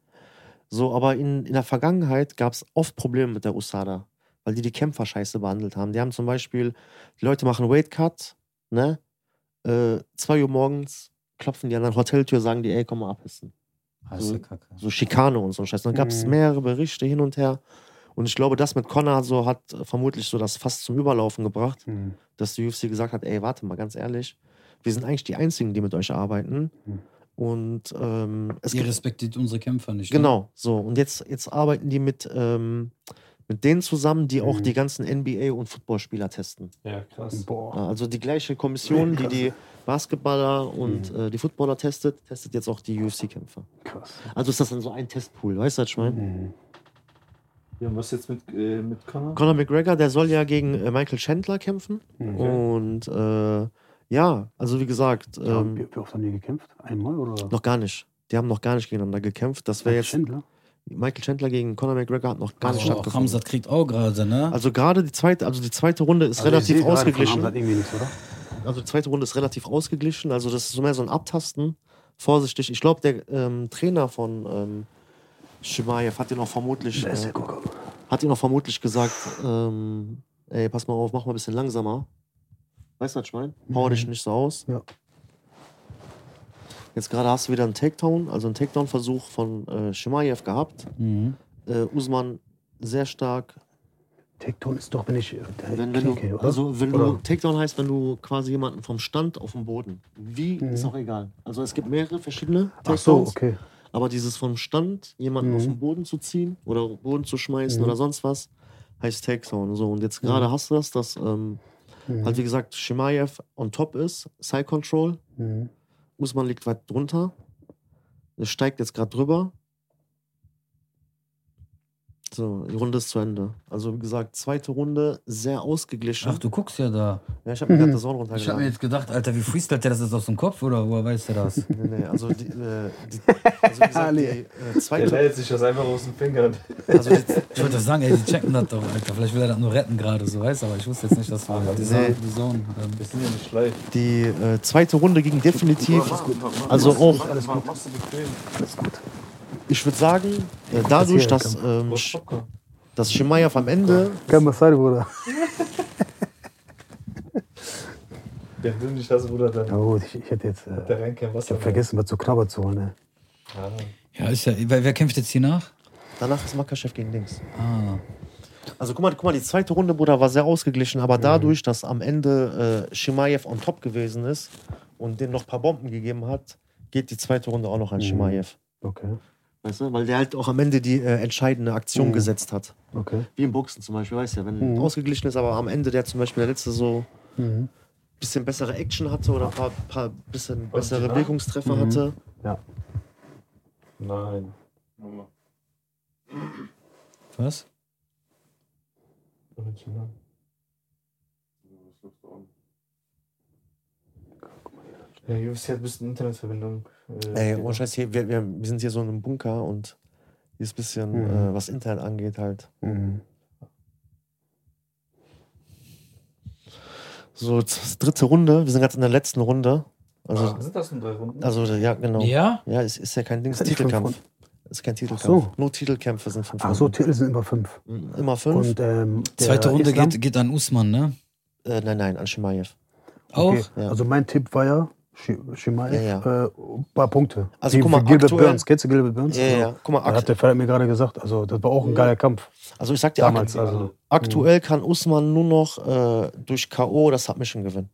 [SPEAKER 1] So, aber in, in der Vergangenheit gab es oft Probleme mit der USADA, weil die die Kämpfer scheiße behandelt haben. Die haben zum Beispiel, die Leute machen Weight Cut, ne? Äh, zwei Uhr morgens klopfen die an der Hoteltür, sagen die, ey, komm mal abhissen
[SPEAKER 3] Heiße Kacke.
[SPEAKER 1] so Schikane und so ein Scheiß. Dann gab es
[SPEAKER 4] Mhm.
[SPEAKER 1] mehrere Berichte hin und her. Und ich glaube, das mit Connor so hat vermutlich so das fast zum Überlaufen gebracht,
[SPEAKER 4] Mhm.
[SPEAKER 1] dass die UFC gesagt hat, ey, warte mal, ganz ehrlich, wir sind eigentlich die Einzigen, die mit euch arbeiten.
[SPEAKER 4] Mhm.
[SPEAKER 1] Und ähm, es
[SPEAKER 3] Ihr
[SPEAKER 1] gibt
[SPEAKER 3] respektiert unsere Kämpfer nicht. Ne?
[SPEAKER 1] Genau, so. Und jetzt, jetzt arbeiten die mit, ähm, mit denen zusammen, die auch
[SPEAKER 4] Mhm.
[SPEAKER 1] die ganzen NBA- und Footballspieler testen.
[SPEAKER 2] Ja, krass.
[SPEAKER 4] Boah.
[SPEAKER 1] Ja, Also die gleiche Kommission, die die Basketballer und
[SPEAKER 4] Mhm.
[SPEAKER 1] äh, die Footballer testet, testet jetzt auch die UFC-Kämpfer.
[SPEAKER 4] Krass.
[SPEAKER 1] Also ist das dann so ein Testpool, weißt du, was ich meine?
[SPEAKER 4] Mhm.
[SPEAKER 2] Ja, und was jetzt mit, äh, mit Conor?
[SPEAKER 1] Conor McGregor, der soll ja gegen äh, Michael Chandler kämpfen.
[SPEAKER 4] Mhm.
[SPEAKER 2] Okay.
[SPEAKER 1] Und äh, ja, also wie gesagt,
[SPEAKER 4] Ja,
[SPEAKER 1] ähm,
[SPEAKER 4] wie, wie oft haben die gekämpft? Einmal oder?
[SPEAKER 1] noch gar nicht. Die haben noch gar nicht gegeneinander gekämpft. Das wäre jetzt
[SPEAKER 4] Schindler?
[SPEAKER 1] Michael Chandler gegen Conor McGregor hat noch gar nicht
[SPEAKER 3] Also auch
[SPEAKER 1] stattgefunden.
[SPEAKER 3] Ramsat kriegt auch gerade, ne?
[SPEAKER 1] Also gerade die zweite, also die zweite Runde ist
[SPEAKER 4] Also ich sehe
[SPEAKER 1] relativ
[SPEAKER 4] gerade von
[SPEAKER 1] ausgeglichen.
[SPEAKER 4] Hamzat irgendwie nichts, oder?
[SPEAKER 1] Also die zweite Runde ist relativ ausgeglichen. Also das ist so mehr so ein Abtasten. Vorsichtig. Ich glaube, der ähm, Trainer von ähm, Shimaev hat ihn auch vermutlich,
[SPEAKER 4] Da ist
[SPEAKER 1] äh,
[SPEAKER 4] der Gucker.
[SPEAKER 1] hat ihn auch vermutlich gesagt, ähm, ey, pass mal auf, mach mal ein bisschen langsamer. Weißt du, was ich meine?
[SPEAKER 4] Mhm.
[SPEAKER 1] Hau dich nicht so aus.
[SPEAKER 4] Ja.
[SPEAKER 1] Jetzt gerade hast du wieder einen Takedown, also einen Takedown-Versuch von äh, Shimaev gehabt.
[SPEAKER 3] Mhm.
[SPEAKER 1] Äh, Usman sehr stark.
[SPEAKER 4] Tekton ist doch, wenn ich äh, der
[SPEAKER 1] Wenn, wenn
[SPEAKER 4] Klinke,
[SPEAKER 1] du,
[SPEAKER 4] oder?
[SPEAKER 1] also wenn du
[SPEAKER 4] Oder?
[SPEAKER 1] Takedown heißt, wenn du quasi jemanden vom Stand auf den Boden. Wie, ist auch egal. Also es gibt mehrere verschiedene
[SPEAKER 4] Mhm. Ach
[SPEAKER 1] Takedowns.
[SPEAKER 4] so, okay.
[SPEAKER 1] Aber dieses vom Stand jemanden
[SPEAKER 4] Mhm.
[SPEAKER 1] auf den Boden zu ziehen oder auf den Boden zu schmeißen
[SPEAKER 4] Mhm.
[SPEAKER 1] oder sonst was, heißt Takedown. So, und jetzt gerade hast du das, dass ähm,
[SPEAKER 4] Mhm.
[SPEAKER 1] halt wie gesagt Shimaev on top ist, Side Control,
[SPEAKER 4] Mhm.
[SPEAKER 1] Usman liegt weit drunter. Es steigt jetzt gerade drüber. So, die Runde ist zu Ende. Also, wie gesagt, zweite Runde sehr ausgeglichen.
[SPEAKER 5] Ach, du guckst ja da.
[SPEAKER 1] ja, genau. ich habe mir gerade das
[SPEAKER 5] Ich habe
[SPEAKER 1] Sound
[SPEAKER 5] mir
[SPEAKER 1] runtergeladen.
[SPEAKER 5] jetzt gedacht, Alter, wie freestylt der das jetzt aus dem Kopf oder woher weiß der das?
[SPEAKER 1] Nee, nee, also, die, äh, die, also wie gesagt, die äh,
[SPEAKER 2] Der
[SPEAKER 1] zweite
[SPEAKER 2] leitet sich das einfach aus den Fingern.
[SPEAKER 1] Also die,
[SPEAKER 5] Ich wollte doch sagen, ey, die checken das doch, Alter. Vielleicht will er das nur retten gerade, so weißt du, aber ich wusste jetzt nicht, dass du die Zone, die Zone ähm,
[SPEAKER 2] Wir sind ja nicht live.
[SPEAKER 1] die äh, zweite Runde ging definitiv. Also auch,
[SPEAKER 2] Alles gut. Machst du bequem.
[SPEAKER 1] ich würde sagen, äh, dadurch, dass, ähm,
[SPEAKER 2] Was
[SPEAKER 1] Sch-
[SPEAKER 2] Popcorn?
[SPEAKER 1] dass Schemayev am Ende.
[SPEAKER 4] Kein Massage, Bruder.
[SPEAKER 2] Wenn du nicht hast, Bruder,
[SPEAKER 4] Ja,
[SPEAKER 2] dann
[SPEAKER 4] gut, ich, ich hätte jetzt äh,
[SPEAKER 2] da rein kein
[SPEAKER 4] ich
[SPEAKER 2] Wasser.
[SPEAKER 4] hab vergessen, was zu Knabber zu holen. Ne?
[SPEAKER 2] Ja.
[SPEAKER 5] Ja, ist ja. Wer, wer kämpft jetzt hier nach?
[SPEAKER 1] Danach ist Makaschew gegen links.
[SPEAKER 5] Ah.
[SPEAKER 1] Also guck mal, guck mal, die zweite Runde, Bruder, war sehr ausgeglichen, aber dadurch, dass am Ende äh, Schemayev on top gewesen ist und dem noch ein paar Bomben gegeben hat, geht die zweite Runde auch noch an Schemayev.
[SPEAKER 4] Okay,
[SPEAKER 1] Mhm. Weißt du, weil der halt auch am Ende die äh, entscheidende Aktion
[SPEAKER 4] Mhm.
[SPEAKER 1] gesetzt hat.
[SPEAKER 4] okay.
[SPEAKER 1] Wie im Boxen zum Beispiel, weißt du ja, wenn
[SPEAKER 4] Mhm.
[SPEAKER 1] ausgeglichen ist, aber am Ende der zum Beispiel der letzte so
[SPEAKER 4] Mhm.
[SPEAKER 1] bisschen bessere Action hatte oder ein paar, paar bisschen bessere
[SPEAKER 2] Original?
[SPEAKER 1] Wirkungstreffer hatte.
[SPEAKER 2] Nein.
[SPEAKER 5] Was?
[SPEAKER 2] Original. Ja, Jungs, hier hat ein bisschen Internetverbindung. äh,
[SPEAKER 1] Ey, ohne Scheiß, hier, wir, wir, wir sind hier so in einem Bunker und hier ist ein bisschen,
[SPEAKER 4] Mhm.
[SPEAKER 1] äh, was Internet angeht, halt.
[SPEAKER 4] Mhm.
[SPEAKER 1] So, z- dritte Runde, wir sind gerade in der letzten Runde. Also,
[SPEAKER 4] Ah.
[SPEAKER 2] sind das nur drei Runden?
[SPEAKER 1] also ja, genau. Ja,
[SPEAKER 5] Ja?
[SPEAKER 1] es ist ja kein Ding,
[SPEAKER 4] Ist das nicht fünf
[SPEAKER 1] Titelkampf. Ist kein Titelkampf.
[SPEAKER 4] so.
[SPEAKER 1] Nur Titelkämpfe sind fünf
[SPEAKER 4] Ach so,
[SPEAKER 1] Runden.
[SPEAKER 4] Titel sind immer fünf.
[SPEAKER 1] Mhm, Immer fünf.
[SPEAKER 4] Und, ähm, der
[SPEAKER 5] Zweite Runde
[SPEAKER 4] Islam-
[SPEAKER 5] geht, geht an Usman, ne?
[SPEAKER 1] äh, nein, nein, an Shimaev.
[SPEAKER 5] Auch?
[SPEAKER 4] Okay.
[SPEAKER 1] ja.
[SPEAKER 4] Also mein Tipp war ja, Sch- Schimaev,
[SPEAKER 1] Ja, ja.
[SPEAKER 4] Äh, ein paar Punkte.
[SPEAKER 1] Also
[SPEAKER 4] Wie
[SPEAKER 1] guck mal,
[SPEAKER 4] für Gilbert
[SPEAKER 1] aktuell-
[SPEAKER 4] Burns. Kennst du Gilbert Burns?
[SPEAKER 1] Ja, ja, ja. Mhm. Guck mal,
[SPEAKER 4] Da hat
[SPEAKER 1] akt
[SPEAKER 4] der Vater mir gerade gesagt, also das war auch ein geiler Kampf
[SPEAKER 1] also ich sag dir,
[SPEAKER 4] damals.
[SPEAKER 1] akt
[SPEAKER 4] Also,
[SPEAKER 1] aktuell kann Usman nur noch äh, durch K.O. das Submission gewinnen.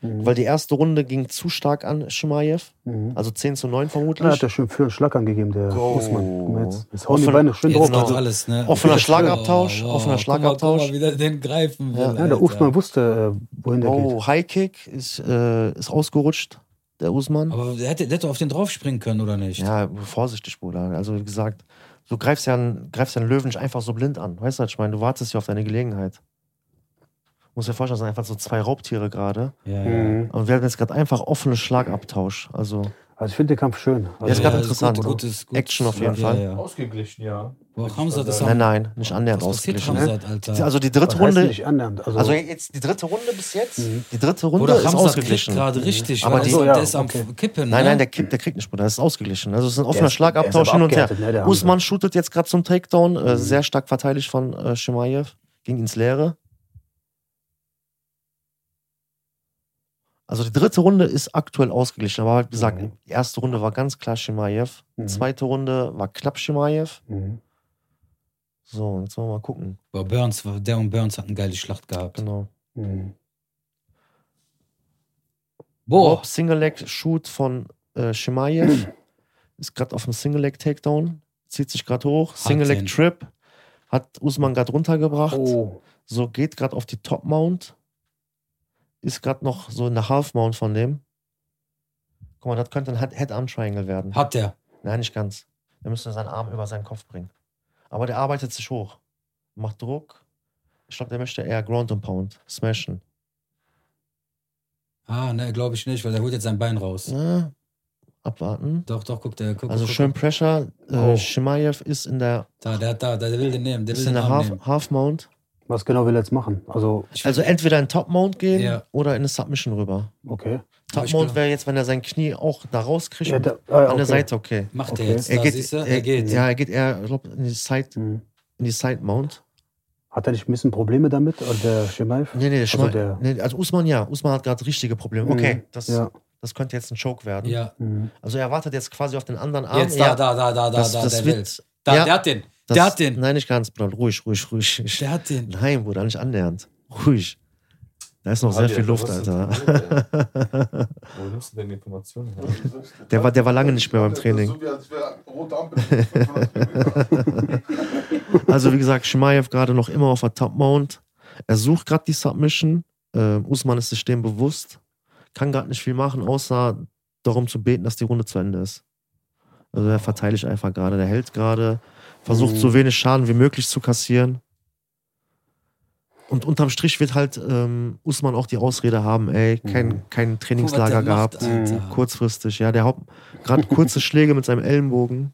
[SPEAKER 4] mhm.
[SPEAKER 1] Weil die erste Runde ging zu stark an Shimaev.
[SPEAKER 4] Mhm.
[SPEAKER 1] Also 10 zu 9
[SPEAKER 4] Da hat
[SPEAKER 1] vermutlich.
[SPEAKER 4] er schön für einen Schlag angegeben, der
[SPEAKER 1] Go.
[SPEAKER 4] Usman. Guck mal, Jetzt, jetzt hauen die
[SPEAKER 1] Offener-
[SPEAKER 4] Beine schön
[SPEAKER 5] Jetzt
[SPEAKER 4] drauf.
[SPEAKER 5] genau.
[SPEAKER 1] Also,
[SPEAKER 5] alles, ne?
[SPEAKER 1] offener
[SPEAKER 5] Jetzt-
[SPEAKER 1] Schlagabtausch, offener
[SPEAKER 5] Guck mal,
[SPEAKER 1] Schlagabtausch.
[SPEAKER 5] guck mal, wie der den greifen will.
[SPEAKER 1] Ja.
[SPEAKER 4] Ja, der
[SPEAKER 5] Alter.
[SPEAKER 4] Usman wusste, äh, wohin der geht.
[SPEAKER 1] Oh, High Kick ist, äh, ist ausgerutscht, der Usman.
[SPEAKER 5] Aber der hätte, der hätte auf den draufspringen können, oder nicht?
[SPEAKER 1] Ja, vorsichtig, Bruder. Also wie gesagt, du greifst ja einen, greifst ja einen Löwen nicht einfach so blind an. Weißt du, was ich meine? Du wartest ja auf deine Gelegenheit. Muss dir vorstellen, das sind einfach so zwei Raubtiere gerade.
[SPEAKER 5] Ja, ja.
[SPEAKER 4] Mhm.
[SPEAKER 1] Und wir haben jetzt gerade einfach offenen Schlagabtausch. Also
[SPEAKER 4] Also ich finde den Kampf schön.
[SPEAKER 1] Der ist
[SPEAKER 4] Also,
[SPEAKER 1] ganz
[SPEAKER 5] ja,
[SPEAKER 1] interessant.
[SPEAKER 5] Gut, gut, ist gut.
[SPEAKER 1] Action auf jeden
[SPEAKER 5] ja,
[SPEAKER 1] Fall.
[SPEAKER 5] Ja, ja.
[SPEAKER 2] Ausgeglichen, ja.
[SPEAKER 5] Boah, Hamza, das
[SPEAKER 1] nein, nein, nicht annähernd
[SPEAKER 5] was passiert
[SPEAKER 1] ausgeglichen.
[SPEAKER 5] Hamza, Alter?
[SPEAKER 1] Also die dritte
[SPEAKER 4] was heißt
[SPEAKER 1] Runde,
[SPEAKER 4] nicht annähernd. Also,
[SPEAKER 1] also jetzt die dritte Runde bis jetzt,
[SPEAKER 4] Mhm.
[SPEAKER 1] die dritte Runde
[SPEAKER 5] Oder
[SPEAKER 1] ist
[SPEAKER 5] Hamza kriegt
[SPEAKER 1] ausgeglichen.
[SPEAKER 5] gerade richtig,
[SPEAKER 1] Aber
[SPEAKER 5] aber
[SPEAKER 1] die-
[SPEAKER 5] der,
[SPEAKER 4] ja,
[SPEAKER 5] der ist am
[SPEAKER 4] okay.
[SPEAKER 5] Kippen.
[SPEAKER 1] Nein,
[SPEAKER 5] ne?
[SPEAKER 1] nein, der kippt, der kriegt nicht, Bruder. Das ist ausgeglichen. Also es ist ein offener
[SPEAKER 4] ist- der ist
[SPEAKER 1] Schlagabtausch
[SPEAKER 4] aber
[SPEAKER 1] hin und her.
[SPEAKER 4] abgehärtet, ne, der Hamza.
[SPEAKER 1] Usman shootet jetzt gerade zum Takedown,
[SPEAKER 4] Mhm.
[SPEAKER 1] äh, sehr stark verteidigt von äh, Shimaev, ging ins Leere. Also die dritte Runde ist aktuell ausgeglichen, aber halt gesagt,
[SPEAKER 4] Mhm.
[SPEAKER 1] die erste Runde war ganz klar Shimaev,
[SPEAKER 4] Mhm.
[SPEAKER 1] zweite Runde war knapp Shimaev.
[SPEAKER 4] Mhm.
[SPEAKER 1] So, jetzt wollen wir mal gucken.
[SPEAKER 5] Boah, Burns, der und Burns hat eine geile Schlacht gehabt.
[SPEAKER 1] Genau.
[SPEAKER 4] Mhm.
[SPEAKER 5] Boah,
[SPEAKER 1] Rob Single Leg Shoot von äh, Shimaev
[SPEAKER 4] Mhm.
[SPEAKER 1] ist gerade auf dem Single Leg Takedown, zieht sich gerade hoch, Single Leg
[SPEAKER 5] den.
[SPEAKER 1] Trip hat Usman gerade runtergebracht,
[SPEAKER 4] Oh,
[SPEAKER 1] so geht gerade auf die Top Mount, ist gerade noch so in der Half Mount von dem. Guck mal, das könnte ein Head- Head-Arm-Triangle werden.
[SPEAKER 5] hat der.
[SPEAKER 1] Nein, nicht ganz. Wir müssen seinen Arm über seinen Kopf bringen. Aber der arbeitet sich hoch, macht Druck. Ich glaube, der möchte eher Ground and Pound, smashen.
[SPEAKER 5] Ah, ne, glaube ich nicht, weil der holt jetzt sein Bein raus.
[SPEAKER 1] Na, abwarten.
[SPEAKER 5] Doch, doch, guck, der, guck,
[SPEAKER 1] Mhm. Also
[SPEAKER 5] guck,
[SPEAKER 1] schön Pressure. Äh,
[SPEAKER 4] Oh.
[SPEAKER 1] Shimaev ist in der,
[SPEAKER 5] Da, der, hat da, der will den nehmen, der will
[SPEAKER 1] ist in
[SPEAKER 5] den
[SPEAKER 1] der
[SPEAKER 5] Arm
[SPEAKER 1] Half,
[SPEAKER 5] nehmen.
[SPEAKER 1] Half Mount.
[SPEAKER 4] was genau will er jetzt machen? Also,
[SPEAKER 5] Ich-
[SPEAKER 1] Also entweder in Top Mount gehen
[SPEAKER 5] Ja.
[SPEAKER 1] oder in eine Submission rüber.
[SPEAKER 4] okay.
[SPEAKER 5] Aber
[SPEAKER 1] Top
[SPEAKER 5] ich
[SPEAKER 1] Mount
[SPEAKER 5] glaub-
[SPEAKER 1] wäre jetzt, wenn er sein Knie auch da rauskriegt,
[SPEAKER 4] Ja, da- ah,
[SPEAKER 1] an
[SPEAKER 4] ja,
[SPEAKER 1] der
[SPEAKER 4] okay.
[SPEAKER 1] Seite okay.
[SPEAKER 5] macht
[SPEAKER 4] okay.
[SPEAKER 5] er jetzt,
[SPEAKER 1] Er
[SPEAKER 5] da,
[SPEAKER 1] geht,
[SPEAKER 5] siehst du?
[SPEAKER 1] er,
[SPEAKER 5] Er geht.
[SPEAKER 1] Ja, er geht eher ich glaub, in die Side,
[SPEAKER 4] Mhm.
[SPEAKER 1] in die Side Mount.
[SPEAKER 4] Hat er nicht ein bisschen Probleme damit? Und der Schemaev?
[SPEAKER 1] Nee, nee, der
[SPEAKER 4] Also
[SPEAKER 1] Schma-
[SPEAKER 4] der-
[SPEAKER 1] nee, also Usman ja. Usman hat gerade richtige Probleme.
[SPEAKER 4] Mhm.
[SPEAKER 1] Okay, das,
[SPEAKER 4] Ja.
[SPEAKER 1] das könnte jetzt ein Choke werden.
[SPEAKER 5] Ja,
[SPEAKER 4] Mhm.
[SPEAKER 1] Also er wartet jetzt quasi auf den anderen Arm.
[SPEAKER 5] jetzt da,
[SPEAKER 1] Ah, Ja,
[SPEAKER 5] da, da, da, da,
[SPEAKER 1] das,
[SPEAKER 5] da,
[SPEAKER 1] das
[SPEAKER 5] der will.
[SPEAKER 1] wird,
[SPEAKER 5] Da,
[SPEAKER 1] ja,
[SPEAKER 5] der hat den,
[SPEAKER 1] das,
[SPEAKER 5] der hat den,
[SPEAKER 1] Nein, nicht ganz, Bruder. Ruhig, ruhig, ruhig.
[SPEAKER 5] der hat den.
[SPEAKER 1] Nein, Bruder, nicht annähernd. Ruhig. Da ist noch sehr
[SPEAKER 2] Adi,
[SPEAKER 1] viel
[SPEAKER 2] Alter,
[SPEAKER 1] Luft,
[SPEAKER 2] was ist denn
[SPEAKER 1] Alter.
[SPEAKER 2] los,
[SPEAKER 4] ne?
[SPEAKER 2] ey? Wo nimmst du denn die Informationen her?
[SPEAKER 1] Der war, der war lange nicht mehr beim Training.
[SPEAKER 6] So wie als wäre rote Ampel. 500 Kilometer.
[SPEAKER 1] Also wie gesagt, Shimaev gerade noch immer auf der Top Mount. Er sucht gerade die Submission. Ähm, Usman ist sich dem bewusst. Kann gerade nicht viel machen, außer darum zu beten, dass die Runde zu Ende ist. Also er verteidigt einfach gerade, der hält gerade. versucht so wenig Schaden wie möglich zu kassieren. Und unterm Strich wird halt ähm, Usman auch die Ausrede haben, ey, kein, kein
[SPEAKER 5] Guck, was der
[SPEAKER 1] Trainingslager gehabt. Mhm.
[SPEAKER 5] macht, Alter.
[SPEAKER 1] Kurzfristig, ja. Der Haupt, gerade kurze Schläge mit seinem Ellenbogen,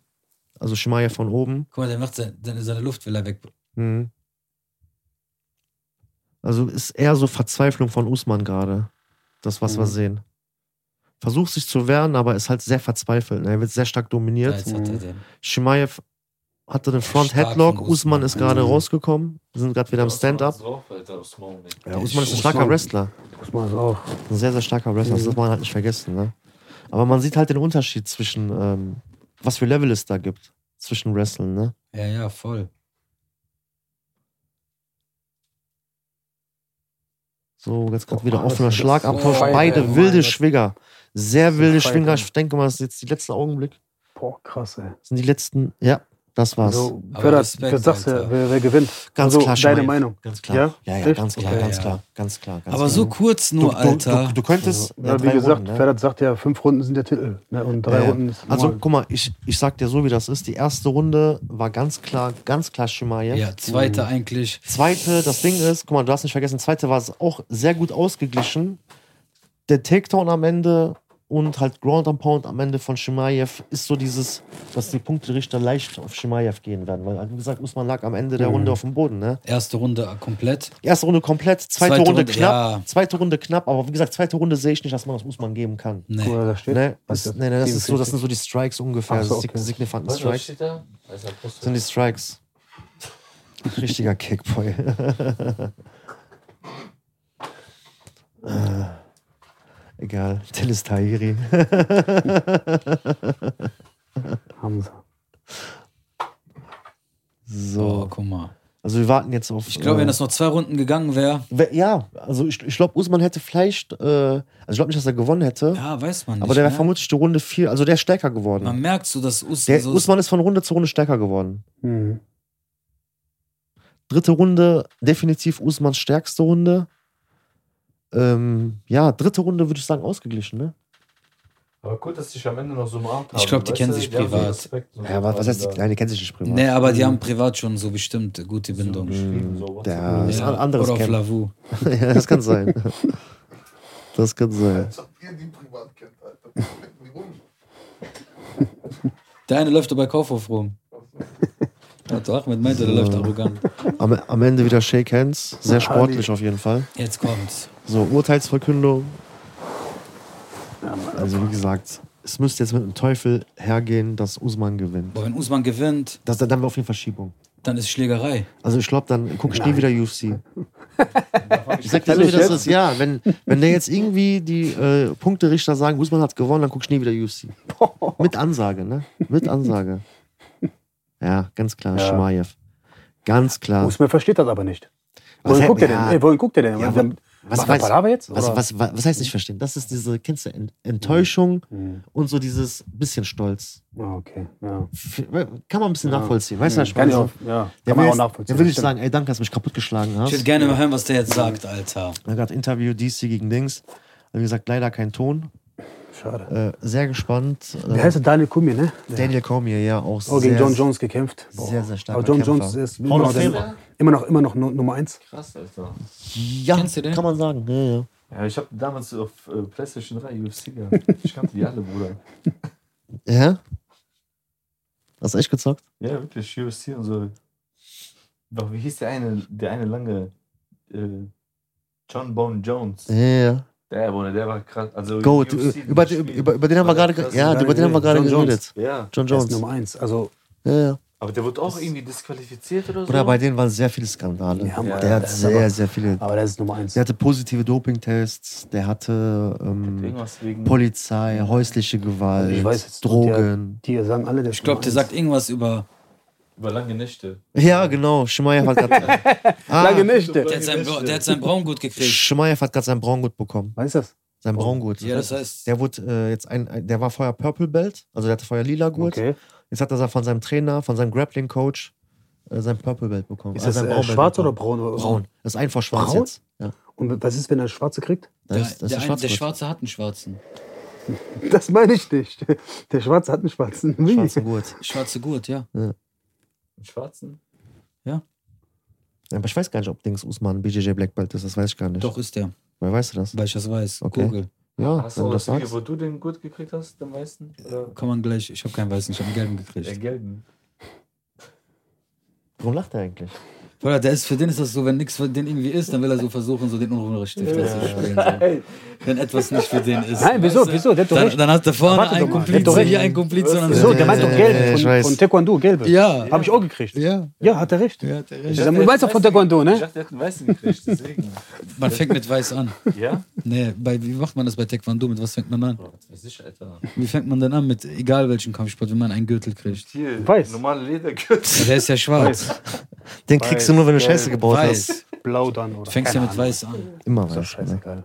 [SPEAKER 1] also Schmeier von oben.
[SPEAKER 5] Guck mal, der macht seine, seine Luft, will er weg.
[SPEAKER 1] Mhm. Also ist eher so Verzweiflung von Usman gerade, das was wir
[SPEAKER 4] Mhm.
[SPEAKER 1] sehen. Versucht sich zu wehren, aber ist halt sehr verzweifelt. ne? Er wird sehr stark
[SPEAKER 5] Ja,
[SPEAKER 1] dominiert.
[SPEAKER 5] jetzt hat er den.
[SPEAKER 1] Shimaev hatte den Front
[SPEAKER 5] Stark
[SPEAKER 1] Headlock,
[SPEAKER 5] von
[SPEAKER 1] Usman
[SPEAKER 5] Usman.
[SPEAKER 1] ist gerade
[SPEAKER 4] Mhm.
[SPEAKER 1] rausgekommen, wir sind gerade wieder im Stand-up. Ja, Usman ist ein starker
[SPEAKER 4] Usman.
[SPEAKER 1] Wrestler.
[SPEAKER 4] Muss man das auch.
[SPEAKER 1] Ein sehr, sehr starker Wrestler, das darf man halt nicht vergessen. Ne? Aber man sieht halt den Unterschied zwischen, ähm, was für Level es da gibt, zwischen Wrestling. Ne?
[SPEAKER 5] Ja, ja, voll.
[SPEAKER 1] So, jetzt kommt wieder
[SPEAKER 4] Boah,
[SPEAKER 1] offener
[SPEAKER 4] Oh, ah, das ist
[SPEAKER 1] Schlagabtausch.
[SPEAKER 4] so weit,
[SPEAKER 1] Beide
[SPEAKER 4] ey,
[SPEAKER 1] wilde
[SPEAKER 4] mein Gott.
[SPEAKER 1] Schwinger. Sehr wilde
[SPEAKER 4] Fight,
[SPEAKER 1] Schwinger.
[SPEAKER 4] ey.
[SPEAKER 1] Ich denke mal, das ist jetzt die letzte Augenblick.
[SPEAKER 4] Boah, krass, ey.
[SPEAKER 1] Das sind die letzten. Ja, das war's.
[SPEAKER 4] Also,
[SPEAKER 5] Aber
[SPEAKER 4] wer, das,
[SPEAKER 5] Respekt,
[SPEAKER 4] wer, sagst,
[SPEAKER 5] Alter.
[SPEAKER 4] du, wer, wer gewinnt?
[SPEAKER 1] ganz
[SPEAKER 4] also,
[SPEAKER 1] klar.
[SPEAKER 4] deine
[SPEAKER 1] Schmaev.
[SPEAKER 4] Meinung.
[SPEAKER 1] Ganz klar.
[SPEAKER 4] Ja?
[SPEAKER 1] Ja, ja,
[SPEAKER 4] Echt?
[SPEAKER 1] ganz klar,
[SPEAKER 5] Okay,
[SPEAKER 1] ganz
[SPEAKER 5] ja.
[SPEAKER 1] klar, ganz klar. Ganz genau.
[SPEAKER 3] Aber
[SPEAKER 1] klar.
[SPEAKER 3] so kurz
[SPEAKER 1] du,
[SPEAKER 3] nur,
[SPEAKER 1] du,
[SPEAKER 3] Alter.
[SPEAKER 1] Du, du könntest.
[SPEAKER 4] Ja, Also, wie
[SPEAKER 1] drei
[SPEAKER 4] gesagt,
[SPEAKER 1] Runden, ne?
[SPEAKER 4] Ferdat sagt ja, fünf Runden sind der Titel. Ne? Und drei
[SPEAKER 1] Ja, ja.
[SPEAKER 4] Runden ist
[SPEAKER 1] Also,
[SPEAKER 4] normal.
[SPEAKER 1] guck mal, ich, ich sag dir so, wie das ist. Die erste Runde war ganz klar, ganz klar Schimaev.
[SPEAKER 5] Ja, zweiter eigentlich.
[SPEAKER 1] Zweite, das Ding ist, guck mal, du darfst nicht vergessen, zweite war es auch sehr gut ausgeglichen. Der Takedown am Ende und halt Ground and Pound am Ende von Shimaev ist so dieses, dass die Punkterichter leicht auf Shimaev gehen werden, weil, wie gesagt, Usman lag am Ende
[SPEAKER 5] Mhm.
[SPEAKER 1] der Runde auf dem Boden, ne?
[SPEAKER 5] Erste Runde komplett.
[SPEAKER 1] Erste Runde komplett, zweite,
[SPEAKER 5] Zweite
[SPEAKER 1] Runde,
[SPEAKER 5] Runde,
[SPEAKER 1] knapp,
[SPEAKER 5] ja.
[SPEAKER 1] zweite Runde knapp, aber wie gesagt, zweite Runde sehe ich nicht, dass man das Usman geben kann.
[SPEAKER 5] Nee.
[SPEAKER 4] Guck mal, da steht.
[SPEAKER 1] Ne?
[SPEAKER 4] Was
[SPEAKER 1] Das, nee, nee, das, ist so, das sind so die Strikes ungefähr,
[SPEAKER 4] Ach so,
[SPEAKER 1] so, okay.
[SPEAKER 4] okay.
[SPEAKER 1] signifanten
[SPEAKER 2] Was was
[SPEAKER 1] Strikes.
[SPEAKER 2] steht da? Also,
[SPEAKER 1] Das sind die Strikes. Richtiger Kickboy. Äh, Egal, Telis Tahiri.
[SPEAKER 4] Hamza.
[SPEAKER 5] Boah,
[SPEAKER 1] So,
[SPEAKER 5] Oh, guck mal.
[SPEAKER 1] also wir warten jetzt auf.
[SPEAKER 5] Ich glaube, wenn das noch zwei Runden gegangen wäre,
[SPEAKER 1] We- Ja, also ich, ich glaube, Usman hätte vielleicht. Äh, also ich glaube nicht, dass er gewonnen hätte.
[SPEAKER 5] ja, weiß man nicht.
[SPEAKER 1] aber der wäre
[SPEAKER 5] ne?
[SPEAKER 1] vermutlich die Runde viel. Also der ist stärker geworden.
[SPEAKER 5] Man merkt so, dass Us
[SPEAKER 1] der,
[SPEAKER 5] so
[SPEAKER 1] Usman ist von Runde zu Runde stärker geworden.
[SPEAKER 4] Mhm.
[SPEAKER 1] Dritte Runde, definitiv Usmans stärkste Runde. Ähm, ja, dritte Runde würde ich sagen, ausgeglichen, ne?
[SPEAKER 2] aber gut, dass ich am Ende noch so mal abhaben.
[SPEAKER 5] Ich glaub, die kennen sich privat.
[SPEAKER 1] Ja, was, was heißt, die, nein, die kennen sich nicht privat.
[SPEAKER 5] nee, aber die haben privat schon so bestimmt gute Bindung.
[SPEAKER 1] Der
[SPEAKER 2] Ja.
[SPEAKER 1] ist ein anderes
[SPEAKER 5] Oder auf
[SPEAKER 1] Camp.
[SPEAKER 5] Lavu.
[SPEAKER 1] ja, das kann sein. Das kann sein.
[SPEAKER 6] Als ob ihr die privat kennt, Alter. Wie rum?
[SPEAKER 5] Der eine läuft doch bei Kaufhof rum. Hat Ahmed meinte, der läuft arrogant.
[SPEAKER 1] Am, am Ende wieder Shake Hands. Sehr sportlich auf jeden Fall.
[SPEAKER 5] Jetzt kommt's.
[SPEAKER 1] So, Urteilsverkündung. Also, wie gesagt, es müsste jetzt mit dem Teufel hergehen, dass Usman gewinnt.
[SPEAKER 5] Boah, wenn Usman gewinnt,
[SPEAKER 1] Das, dann haben wir auf jeden Fall Schiebung.
[SPEAKER 5] dann ist Schlägerei.
[SPEAKER 1] Also, ich glaube, dann gucke ich nie wieder UFC. Ich sag dir so,
[SPEAKER 4] Ehrlich
[SPEAKER 1] wie das
[SPEAKER 4] jetzt?
[SPEAKER 1] ist. Ja, wenn, wenn der jetzt irgendwie die äh, Punkterichter sagen, Usman hat gewonnen, dann guck ich nie wieder UFC. Mit Ansage, ne? Mit Ansage. Ja, ganz klar,
[SPEAKER 4] Ja.
[SPEAKER 1] Schmajew. Ganz klar.
[SPEAKER 4] Usman versteht das aber nicht.
[SPEAKER 1] Was
[SPEAKER 4] Wohin
[SPEAKER 1] hat-
[SPEAKER 4] guckt der
[SPEAKER 1] ja.
[SPEAKER 4] denn? Ey, wohin guckt der denn?
[SPEAKER 1] Ja,
[SPEAKER 4] Der-
[SPEAKER 1] was
[SPEAKER 4] macht er
[SPEAKER 1] weiß-
[SPEAKER 4] Palaver jetzt?
[SPEAKER 1] Was,
[SPEAKER 4] oder?
[SPEAKER 1] was, was, was heißt nicht verstehen? Das ist diese, kennst du, Ent- Enttäuschung
[SPEAKER 4] Mhm.
[SPEAKER 1] und so dieses bisschen Stolz.
[SPEAKER 4] Ah, Okay, ja.
[SPEAKER 1] F- Kann man ein bisschen nachvollziehen. Weißt du, was ich
[SPEAKER 4] Kann ich
[SPEAKER 1] meine?
[SPEAKER 4] auch, ja.
[SPEAKER 1] Der
[SPEAKER 4] Kann man
[SPEAKER 1] will
[SPEAKER 4] auch
[SPEAKER 1] jetzt-
[SPEAKER 4] nachvollziehen.
[SPEAKER 1] Der will nicht
[SPEAKER 4] Stimmt.
[SPEAKER 1] sagen, ey, danke, dass du mich kaputtgeschlagen hast.
[SPEAKER 5] Ich würde gerne mal hören, was der jetzt sagt, Alter.
[SPEAKER 1] Er hat gerade Interview DC gegen Dings. Wie gesagt, leider kein Ton.
[SPEAKER 4] Schade.
[SPEAKER 1] Äh, sehr gespannt.
[SPEAKER 4] Wie heißt der? Daniel Kumi, ne? Der
[SPEAKER 1] Daniel Cormier, ja, auch
[SPEAKER 4] hat auch
[SPEAKER 1] sehr,
[SPEAKER 4] gegen John Jones gekämpft. Boah.
[SPEAKER 1] sehr, sehr stark.
[SPEAKER 4] Aber John Jones ist immer
[SPEAKER 1] Hall
[SPEAKER 4] noch,
[SPEAKER 1] of
[SPEAKER 4] der,
[SPEAKER 1] Famer.
[SPEAKER 4] immer noch, immer noch Nu- Nummer eins.
[SPEAKER 2] Krass, Alter.
[SPEAKER 1] Ja,
[SPEAKER 5] Kennst du den?
[SPEAKER 1] kann man sagen. Ja, ja.
[SPEAKER 2] Ja, ich habe damals auf äh, PlayStation 3 UFC gehabt. Ich kannte die alle, Bruder.
[SPEAKER 1] Hä? Hast du echt gezockt?
[SPEAKER 2] Ja, wirklich, UFC und so. Doch, wie hieß der eine, der eine lange? Äh, John Bone Jones.
[SPEAKER 1] Ja, ja.
[SPEAKER 2] Der, Bruder, der war krass. Also
[SPEAKER 1] Goat. äh,
[SPEAKER 2] UFC
[SPEAKER 1] Über,
[SPEAKER 2] gespielt.
[SPEAKER 1] über, über den haben wir
[SPEAKER 2] War
[SPEAKER 1] gerade
[SPEAKER 2] der
[SPEAKER 1] ge-
[SPEAKER 2] krass.
[SPEAKER 1] ja,
[SPEAKER 4] Daniel
[SPEAKER 1] über den haben wir gerade
[SPEAKER 4] John
[SPEAKER 1] geredet.
[SPEAKER 4] Jones.
[SPEAKER 2] Ja,
[SPEAKER 1] John
[SPEAKER 4] Der ist
[SPEAKER 1] Jones.
[SPEAKER 4] Nummer eins. Also,
[SPEAKER 1] Ja, ja.
[SPEAKER 2] aber der wurde auch irgendwie disqualifiziert oder so.
[SPEAKER 1] Oder bei denen waren sehr viele Skandale.
[SPEAKER 4] Ja, Mann,
[SPEAKER 1] der hat
[SPEAKER 4] das ist
[SPEAKER 1] sehr,
[SPEAKER 4] aber-
[SPEAKER 1] sehr viele.
[SPEAKER 4] aber der ist Nummer eins.
[SPEAKER 1] Der hatte positive Dopingtests, der hatte ähm,
[SPEAKER 2] Hm. Irgendwas wegen.
[SPEAKER 1] Polizei, häusliche Gewalt,
[SPEAKER 4] Ich weiß jetzt,
[SPEAKER 1] Drogen.
[SPEAKER 4] Die sagen alle, der ist
[SPEAKER 5] Ich glaube,
[SPEAKER 4] Nummer
[SPEAKER 5] der
[SPEAKER 4] eins.
[SPEAKER 5] sagt irgendwas über.
[SPEAKER 2] über lange Nächte.
[SPEAKER 1] Ja, genau. Schmeier hat gerade
[SPEAKER 4] Lange Nächte.
[SPEAKER 5] Der hat sein, Bra- der hat sein Braun gut gekriegt.
[SPEAKER 1] Schmeier hat gerade sein Braungurt bekommen.
[SPEAKER 4] Weißt du das?
[SPEAKER 1] Sein Braungurt.
[SPEAKER 5] Ja, das heißt.
[SPEAKER 1] Der wurde äh, jetzt ein, ein, der war vorher Purple Belt, also der hatte vorher lila Gurt.
[SPEAKER 4] Okay.
[SPEAKER 1] Jetzt hat er sa- von seinem Trainer, von seinem Grappling Coach äh, sein Purple Belt bekommen.
[SPEAKER 4] Ist
[SPEAKER 1] Also
[SPEAKER 4] das
[SPEAKER 1] sein
[SPEAKER 4] äh,
[SPEAKER 1] Braunbelt
[SPEAKER 4] schwarz oder
[SPEAKER 1] bekommen.
[SPEAKER 4] braun? Oder-
[SPEAKER 1] braun? Das ist einfach schwarz
[SPEAKER 4] Braun?
[SPEAKER 1] jetzt. Ja,
[SPEAKER 4] Und was ist, wenn er schwarze kriegt?
[SPEAKER 1] das
[SPEAKER 5] Der,
[SPEAKER 1] ist,
[SPEAKER 5] der,
[SPEAKER 1] das ist
[SPEAKER 5] ein, der
[SPEAKER 1] Schwarzgurt.
[SPEAKER 5] Schwarze hat einen Schwarzen.
[SPEAKER 4] Das meine ich nicht. Der Schwarze hat einen schwarzen. Wie?
[SPEAKER 1] Schwarzen Gurt.
[SPEAKER 5] Schwarze Gurt, ja.
[SPEAKER 2] Einen schwarzen?
[SPEAKER 1] Aber ich weiß gar nicht, ob Dings Usman BJJ Black Belt ist. Das weiß ich gar nicht.
[SPEAKER 3] Doch, ist der,
[SPEAKER 1] Woher weißt du das?
[SPEAKER 3] weil ich das weiß.
[SPEAKER 1] Okay.
[SPEAKER 3] Google.
[SPEAKER 1] Ja,
[SPEAKER 2] Hast
[SPEAKER 1] wenn
[SPEAKER 2] du
[SPEAKER 1] du
[SPEAKER 2] auch
[SPEAKER 1] das
[SPEAKER 2] das Video,
[SPEAKER 1] sagst.
[SPEAKER 2] wo du den gut gekriegt hast, den weißen? Oder
[SPEAKER 3] Kann man gleich, ich habe keinen weißen, ich habe einen gelben gekriegt.
[SPEAKER 2] den gelben?
[SPEAKER 1] Warum lacht er eigentlich?
[SPEAKER 3] Bruder, der ist, für den ist das so, wenn nichts für den irgendwie ist, dann will er so versuchen, so den Unruhestift ja. zu spielen. So. Wenn etwas nicht für den ist.
[SPEAKER 4] Nein, wieso,
[SPEAKER 3] weißt du?
[SPEAKER 4] wieso? Der hat doch
[SPEAKER 3] Dann,
[SPEAKER 4] recht.
[SPEAKER 3] dann hat der vorne
[SPEAKER 4] Warte
[SPEAKER 3] einen
[SPEAKER 4] doch mal, der
[SPEAKER 3] Komplizen,
[SPEAKER 4] hat doch recht.
[SPEAKER 3] hier einen Komplizen. und
[SPEAKER 4] Wieso?
[SPEAKER 3] dann-
[SPEAKER 4] Der meint doch
[SPEAKER 1] Ja,
[SPEAKER 4] gelbe
[SPEAKER 1] ich
[SPEAKER 4] von,
[SPEAKER 1] weiß.
[SPEAKER 4] von Taekwondo, gelbe.
[SPEAKER 3] Ja.
[SPEAKER 4] Habe ich auch gekriegt.
[SPEAKER 3] Ja.
[SPEAKER 4] Ja, hat er recht.
[SPEAKER 3] Ja, der recht.
[SPEAKER 4] Du weißt doch von Taekwondo,
[SPEAKER 2] Ich
[SPEAKER 4] ne?
[SPEAKER 2] dachte, er hat einen weißen gekriegt, deswegen.
[SPEAKER 3] Man fängt mit weiß an.
[SPEAKER 2] ja?
[SPEAKER 3] Nee, bei, wie macht man das bei Taekwondo? Mit was fängt man an?
[SPEAKER 2] Boah, das weiß ich, Alter.
[SPEAKER 3] Wie fängt man denn an? Mit egal welchen Kampfsport, wenn man einen Gürtel kriegt.
[SPEAKER 2] Hier,
[SPEAKER 4] Weiß.
[SPEAKER 2] normale Ledergürtel.
[SPEAKER 3] Ja, Der ist ja schwarz.
[SPEAKER 1] Den kriegst du nur, wenn du Scheiße gebaut
[SPEAKER 3] Weiß.
[SPEAKER 1] hast.
[SPEAKER 4] Blau dann, oder?
[SPEAKER 3] Fängst ja
[SPEAKER 4] Keine
[SPEAKER 3] mit weiß an.
[SPEAKER 1] Weiß. Immer
[SPEAKER 4] Ahnung. Ist doch
[SPEAKER 1] weiß. Ne?
[SPEAKER 4] scheißegal.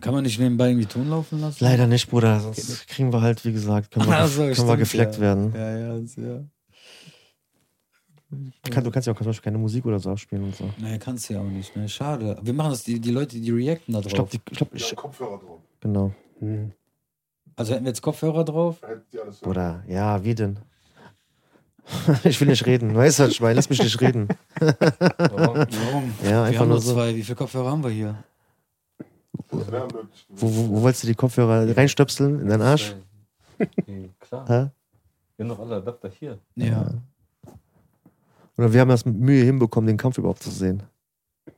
[SPEAKER 3] Kann man nicht nebenbei irgendwie Ton laufen lassen?
[SPEAKER 1] Leider nicht, Bruder. Sonst kriegen wir halt, wie gesagt, können wir,
[SPEAKER 3] Ach so,
[SPEAKER 1] können wir
[SPEAKER 3] stimmt,
[SPEAKER 1] gefleckt
[SPEAKER 3] ja.
[SPEAKER 1] werden.
[SPEAKER 3] Ja, ja, ist- ja.
[SPEAKER 1] Kann, du kannst ja auch zum Beispiel keine Musik oder so abspielen und so.
[SPEAKER 3] Naja, kannst du ja auch nicht, ne? Schade. Wir machen das, die, die Leute, die reacten da drauf.
[SPEAKER 1] Ich glaube, ich glaub, ich,
[SPEAKER 6] Ja, Kopfhörer drauf.
[SPEAKER 1] genau.
[SPEAKER 4] Mhm.
[SPEAKER 3] Also hätten wir jetzt Kopfhörer drauf?
[SPEAKER 6] Da hättet ihr alles hören.
[SPEAKER 1] Bruder, ja, wie denn? ich will nicht reden. Weißt du, was ich meine? Lass mich nicht reden.
[SPEAKER 3] Warum?
[SPEAKER 1] Ja,
[SPEAKER 3] Wir
[SPEAKER 1] einfach
[SPEAKER 3] haben
[SPEAKER 1] nur
[SPEAKER 3] nur
[SPEAKER 1] so.
[SPEAKER 3] zwei. Wie viele Kopfhörer haben wir hier?
[SPEAKER 6] Das wäre möglich.
[SPEAKER 1] Wo, wo, wo wolltest du die Kopfhörer reinstöpseln? In deinen Arsch?
[SPEAKER 2] Ja, klar.
[SPEAKER 1] Hä?
[SPEAKER 2] Wir haben noch alle Adapter hier.
[SPEAKER 3] Ja.
[SPEAKER 1] Oder wir haben das mit Mühe hinbekommen, den Kampf überhaupt zu sehen.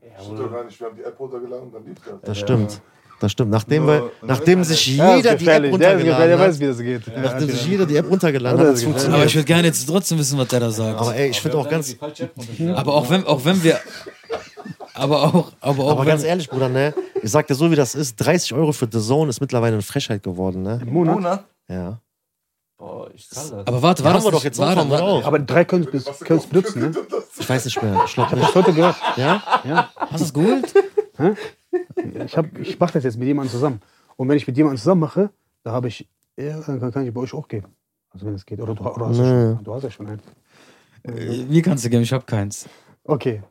[SPEAKER 6] Das stimmt doch gar nicht. Wir haben die App runtergeladen und dann lief das.
[SPEAKER 1] Das stimmt. Das stimmt. Nachdem,
[SPEAKER 2] Nur-
[SPEAKER 1] wir,
[SPEAKER 2] nur
[SPEAKER 1] nachdem
[SPEAKER 2] wenn
[SPEAKER 1] sich
[SPEAKER 4] Ja, ist
[SPEAKER 1] jeder die App
[SPEAKER 4] gefährlich. Der ist gefährlich,
[SPEAKER 1] runtergeladen
[SPEAKER 4] der weiß,
[SPEAKER 1] hat,
[SPEAKER 4] wie das geht. Ja,
[SPEAKER 1] nachdem sich
[SPEAKER 4] genau.
[SPEAKER 1] jeder die App runtergeladen hat,
[SPEAKER 4] Ja,
[SPEAKER 1] hat es
[SPEAKER 4] das
[SPEAKER 1] funktioniert.
[SPEAKER 3] Aber ich würde gerne jetzt trotzdem wissen, was der da sagt.
[SPEAKER 1] Aber
[SPEAKER 3] Aber,
[SPEAKER 1] ey, ich finde
[SPEAKER 2] Wir
[SPEAKER 1] auch
[SPEAKER 2] haben
[SPEAKER 1] ganz,
[SPEAKER 2] die falsche App runtergeladen.
[SPEAKER 3] auch wenn, auch wenn wir. Aber auch, aber auch
[SPEAKER 1] aber
[SPEAKER 3] wenn,
[SPEAKER 1] ganz ehrlich, Bruder, ne? Ich sag dir so, wie das ist. 30 Euro für The Zone ist mittlerweile eine Frechheit geworden, ne?
[SPEAKER 4] Im Monat.
[SPEAKER 2] Monat?
[SPEAKER 1] Ja.
[SPEAKER 2] Boah, ich zahle das.
[SPEAKER 3] Aber warte, war
[SPEAKER 1] Haben
[SPEAKER 3] das
[SPEAKER 1] wir doch
[SPEAKER 3] nicht-
[SPEAKER 1] jetzt
[SPEAKER 3] war,
[SPEAKER 1] auch, haben wir
[SPEAKER 3] war,
[SPEAKER 1] auch.
[SPEAKER 4] Aber drei können es
[SPEAKER 6] Was du kaufen
[SPEAKER 4] blitzen, ne?
[SPEAKER 6] könntest, das-
[SPEAKER 1] Ich weiß nicht mehr. Ich glaub nicht.
[SPEAKER 4] Ich heute gehört.
[SPEAKER 1] Ja?
[SPEAKER 4] Ja.
[SPEAKER 3] Hast du das geholt?
[SPEAKER 4] Ich, hab, ich mache das jetzt mit jemandem zusammen. Und wenn ich mit jemandem zusammen mache, da habe ich, ja, dann kann- kann ich bei euch auch geben. Also wenn es geht. Oder du, oder hast, du
[SPEAKER 1] Nee.
[SPEAKER 4] schon, du hast ja schon einen.
[SPEAKER 3] Wie kannst du geben? Ich hab keins.
[SPEAKER 4] Okay.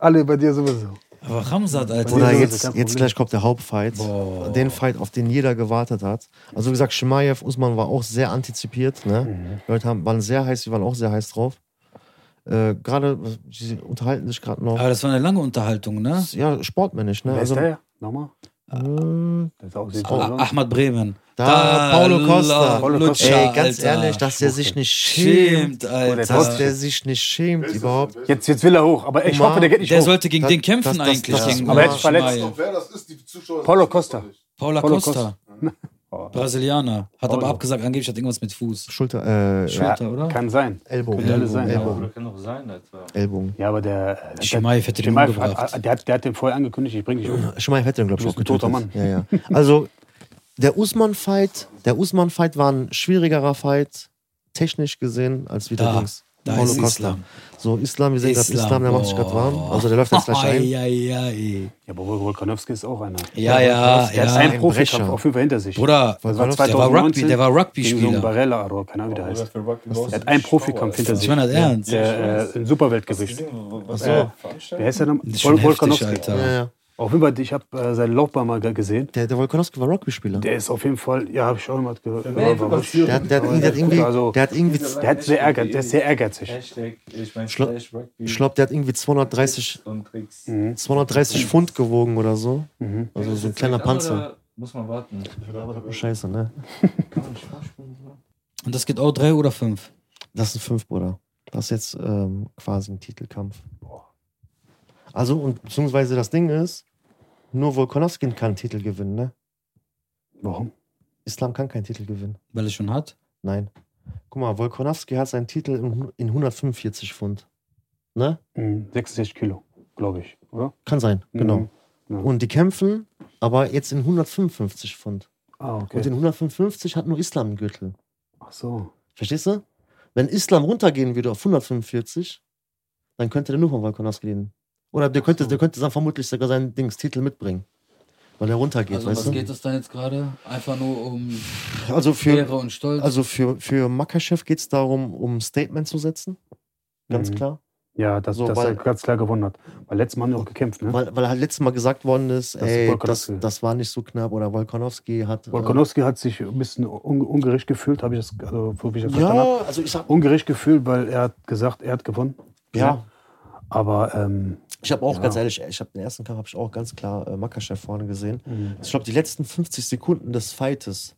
[SPEAKER 4] Alle bei dir sowieso.
[SPEAKER 3] Aber Ramsat, Alter.
[SPEAKER 1] Oder
[SPEAKER 4] Nee, so ist
[SPEAKER 1] jetzt,
[SPEAKER 4] kein
[SPEAKER 1] jetzt
[SPEAKER 4] Problem.
[SPEAKER 1] gleich kommt der Hauptfight. Den Fight, auf den jeder gewartet hat. Also wie gesagt, Shemaev, Usman war auch sehr antizipiert. Ne? Die Leute haben, waren sehr heiß, die waren auch sehr heiß drauf. Äh, gerade, sie unterhalten sich gerade noch.
[SPEAKER 3] Aber das war eine lange Unterhaltung, ne?
[SPEAKER 1] Ja, sportmännisch. Ne?
[SPEAKER 4] Wer
[SPEAKER 1] Also,
[SPEAKER 4] ist der? Nochmal?
[SPEAKER 1] mh,
[SPEAKER 4] Der ist auch sehr
[SPEAKER 3] Ah, Ahmad Bremen.
[SPEAKER 1] Da, Paulo Costa.
[SPEAKER 3] Paulo
[SPEAKER 4] Paulo
[SPEAKER 3] Costa.
[SPEAKER 4] Costa.
[SPEAKER 1] ey, ganz
[SPEAKER 3] Alter.
[SPEAKER 1] ehrlich, dass der sich nicht schämt.
[SPEAKER 3] Schämt, Alter.
[SPEAKER 1] Dass der sich nicht
[SPEAKER 6] Wer
[SPEAKER 1] schämt
[SPEAKER 6] ist das
[SPEAKER 1] überhaupt.
[SPEAKER 6] denn? Wer ist
[SPEAKER 4] Jetzt, jetzt will er hoch, aber ich
[SPEAKER 1] Omar,
[SPEAKER 4] hoffe, der geht nicht
[SPEAKER 3] Der
[SPEAKER 4] hoch.
[SPEAKER 3] sollte gegen
[SPEAKER 1] Das-
[SPEAKER 3] den
[SPEAKER 1] das-
[SPEAKER 3] kämpfen
[SPEAKER 1] das-
[SPEAKER 3] eigentlich.
[SPEAKER 1] das-
[SPEAKER 3] gegen
[SPEAKER 1] aber
[SPEAKER 4] er ist verletzt.
[SPEAKER 6] das?
[SPEAKER 3] Ismail.
[SPEAKER 6] Doch, wer das ist, die Zuschauer.
[SPEAKER 4] Paulo
[SPEAKER 6] wissen das
[SPEAKER 4] Costa.
[SPEAKER 6] doch nicht.
[SPEAKER 3] Paula
[SPEAKER 4] Paulo
[SPEAKER 3] Costa, Brasilianer. Hat aber abgesagt, angeblich hat irgendwas mit Fuß.
[SPEAKER 1] Schulter, äh,
[SPEAKER 3] Schulter, oder?
[SPEAKER 4] Kann sein.
[SPEAKER 1] Ellbogen.
[SPEAKER 4] Könnte alles sein, ja.
[SPEAKER 1] Ellbogen.
[SPEAKER 2] Bruder, kann doch sein, Alter.
[SPEAKER 1] Ellbogen.
[SPEAKER 4] Ja, aber der. der-
[SPEAKER 3] Chimaev hätte den
[SPEAKER 4] Chimaev
[SPEAKER 3] umgebracht.
[SPEAKER 4] hat- Der hat, der hat den vorher angekündigt, ich bringe dich um.
[SPEAKER 1] Schmeier hätte ihn, glaube ich,
[SPEAKER 4] Du
[SPEAKER 1] auch
[SPEAKER 4] bist
[SPEAKER 1] getötet.
[SPEAKER 4] ein toter
[SPEAKER 1] Ja,
[SPEAKER 4] Mann.
[SPEAKER 1] ja. Also, der Usman-Fight, der Usman-Fight war ein schwierigerer Fight, technisch gesehen, als wie der
[SPEAKER 3] Da,
[SPEAKER 1] Dings.
[SPEAKER 3] da
[SPEAKER 1] Paulo
[SPEAKER 3] ist
[SPEAKER 1] Costa.
[SPEAKER 3] Islam. Oh.
[SPEAKER 1] So, Islam, wir sehen gerade Islam, der macht sich gerade warm. Also, der läuft jetzt gleich ein.
[SPEAKER 3] Ja, ja, ja.
[SPEAKER 4] Ja, aber Wolkanowski ist auch einer.
[SPEAKER 3] Ja, ja,
[SPEAKER 4] Der hat
[SPEAKER 3] ja.
[SPEAKER 4] einen
[SPEAKER 1] Ein
[SPEAKER 4] Profikampf
[SPEAKER 1] Brecher.
[SPEAKER 4] auf jeden Fall hinter sich.
[SPEAKER 3] Bruder,
[SPEAKER 4] das war
[SPEAKER 1] Wolkanowski,
[SPEAKER 3] der war
[SPEAKER 4] 2019
[SPEAKER 3] Rugby, der war
[SPEAKER 4] gegen so einen
[SPEAKER 3] Rugby-Spieler.
[SPEAKER 4] Barella, oder keine Ahnung, wie der heißt. Er hat
[SPEAKER 2] hat
[SPEAKER 4] einen Profikampf hinter
[SPEAKER 3] Ich
[SPEAKER 4] sich.
[SPEAKER 3] meine das ernst.
[SPEAKER 4] Der äh, im Superweltgewicht.
[SPEAKER 2] Was
[SPEAKER 4] Äh, Wer
[SPEAKER 2] veranstaltet?
[SPEAKER 4] ist der nochmal?
[SPEAKER 3] Das ist
[SPEAKER 4] Wol-
[SPEAKER 3] schon heftig, Alter.
[SPEAKER 1] Ja, ja.
[SPEAKER 4] Auf jeden Fall, ich habe äh, seine Laufbahn mal ge- gesehen.
[SPEAKER 1] Der, der Wolkonowski war Rugby-Spieler. Der,
[SPEAKER 4] Der ist auf jeden Fall, ja, habe ich auch noch mal gehört.
[SPEAKER 2] Wer
[SPEAKER 4] Aber-
[SPEAKER 2] passiert?
[SPEAKER 1] hat- der, hat- der, hat
[SPEAKER 4] Also-
[SPEAKER 1] irgendwie, der hat irgendwie,
[SPEAKER 4] Der hat sehr ärgert, der ist sehr ehrgeizig.
[SPEAKER 2] Hashtag, ich meine,
[SPEAKER 1] Schlo-
[SPEAKER 2] Slash Rugby.
[SPEAKER 1] ich glaube, der hat irgendwie 230,
[SPEAKER 2] und Tricks.
[SPEAKER 4] Mhm.
[SPEAKER 1] 230 Pfund gewogen oder so.
[SPEAKER 4] Mhm.
[SPEAKER 1] Also, so ein
[SPEAKER 2] Jetzt
[SPEAKER 1] kleiner
[SPEAKER 2] direkt an,
[SPEAKER 1] Panzer.
[SPEAKER 2] oder Muss man warten.
[SPEAKER 1] Scheiße, ne?
[SPEAKER 2] Kann man nicht vorspielen, Bruder?
[SPEAKER 3] Und das geht auch drei oder fünf.
[SPEAKER 1] Das sind fünf, Bruder. Das ist jetzt ähm, quasi ein Titelkampf. Also, und beziehungsweise das Ding ist, nur Volkanovski kann einen Titel gewinnen, ne?
[SPEAKER 4] Warum?
[SPEAKER 1] Islam kann keinen Titel gewinnen.
[SPEAKER 3] Weil er schon hat.
[SPEAKER 1] Nein. Guck mal, Volkanovski hat seinen Titel in, in 145 Pfund. Ne?
[SPEAKER 4] Mhm. 66 Kilo, glaube ich, oder?
[SPEAKER 1] Kann sein, genau.
[SPEAKER 4] Mhm. Ja.
[SPEAKER 1] Und die kämpfen, aber jetzt in 155 Pfund.
[SPEAKER 4] Ah,
[SPEAKER 1] Und in
[SPEAKER 4] okay.
[SPEAKER 1] 155 hat nur Islam einen Gürtel.
[SPEAKER 4] Ach so.
[SPEAKER 1] Verstehst du? Wenn Islam runtergehen würde auf 145, dann könnte der nur von Volkanovski reden. Oder der könnte, der könnte dann vermutlich sogar seinen Dings Titel mitbringen. Weil er runtergeht,
[SPEAKER 3] Also
[SPEAKER 1] weißt
[SPEAKER 3] was
[SPEAKER 1] du?
[SPEAKER 3] geht es dann jetzt gerade? Einfach nur um
[SPEAKER 1] Also für,
[SPEAKER 3] Ehre und Stolz.
[SPEAKER 1] also für, für Makaschew geht es darum, um ein Statement zu setzen. Ganz
[SPEAKER 4] Mhm.
[SPEAKER 1] klar.
[SPEAKER 4] Ja, dass,
[SPEAKER 1] So,
[SPEAKER 4] dass
[SPEAKER 1] weil-
[SPEAKER 4] er ganz klar gewonnen hat. Weil letztes Mal haben wir auch gekämpft, ne?
[SPEAKER 1] Weil, weil halt letztes Mal gesagt worden ist,
[SPEAKER 4] ist
[SPEAKER 1] ey, das,
[SPEAKER 4] Volkanowski.
[SPEAKER 1] das war nicht so knapp oder Wolkonowski hat. äh,
[SPEAKER 4] Wolkonowski hat sich ein bisschen un ungerecht gefühlt, habe ich das, also, so wie ich das verstanden
[SPEAKER 1] ja,
[SPEAKER 4] habe.
[SPEAKER 1] also ich sag,
[SPEAKER 4] Ungerecht gefühlt, weil er hat gesagt, er hat gewonnen.
[SPEAKER 1] ja,
[SPEAKER 4] Aber ähm,
[SPEAKER 1] ich habe auch
[SPEAKER 4] Ja.
[SPEAKER 1] ganz ehrlich, ich habe den ersten Kampf habe ich auch ganz klar äh, Makaschew vorne gesehen. Ich glaube, die letzten 50 Sekunden des Fightes,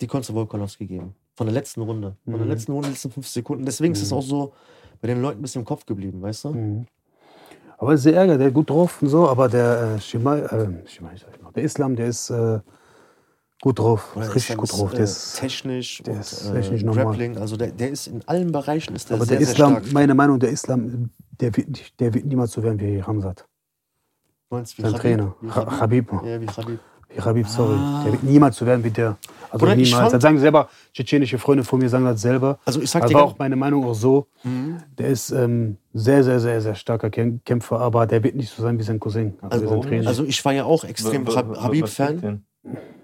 [SPEAKER 1] die konntest du Wolkonowski geben. Von der letzten Runde. Von der
[SPEAKER 4] Mhm.
[SPEAKER 1] letzten Runde, letzten 50 Sekunden. Deswegen ist es auch so bei den Leuten ein bisschen im Kopf geblieben, weißt du?
[SPEAKER 4] Mhm. Aber ist sehr ärgerlich, der ist gut drauf und so, aber der äh, Schimai, äh, Schimai sag ich noch, der Islam, der ist äh, gut drauf,
[SPEAKER 1] Oder
[SPEAKER 4] richtig
[SPEAKER 1] ist
[SPEAKER 4] gut
[SPEAKER 1] ganz,
[SPEAKER 4] drauf.
[SPEAKER 1] äh,
[SPEAKER 4] Der ist,
[SPEAKER 1] technisch
[SPEAKER 4] der
[SPEAKER 1] und
[SPEAKER 4] ist
[SPEAKER 1] äh,
[SPEAKER 4] technisch normal.
[SPEAKER 1] Grappling. Also der, der ist in allen Bereichen ist der
[SPEAKER 4] aber
[SPEAKER 1] sehr,
[SPEAKER 4] der
[SPEAKER 1] sehr
[SPEAKER 4] Islam,
[SPEAKER 1] stark.
[SPEAKER 4] meine Meinung, der Islam, der wird, nicht- der wird niemals so werden wie Hamzat,
[SPEAKER 1] Meinst du wie
[SPEAKER 4] sein
[SPEAKER 1] Khabib?
[SPEAKER 4] Trainer.
[SPEAKER 1] Wie
[SPEAKER 4] Ha-
[SPEAKER 1] Khabib?
[SPEAKER 4] Habib,
[SPEAKER 1] Ja, wie Khabib.
[SPEAKER 4] wie Habib, sorry. Der wird niemals so werden wie der. Also
[SPEAKER 1] Bruder, ich
[SPEAKER 4] niemals.
[SPEAKER 1] fand-
[SPEAKER 4] Das sagen selber, tschetschenische Freunde von mir sagen das selber.
[SPEAKER 1] Also ich sag
[SPEAKER 4] Das
[SPEAKER 1] dir
[SPEAKER 4] war
[SPEAKER 1] ganz-
[SPEAKER 4] auch meine Meinung auch so.
[SPEAKER 1] Mhm.
[SPEAKER 4] Der ist ähm, sehr, sehr, sehr, sehr starker Kämp- Kämpfer, aber der wird nicht so sein wie sein Cousin, also, wie sein
[SPEAKER 1] Also,
[SPEAKER 4] Trainer.
[SPEAKER 1] also ich war ja auch extrem
[SPEAKER 2] Wa- wa- wa- Was fehlt
[SPEAKER 1] Habib-Fan.
[SPEAKER 2] denn?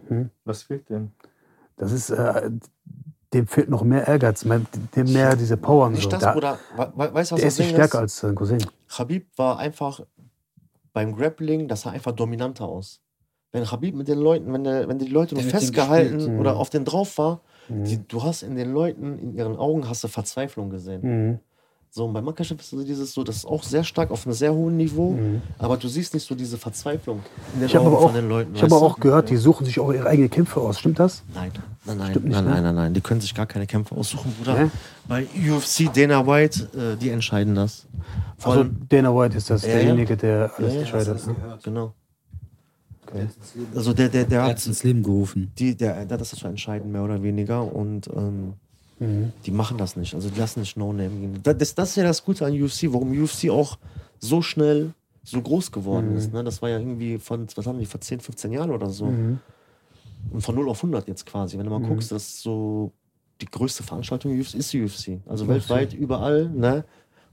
[SPEAKER 4] Hm?
[SPEAKER 2] Was fehlt denn?
[SPEAKER 4] Das ist, äh, dem fehlt noch mehr Ehrgeiz, mein- dem mehr diese Power. und
[SPEAKER 1] Nicht
[SPEAKER 4] so.
[SPEAKER 1] das,
[SPEAKER 4] Da-
[SPEAKER 1] Bruder. We- we- Weißt du, was
[SPEAKER 4] Der
[SPEAKER 1] das
[SPEAKER 4] ist nicht
[SPEAKER 1] Ding ist?
[SPEAKER 4] stärker als sein Cousin.
[SPEAKER 1] Habib war einfach beim Grappling, das sah einfach dominanter aus. Wenn Habib mit den Leuten, wenn, der, wenn die Leute nur
[SPEAKER 5] Der hat den
[SPEAKER 1] festgehalten
[SPEAKER 4] gespielt.
[SPEAKER 1] oder
[SPEAKER 4] Mhm.
[SPEAKER 1] auf den drauf war,
[SPEAKER 4] Mhm.
[SPEAKER 1] die, du hast in den Leuten, in ihren Augen hast du Verzweiflung gesehen.
[SPEAKER 4] Mhm.
[SPEAKER 1] So, und bei Makaschew ist so dieses so, das ist auch sehr stark auf einem sehr hohen Niveau,
[SPEAKER 4] Mhm.
[SPEAKER 1] aber du siehst nicht so diese Verzweiflung in den
[SPEAKER 4] Ich habe
[SPEAKER 1] Augen
[SPEAKER 4] aber auch,
[SPEAKER 1] von den Leuten.
[SPEAKER 4] ich habe
[SPEAKER 1] weißt du?
[SPEAKER 4] auch gehört, die suchen sich auch ihre eigenen Kämpfe aus. Stimmt das?
[SPEAKER 1] Nein, nein, nein,
[SPEAKER 4] Stimmt nicht,
[SPEAKER 1] nein,
[SPEAKER 4] ne?
[SPEAKER 1] nein, nein, nein. Die können sich gar keine Kämpfe aussuchen, Bruder.
[SPEAKER 4] Hä?
[SPEAKER 1] Bei UFC, Dana White, äh, die entscheiden das. Vor
[SPEAKER 4] Also
[SPEAKER 1] allem,
[SPEAKER 4] Dana White ist das
[SPEAKER 1] Ja, ja.
[SPEAKER 4] derjenige, der alles
[SPEAKER 1] Ja, ja,
[SPEAKER 4] entscheidet. ne?
[SPEAKER 1] genau. Also der, der, der
[SPEAKER 5] Er
[SPEAKER 1] hat
[SPEAKER 5] hat ins Leben gerufen.
[SPEAKER 1] die, der, der hat das zu entscheiden, mehr oder weniger. Und ähm, die machen das nicht. Also die lassen nicht No-Name gehen. Das, das, das ist ja das Gute an UFC, warum UFC auch so schnell so groß geworden ist. Ne? Das war ja irgendwie von, was haben die, vor 10, 15 Jahren oder so. Und von 0 auf 100 jetzt quasi. Wenn du mal guckst, das ist so die größte Veranstaltung UFC ist die UFC. Also weltweit, überall. Ne?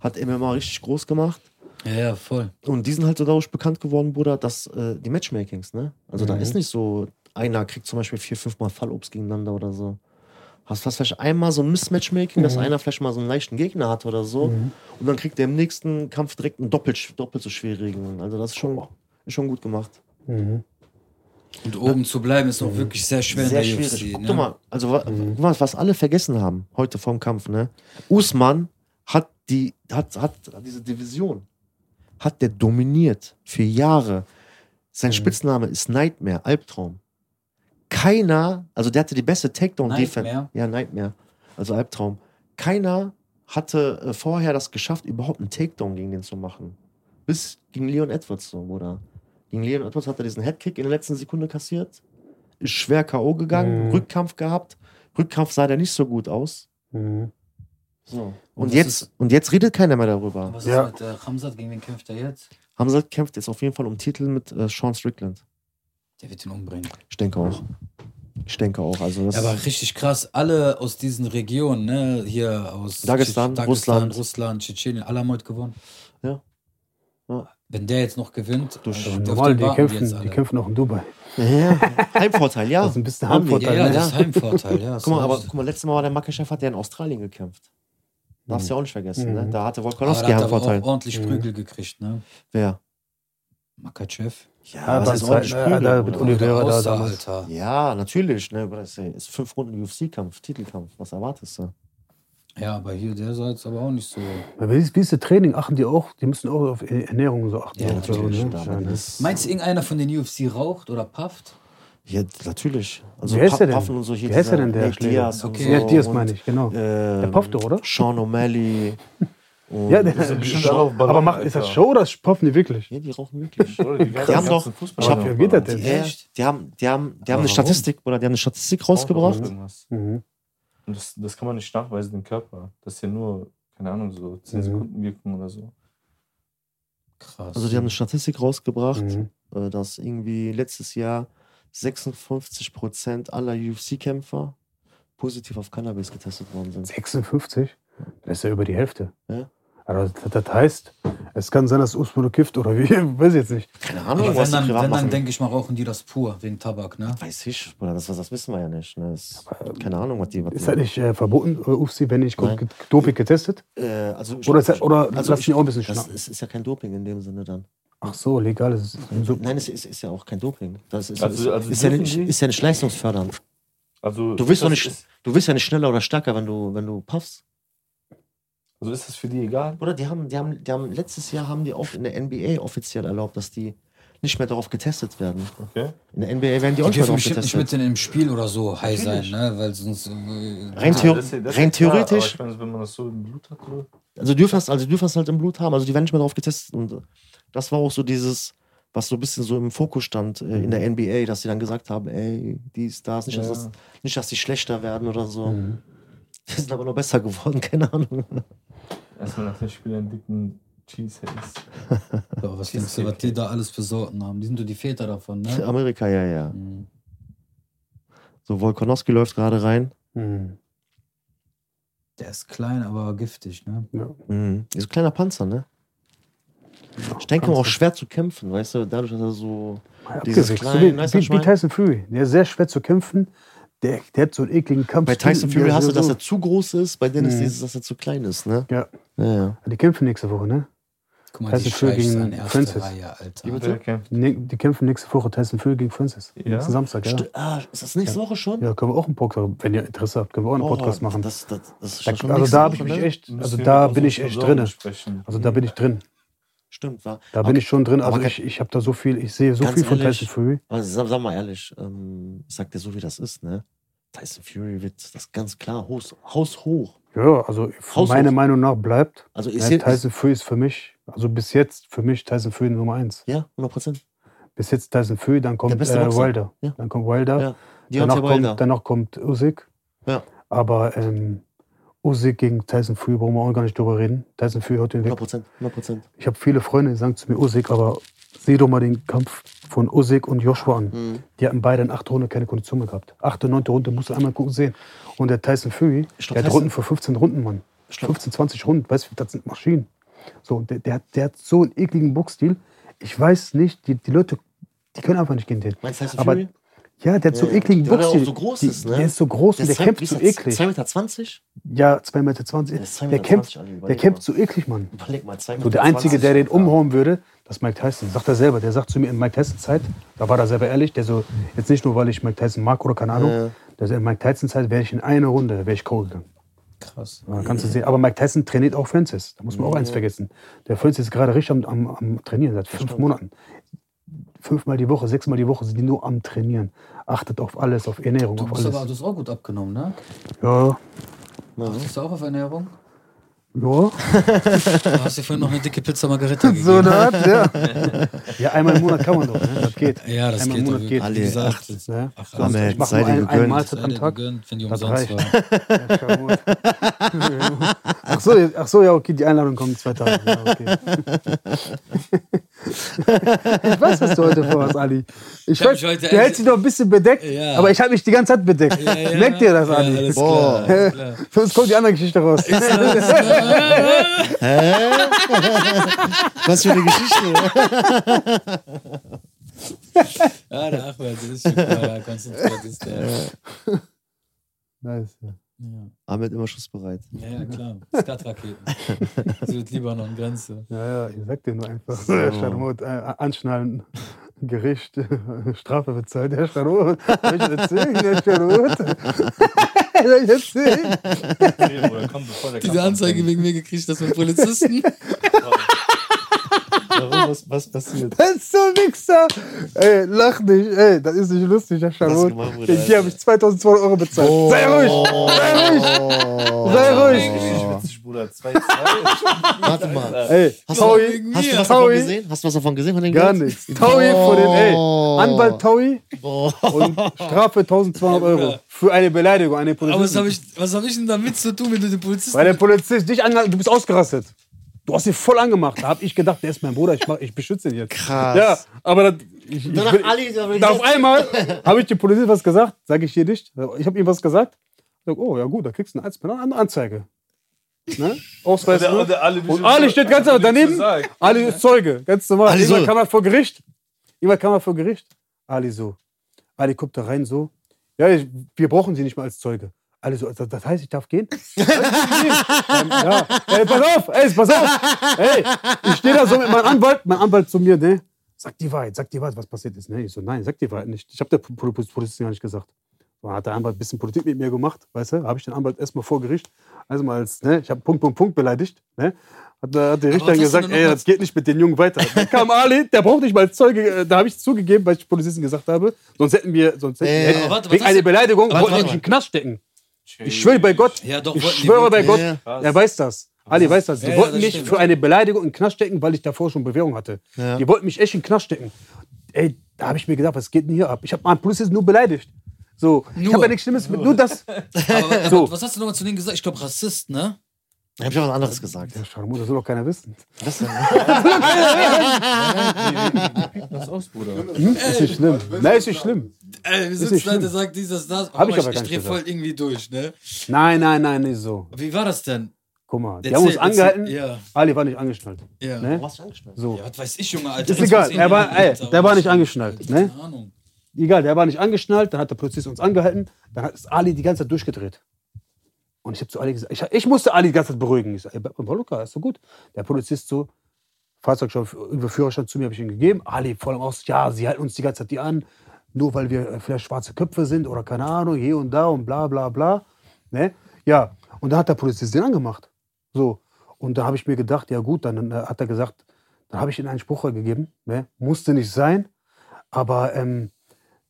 [SPEAKER 1] Hat MMA richtig groß gemacht.
[SPEAKER 5] Ja, ja, voll.
[SPEAKER 1] Und die sind halt so dadurch bekannt geworden, Bruder, dass äh, die Matchmakings, ne? Also da ist nicht so, einer kriegt zum Beispiel vier, fünfmal Fallobst gegeneinander oder so. Hast fast vielleicht einmal so ein Mismatchmaking, dass einer vielleicht mal so einen leichten Gegner hat oder so. Und dann kriegt der im nächsten Kampf direkt einen doppelt, doppelt so schwierigen. Also das ist schon, ist schon gut gemacht.
[SPEAKER 4] Mhm.
[SPEAKER 5] Und oben zu bleiben ist auch wirklich sehr schwer
[SPEAKER 1] Sehr
[SPEAKER 5] in der
[SPEAKER 1] schwierig.
[SPEAKER 5] UFC.
[SPEAKER 1] Guck
[SPEAKER 5] ne?
[SPEAKER 1] doch mal, also wa- guck mal, was alle vergessen haben heute vom Kampf, ne? Usman hat die, hat, hat diese Division, hat der dominiert für Jahre. Sein
[SPEAKER 5] Mhm.
[SPEAKER 1] Spitzname ist Nightmare, Albtraum. Keiner, also der hatte die beste Takedown-Defense.
[SPEAKER 5] Nightmare?
[SPEAKER 1] Ja, Nightmare, also Albtraum. Keiner hatte äh, vorher das geschafft, überhaupt einen Takedown gegen den zu machen. Bis gegen Leon Edwards so, oder? Gegen Leon Edwards hat er diesen Headkick in der letzten Sekunde kassiert, ist schwer K.O. gegangen,
[SPEAKER 4] Mhm.
[SPEAKER 1] Rückkampf gehabt. Rückkampf sah der nicht so gut aus.
[SPEAKER 4] Mhm.
[SPEAKER 1] So.
[SPEAKER 5] Und
[SPEAKER 1] Und,
[SPEAKER 5] was
[SPEAKER 1] jetzt,
[SPEAKER 5] ist-
[SPEAKER 1] und jetzt redet keiner mehr darüber.
[SPEAKER 5] Was
[SPEAKER 4] Ja.
[SPEAKER 5] ist mit äh, Hamzat? Gegen wen kämpft er jetzt?
[SPEAKER 1] Hamza kämpft jetzt auf jeden Fall um Titel mit äh, Sean Strickland.
[SPEAKER 5] Der wird ihn umbringen.
[SPEAKER 1] Ich denke auch. Ich denke auch. Also das
[SPEAKER 5] Ja, aber richtig krass. Alle aus diesen Regionen, ne, hier aus
[SPEAKER 1] Dagestan, Russland.
[SPEAKER 5] Russland, Tschetschenien, alle haben heute gewonnen.
[SPEAKER 1] Ja. Ja.
[SPEAKER 5] Wenn der jetzt noch gewinnt,
[SPEAKER 1] Du
[SPEAKER 5] also
[SPEAKER 1] Sch-
[SPEAKER 5] auf
[SPEAKER 4] Normal,
[SPEAKER 5] den
[SPEAKER 4] die
[SPEAKER 5] warten jetzt
[SPEAKER 4] kämpfen,
[SPEAKER 5] alle.
[SPEAKER 4] die kämpfen auch in Dubai.
[SPEAKER 1] ja, Heimvorteil, ja.
[SPEAKER 4] Das ist ein bisschen
[SPEAKER 1] Haben wir.
[SPEAKER 4] Heimvorteil,
[SPEAKER 5] Ja, ja,
[SPEAKER 1] ne?
[SPEAKER 5] das ist Heimvorteil. Ja,
[SPEAKER 1] Guck mal, aber
[SPEAKER 5] safe.
[SPEAKER 1] guck mal, letztes Mal war der Makachev hat ja in Australien gekämpft. Darfst du ja auch nicht vergessen, ne? Da hatte
[SPEAKER 5] Mhm. aber
[SPEAKER 1] Wolkonowski
[SPEAKER 5] der hat
[SPEAKER 1] einen
[SPEAKER 5] aber
[SPEAKER 1] Vorteil.
[SPEAKER 5] auch ordentlich
[SPEAKER 4] Mhm.
[SPEAKER 5] Prügel gekriegt, ne?
[SPEAKER 1] Wer?
[SPEAKER 5] Makachev.
[SPEAKER 1] Ja,
[SPEAKER 4] das ist halt-
[SPEAKER 1] ne,
[SPEAKER 4] ja, da mit
[SPEAKER 1] Bruder?
[SPEAKER 4] Uli- Oliveira da
[SPEAKER 5] Außer,
[SPEAKER 4] damals.
[SPEAKER 5] Alter.
[SPEAKER 1] Ja, natürlich, ne? Aber das ist fünf Runden UFC-Kampf, Titelkampf. Was erwartest du?
[SPEAKER 5] Ja, aber hier, der sah jetzt aber auch nicht so.
[SPEAKER 4] Aber Wie ist, wie ist das Training? Achten die auch? Die müssen auch auf E- Ernährung und so achten.
[SPEAKER 5] Ja,
[SPEAKER 4] Und so,
[SPEAKER 5] natürlich,
[SPEAKER 4] ne?
[SPEAKER 1] aber
[SPEAKER 4] Ja, ne?
[SPEAKER 1] das-
[SPEAKER 5] Meinst du, irgendeiner von den UFC raucht oder pufft?
[SPEAKER 1] Ja, natürlich. Also
[SPEAKER 4] Wer ist
[SPEAKER 1] Pa-
[SPEAKER 4] der denn?
[SPEAKER 1] Paffen und so hier.
[SPEAKER 4] Wer ist der
[SPEAKER 1] dieser
[SPEAKER 4] denn, der
[SPEAKER 1] Nate
[SPEAKER 4] Schläger?
[SPEAKER 1] Diaz und
[SPEAKER 5] Okay.
[SPEAKER 1] so.
[SPEAKER 4] Ja, Diaz
[SPEAKER 1] und,
[SPEAKER 4] meine ich, genau.
[SPEAKER 1] Ähm,
[SPEAKER 4] Der Pofte, oder?
[SPEAKER 1] Sean O'Malley. und-
[SPEAKER 4] Ja, der,
[SPEAKER 2] sind bestimmt
[SPEAKER 4] aber,
[SPEAKER 2] alle auf Ballon,
[SPEAKER 4] aber mach, ist das
[SPEAKER 2] Alter.
[SPEAKER 4] Show oder poffen die wirklich?
[SPEAKER 1] Ja, die rauchen wirklich.
[SPEAKER 2] Oder die
[SPEAKER 1] haben doch-
[SPEAKER 2] Fußball
[SPEAKER 1] ich hab-
[SPEAKER 4] Wer geht das denn?
[SPEAKER 1] Ja,
[SPEAKER 5] Echt?
[SPEAKER 1] die haben, die haben, die haben
[SPEAKER 2] Aber
[SPEAKER 1] eine
[SPEAKER 2] warum?
[SPEAKER 1] Statistik, oder die haben eine Statistik rausgebracht.
[SPEAKER 4] Mhm.
[SPEAKER 2] Und das, das kann man nicht nachweisen dem Körper. Das ist ja nur, keine Ahnung, so 10
[SPEAKER 4] Mhm.
[SPEAKER 2] Sekunden Wirkung oder so.
[SPEAKER 5] Krass.
[SPEAKER 1] Also die haben eine Statistik rausgebracht,
[SPEAKER 4] Mhm.
[SPEAKER 1] äh, dass irgendwie letztes Jahr 56% aller UFC-Kämpfer positiv auf Cannabis getestet worden sind.
[SPEAKER 4] 56? Das ist ja über die Hälfte.
[SPEAKER 1] Ja.
[SPEAKER 4] Also das, das heißt, Es kann sein, dass Usmano kifft oder wie, weiß ich jetzt nicht.
[SPEAKER 1] Keine
[SPEAKER 5] Aber
[SPEAKER 1] Ahnung,
[SPEAKER 5] wenn
[SPEAKER 1] was
[SPEAKER 5] dann,
[SPEAKER 1] die privat
[SPEAKER 5] wenn dann
[SPEAKER 1] machen.
[SPEAKER 5] denke ich mal, rauchen die das pur, wegen Tabak, ne?
[SPEAKER 1] Weiß ich, Bruder, das, das wissen wir ja nicht. Ne? Das, keine Ahnung, was die. Was
[SPEAKER 4] ähm, Ist das nicht äh, verboten, äh, UFC, wenn nicht ge- Doping getestet?
[SPEAKER 1] äh, also, ich-
[SPEAKER 4] Oder ist das- oder lass
[SPEAKER 1] ich-
[SPEAKER 4] mich auch ein bisschen
[SPEAKER 1] Das
[SPEAKER 4] schnacken.
[SPEAKER 1] ist, ist ja kein Doping in dem Sinne dann.
[SPEAKER 4] Ach so, legal ist es. So,
[SPEAKER 1] Nein, es ist, ist ja auch kein Doping. Das ist, ist,
[SPEAKER 2] Also- also
[SPEAKER 1] ist, ja,
[SPEAKER 2] dürfen
[SPEAKER 1] nicht,
[SPEAKER 2] die-
[SPEAKER 1] ist ja nicht leistungsfördernd.
[SPEAKER 2] Also,
[SPEAKER 1] Du wirst,
[SPEAKER 2] das
[SPEAKER 1] doch nicht,
[SPEAKER 2] Ist,
[SPEAKER 1] du wirst ja nicht schneller oder stärker, wenn du, wenn du puffst.
[SPEAKER 2] also ist das für die egal?
[SPEAKER 1] Oder die haben, die haben, die haben, letztes Jahr haben die auch in der NBA offiziell erlaubt, dass die nicht mehr darauf getestet werden.
[SPEAKER 2] Okay.
[SPEAKER 1] In der NBA werden die, auch
[SPEAKER 5] Die
[SPEAKER 1] nicht
[SPEAKER 5] dürfen
[SPEAKER 1] mehr darauf
[SPEAKER 5] bestimmt nicht mit
[SPEAKER 1] getestet.
[SPEAKER 5] in dem Spiel oder so high sein, ne? Weil sonst. äh,
[SPEAKER 3] Ah,
[SPEAKER 1] Rein,
[SPEAKER 2] Ja,
[SPEAKER 1] theo
[SPEAKER 2] das ist- das ist
[SPEAKER 1] rein
[SPEAKER 2] klar, aber
[SPEAKER 1] theoretisch,
[SPEAKER 2] ich meine, wenn man das so im Blut hat, so.
[SPEAKER 1] also dürfen das, also dürfen das halt im Blut haben. Also die werden nicht mehr darauf getestet. Und das war auch so dieses, was so ein bisschen so im Fokus stand äh, in der NBA, dass sie dann gesagt haben, ey, die Stars, nicht, dass, das, nicht dass die schlechter werden oder so.
[SPEAKER 4] Hm,
[SPEAKER 1] Die sind aber noch besser geworden, keine Ahnung.
[SPEAKER 2] erstmal nach dem Spiel einen dicken Cheese Haze.
[SPEAKER 5] Boah, was denkst du, was die da alles für Sorten haben? Die sind doch die Väter davon, ne?
[SPEAKER 1] Amerika, ja, ja.
[SPEAKER 5] Mhm.
[SPEAKER 1] So, Wolkonowski läuft gerade rein.
[SPEAKER 4] hm,
[SPEAKER 5] Der ist klein, aber giftig, ne?
[SPEAKER 1] Mhm. Ist ein kleiner Panzer, ne? Ich denke mal auch schwer zu kämpfen, weißt du, dadurch, dass er so. Dieses
[SPEAKER 4] abgewichst. So
[SPEAKER 1] kleine, weißt
[SPEAKER 4] wie,
[SPEAKER 1] du, was
[SPEAKER 4] wie,
[SPEAKER 1] ich
[SPEAKER 4] wie
[SPEAKER 1] meine?
[SPEAKER 4] Tyson Fury. Der ist sehr schwer zu kämpfen. Der, der hat so einen ekligen Kampf.
[SPEAKER 1] Bei Tyson Fury hast du, dass
[SPEAKER 4] so,
[SPEAKER 1] er zu groß ist, bei Dennis
[SPEAKER 4] Mhm.
[SPEAKER 1] dieses, dass er zu klein ist, ne?
[SPEAKER 4] Ja.
[SPEAKER 1] Ja, ja.
[SPEAKER 4] Die kämpfen nächste Woche, ne?
[SPEAKER 5] Guck mal,
[SPEAKER 4] Das
[SPEAKER 5] die
[SPEAKER 4] ist schön
[SPEAKER 5] Scheiße
[SPEAKER 4] gegen
[SPEAKER 5] an erster
[SPEAKER 4] Francis.
[SPEAKER 5] Reihe, Alter.
[SPEAKER 1] Wie bitte?
[SPEAKER 2] Wer kämpft?
[SPEAKER 4] Ne- Die kämpfen nächste Woche Tyson Fury gegen Francis.
[SPEAKER 2] Ja.
[SPEAKER 4] Nächsten Samstag, ja.
[SPEAKER 1] Sti- Ah, ist das nächste Woche schon?
[SPEAKER 4] Ja, können wir auch einen Podcast, wenn ihr Interesse habt, können wir auch einen
[SPEAKER 1] Oh,
[SPEAKER 4] Podcast machen.
[SPEAKER 1] Das, das, das ist
[SPEAKER 4] Da,
[SPEAKER 1] schon
[SPEAKER 4] also
[SPEAKER 1] nächste
[SPEAKER 4] da habe ich
[SPEAKER 1] Woche,
[SPEAKER 4] mich
[SPEAKER 1] ne?
[SPEAKER 4] echt, also
[SPEAKER 2] Müssen wir
[SPEAKER 4] da
[SPEAKER 2] mit
[SPEAKER 4] bin ich
[SPEAKER 2] unseren
[SPEAKER 4] echt
[SPEAKER 2] Sponsoren
[SPEAKER 4] drin.
[SPEAKER 2] Sprechen. Hm.
[SPEAKER 4] Also da bin ich drin.
[SPEAKER 1] Stimmt, war.
[SPEAKER 4] Da bin ich schon drin. Also
[SPEAKER 1] Aber
[SPEAKER 4] ich, ich habe da so viel, ich sehe so
[SPEAKER 1] Ganz
[SPEAKER 4] viel von
[SPEAKER 1] ehrlich.
[SPEAKER 4] Tyson Fury.
[SPEAKER 1] Aber sag, sag mal ehrlich, ähm, ich sag dir so, wie das ist, ne? Tyson Fury wird das ganz klar Haus, Haus hoch.
[SPEAKER 4] Ja, also
[SPEAKER 1] Haus
[SPEAKER 4] meiner
[SPEAKER 1] hoch.
[SPEAKER 4] Meinung nach bleibt
[SPEAKER 1] Also ich
[SPEAKER 4] ja,
[SPEAKER 1] seh-
[SPEAKER 4] Tyson Fury ist für mich, also bis jetzt für mich Tyson Fury Nummer eins.
[SPEAKER 1] Ja, 100 Prozent.
[SPEAKER 4] Bis jetzt Tyson Fury, dann kommt
[SPEAKER 1] beste
[SPEAKER 4] äh,
[SPEAKER 1] Boxer.
[SPEAKER 4] Wilder.
[SPEAKER 1] Ja.
[SPEAKER 4] Dann kommt Wilder.
[SPEAKER 1] Ja.
[SPEAKER 4] Danach,
[SPEAKER 1] Deontay Wilder.
[SPEAKER 4] kommt, danach kommt Usyk.
[SPEAKER 1] Ja.
[SPEAKER 4] Aber ähm, Usyk gegen Tyson Fury brauchen wir auch gar nicht drüber reden. Tyson Fury haut den weg.
[SPEAKER 1] 100 Prozent, 100 Prozent.
[SPEAKER 4] Ich habe viele Freunde, die sagen zu mir Usyk, aber sieh doch mal den Kampf von Usyk und Joshua an.
[SPEAKER 1] Mhm.
[SPEAKER 4] Die hatten beide in 8 Runden keine Kondition mehr gehabt. Achte, neunte Runde, musst du einmal gucken sehen. Und der Tyson Fury,
[SPEAKER 1] Ich glaub,
[SPEAKER 4] der hat
[SPEAKER 1] Tyson-
[SPEAKER 4] Runden für 15 Runden, Mann.
[SPEAKER 1] Ich glaub-
[SPEAKER 4] 15, 20 Runden, weißt du, das sind Maschinen. So, und der, der, hat- der hat so einen ekligen Boxstil. Ich weiß nicht, die, die Leute, die können einfach nicht gegen den.
[SPEAKER 1] Meinst du Tyson
[SPEAKER 4] Aber
[SPEAKER 1] Fury?
[SPEAKER 4] ja, der hat so
[SPEAKER 1] Ja,
[SPEAKER 4] einen
[SPEAKER 1] ja.
[SPEAKER 4] ekligen
[SPEAKER 1] Der, weil er auch
[SPEAKER 4] Boxstil.
[SPEAKER 1] so groß
[SPEAKER 4] Die-
[SPEAKER 1] ist, ne?
[SPEAKER 4] Der ist so groß und der
[SPEAKER 1] zwei-
[SPEAKER 4] kämpft
[SPEAKER 1] wie ist
[SPEAKER 4] so
[SPEAKER 1] der?
[SPEAKER 4] eklig.
[SPEAKER 1] 2,20 Meter? 20?
[SPEAKER 4] Ja, 2,20 Meter. 20.
[SPEAKER 1] Der ist 2,20
[SPEAKER 4] Der kämpft,
[SPEAKER 1] Meter, Ali,
[SPEAKER 4] der
[SPEAKER 1] überleg
[SPEAKER 4] kämpft
[SPEAKER 1] mal.
[SPEAKER 4] so eklig, Mann.
[SPEAKER 1] Überleg mal, 2,20
[SPEAKER 4] So, der Einzige, der den umhauen würde, das ist Mike Tyson. Sagt er selber. Der sagt zu mir in Mike Tyson Zeit, da war er selber ehrlich, der so, jetzt nicht nur, weil ich Mike Tyson mag oder keine Ahnung, der sagt, in Mike Tyson Zeit wäre ich in einer Runde, wäre ich K.O. gegangen.
[SPEAKER 5] Krass.
[SPEAKER 4] Ja, kannst du sehen. Aber Mike Tyson trainiert auch Francis. Da muss man auch eins vergessen. Der Francis ist gerade richtig am, am, am Trainieren, seit fünf Monaten. Fünfmal die Woche, sechsmal die Woche sind die nur am Trainieren. Achtet auf alles, auf Ernährung,
[SPEAKER 5] Du
[SPEAKER 4] auf
[SPEAKER 5] bist
[SPEAKER 4] alles.
[SPEAKER 5] aber du hast auch gut abgenommen, ne?
[SPEAKER 4] ja,
[SPEAKER 5] Achtest du auch auf Ernährung?
[SPEAKER 4] ja.
[SPEAKER 5] Du hast dir vorhin noch eine dicke Pizza Margarita gegeben.
[SPEAKER 4] So eine Art, ja. ja, einmal im Monat kann man doch. Ne? Das geht.
[SPEAKER 5] Ja, das
[SPEAKER 4] einmal
[SPEAKER 5] geht
[SPEAKER 4] im
[SPEAKER 5] doch
[SPEAKER 4] Monat
[SPEAKER 5] wirklich. Wie
[SPEAKER 4] geht.
[SPEAKER 1] Alle,
[SPEAKER 5] gesagt,
[SPEAKER 1] ach,
[SPEAKER 4] Ne?
[SPEAKER 5] ach,
[SPEAKER 1] Komm, ey,
[SPEAKER 4] Ich mache
[SPEAKER 1] sei
[SPEAKER 4] nur
[SPEAKER 1] dir
[SPEAKER 4] ein,
[SPEAKER 1] gegönnt.
[SPEAKER 4] ein Mahlzeit
[SPEAKER 5] sei
[SPEAKER 4] am
[SPEAKER 5] dir
[SPEAKER 4] Tag.
[SPEAKER 5] gegönnt, wenn die
[SPEAKER 4] Das
[SPEAKER 5] umsonst
[SPEAKER 4] reicht.
[SPEAKER 5] war.
[SPEAKER 4] ach, so, jetzt- ach so, ja, okay, die Einladung kommt in zwei Tagen. Ja, okay. ich weiß, was du heute vorhast, Ali. Ich
[SPEAKER 5] hab
[SPEAKER 4] weiß,
[SPEAKER 5] mich heute
[SPEAKER 4] du hältst dich doch ein bisschen bedeckt,
[SPEAKER 5] Ja.
[SPEAKER 4] aber ich habe mich die ganze Zeit bedeckt.
[SPEAKER 5] ja.
[SPEAKER 4] Merk dir das,
[SPEAKER 5] Ja,
[SPEAKER 4] Ali.
[SPEAKER 5] alles klar, alles klar.
[SPEAKER 4] Sonst kommt die andere Geschichte raus.
[SPEAKER 1] Was für eine Geschichte.
[SPEAKER 5] Ja, der Achmed ist schon klar, konzentriert ist der.
[SPEAKER 4] nice. ja.
[SPEAKER 5] Ja,
[SPEAKER 1] Ahmed immer schussbereit.
[SPEAKER 5] ja, ja klar. Skatraketen. So mit Libanon-Grenze.
[SPEAKER 4] Ja, ja, ich sag dir nur einfach. So. Schanot, äh, anschnallen, Gericht, Strafe bezahlt. Herr Schanot, soll ich erzählen, Herr Schanot? soll ich erzählen?
[SPEAKER 2] Nee, Bruder, komm, bevor der
[SPEAKER 5] Diese
[SPEAKER 2] Kampf
[SPEAKER 5] Anzeige wegen mir gekriegt, dass wir Polizisten.
[SPEAKER 1] Was, was passiert?
[SPEAKER 4] Das ist so ein Wichser. Ey, lach nicht. Ey, das ist nicht lustig, Herr
[SPEAKER 1] ist
[SPEAKER 4] Schanot.
[SPEAKER 1] gemein, Bruder,
[SPEAKER 4] Gegen die habe ich 2200 Euro bezahlt. Sei ruhig,
[SPEAKER 1] Oh.
[SPEAKER 4] sei ruhig.
[SPEAKER 2] anfängt. Ich witzig, Bruder. 2-2.
[SPEAKER 1] Warte mal.
[SPEAKER 4] Ey,
[SPEAKER 1] Hast du,
[SPEAKER 4] Taui,
[SPEAKER 1] hast du was davon
[SPEAKER 4] Taui,
[SPEAKER 1] gesehen? Hast du was davon gesehen von Oh. dem
[SPEAKER 4] gar
[SPEAKER 1] Geld?
[SPEAKER 4] nichts. Taui von den, ey, Anwalt Taui
[SPEAKER 1] Boah.
[SPEAKER 4] und Strafe 1200 Euro für eine Beleidigung, eine
[SPEAKER 5] Aber was
[SPEAKER 4] Polizistin.
[SPEAKER 5] habe ich, was hab ich denn damit zu tun, wenn du den Polizisten.
[SPEAKER 4] Weil der Polizist dich angehalten, du bist ausgerastet. Du hast ihn voll angemacht. Da hab ich gedacht, der ist mein Bruder, ich, mach, ich beschütze ihn jetzt.
[SPEAKER 1] Krass.
[SPEAKER 4] Ja, aber das, ich, ich,
[SPEAKER 1] Danach
[SPEAKER 4] will-
[SPEAKER 1] Ali, da will ich
[SPEAKER 4] da auf
[SPEAKER 1] jetzt-
[SPEAKER 4] einmal habe ich dem Polizist was gesagt, sage ich dir nicht. Ich habe ihm was gesagt. Sag, oh, ja gut, da kriegst du eine Anzeige. Ne? Ausweis.
[SPEAKER 2] Und-
[SPEAKER 4] ne?
[SPEAKER 2] und alle-
[SPEAKER 4] Und Ali steht ganz normal daneben.
[SPEAKER 2] Sagen.
[SPEAKER 4] Ali ist Zeuge, ganz normal.
[SPEAKER 1] Ali
[SPEAKER 4] Jemand
[SPEAKER 1] so.
[SPEAKER 4] kam mal vor Gericht. Jemand kam mal vor Gericht. Ali so. Ali guckt da rein so. Ja, ich, wir brauchen sie nicht mal als Zeuge. Ali so, das, das heißt, ich darf gehen? Ja, ich darf gehen. Ähm, ja. Ey, pass auf, ey, pass auf. Ey, ich stehe da so mit meinem Anwalt, mein Anwalt zu mir, ne? Sag die Wahrheit, sag die Wahrheit, was passiert ist. Ne? Ich so, nein, sag die Wahrheit nicht. Ich habe der Pro- Pro- Polizistin gar nicht gesagt. Dann hat der Anwalt ein bisschen Politik mit mir gemacht, weißt du? Habe ich den Anwalt erstmal vor Gericht, also mal als, ne, ich habe Punkt, Punkt, Punkt beleidigt, ne? Hat, der- hat der
[SPEAKER 3] was
[SPEAKER 4] Richter
[SPEAKER 3] hast du
[SPEAKER 4] gesagt,
[SPEAKER 3] denn noch
[SPEAKER 4] ey,
[SPEAKER 3] mal-
[SPEAKER 4] das geht nicht mit den Jungen weiter. Dann kam Ali, der braucht nicht mal als Zeuge, äh, da habe ich zugegeben, weil ich Polizisten gesagt habe, sonst hätten wir, sonst hätten,
[SPEAKER 1] Äh,
[SPEAKER 4] hätten,
[SPEAKER 1] aber
[SPEAKER 3] warte, was
[SPEAKER 4] wegen
[SPEAKER 3] hast
[SPEAKER 4] einer
[SPEAKER 3] du-
[SPEAKER 4] Beleidigung,
[SPEAKER 3] Warte,
[SPEAKER 4] wollten wir
[SPEAKER 3] warte
[SPEAKER 4] nicht
[SPEAKER 3] mal.
[SPEAKER 4] in den Knast stecken. Ich schwöre bei Gott,
[SPEAKER 3] Ja, doch,
[SPEAKER 4] ich
[SPEAKER 3] wollten die
[SPEAKER 4] schwöre bei
[SPEAKER 1] wirklich.
[SPEAKER 4] Gott,
[SPEAKER 1] Ja,
[SPEAKER 4] er weiß das. Ali weiß das. Die
[SPEAKER 3] Ja, ja,
[SPEAKER 4] wollten
[SPEAKER 3] das
[SPEAKER 4] mich
[SPEAKER 3] stimmt.
[SPEAKER 4] für eine Beleidigung in den Knast stecken, weil ich davor schon Bewährung hatte.
[SPEAKER 1] Ja.
[SPEAKER 4] Die wollten mich echt in den Knast stecken. Ey, da habe ich mir gedacht, was geht denn hier ab? Ich habe meinen Polizisten nur beleidigt. So, ich
[SPEAKER 3] Nur.
[SPEAKER 4] habe ja nichts Schlimmes mit, nur das.
[SPEAKER 5] Aber, aber
[SPEAKER 4] So.
[SPEAKER 5] was hast du nochmal zu denen gesagt? Ich glaube, Rassist, ne?
[SPEAKER 1] Da hab ich auch was anderes gesagt.
[SPEAKER 4] Ja, Schade, das soll doch keiner wissen.
[SPEAKER 1] Was denn?
[SPEAKER 2] Das aus, Bruder.
[SPEAKER 4] Hm? Ist nicht schlimm. Nein, ist nicht schlimm.
[SPEAKER 3] Ey, wir
[SPEAKER 4] nicht
[SPEAKER 3] sitzen
[SPEAKER 4] schlimm.
[SPEAKER 3] da, der sagt dies, das, das.
[SPEAKER 4] Hab ich aber
[SPEAKER 3] ich
[SPEAKER 4] gar nicht
[SPEAKER 3] dreh voll
[SPEAKER 4] gesagt.
[SPEAKER 3] irgendwie durch, ne?
[SPEAKER 4] Nein, nein, nein, nicht so.
[SPEAKER 5] Wie war das denn?
[SPEAKER 4] Guck mal, die
[SPEAKER 3] Erzähl,
[SPEAKER 4] haben uns
[SPEAKER 3] erzähl.
[SPEAKER 4] angehalten.
[SPEAKER 3] Ja,
[SPEAKER 4] Ali war nicht angeschnallt.
[SPEAKER 3] ja.
[SPEAKER 4] Ne?
[SPEAKER 1] Was angeschnallt?
[SPEAKER 4] So.
[SPEAKER 3] Ja, was weiß ich, Junge, Alter.
[SPEAKER 4] Ist
[SPEAKER 3] Das
[SPEAKER 4] egal,
[SPEAKER 3] muss
[SPEAKER 4] er war-
[SPEAKER 3] irgendwie-
[SPEAKER 4] ey,
[SPEAKER 3] Alter,
[SPEAKER 4] der war nicht angeschnallt, ne?
[SPEAKER 3] Keine Ahnung.
[SPEAKER 4] Egal, der war nicht angeschnallt, dann hat der Polizist uns angehalten, dann hat ist Ali die ganze Zeit durchgedreht. Und ich habe zu Ali gesagt, ich, ich musste Ali die ganze Zeit beruhigen. Ich sage, bleib mal locker, ist so gut. Der Polizist so, Fahrzeugschau- über Führerschein zu mir habe ich ihm gegeben. Ali voll im Aus, ja, sie halten uns die ganze Zeit die an, nur weil wir äh, vielleicht schwarze Köpfe sind oder keine Ahnung, hier und da und bla bla bla. Ne? Ja, und dann hat der Polizist den angemacht. So. Und da habe ich mir gedacht, ja gut, dann äh, hat er gesagt, dann habe ich ihm einen Spruch gegeben. Ne? Musste nicht sein, aber ähm,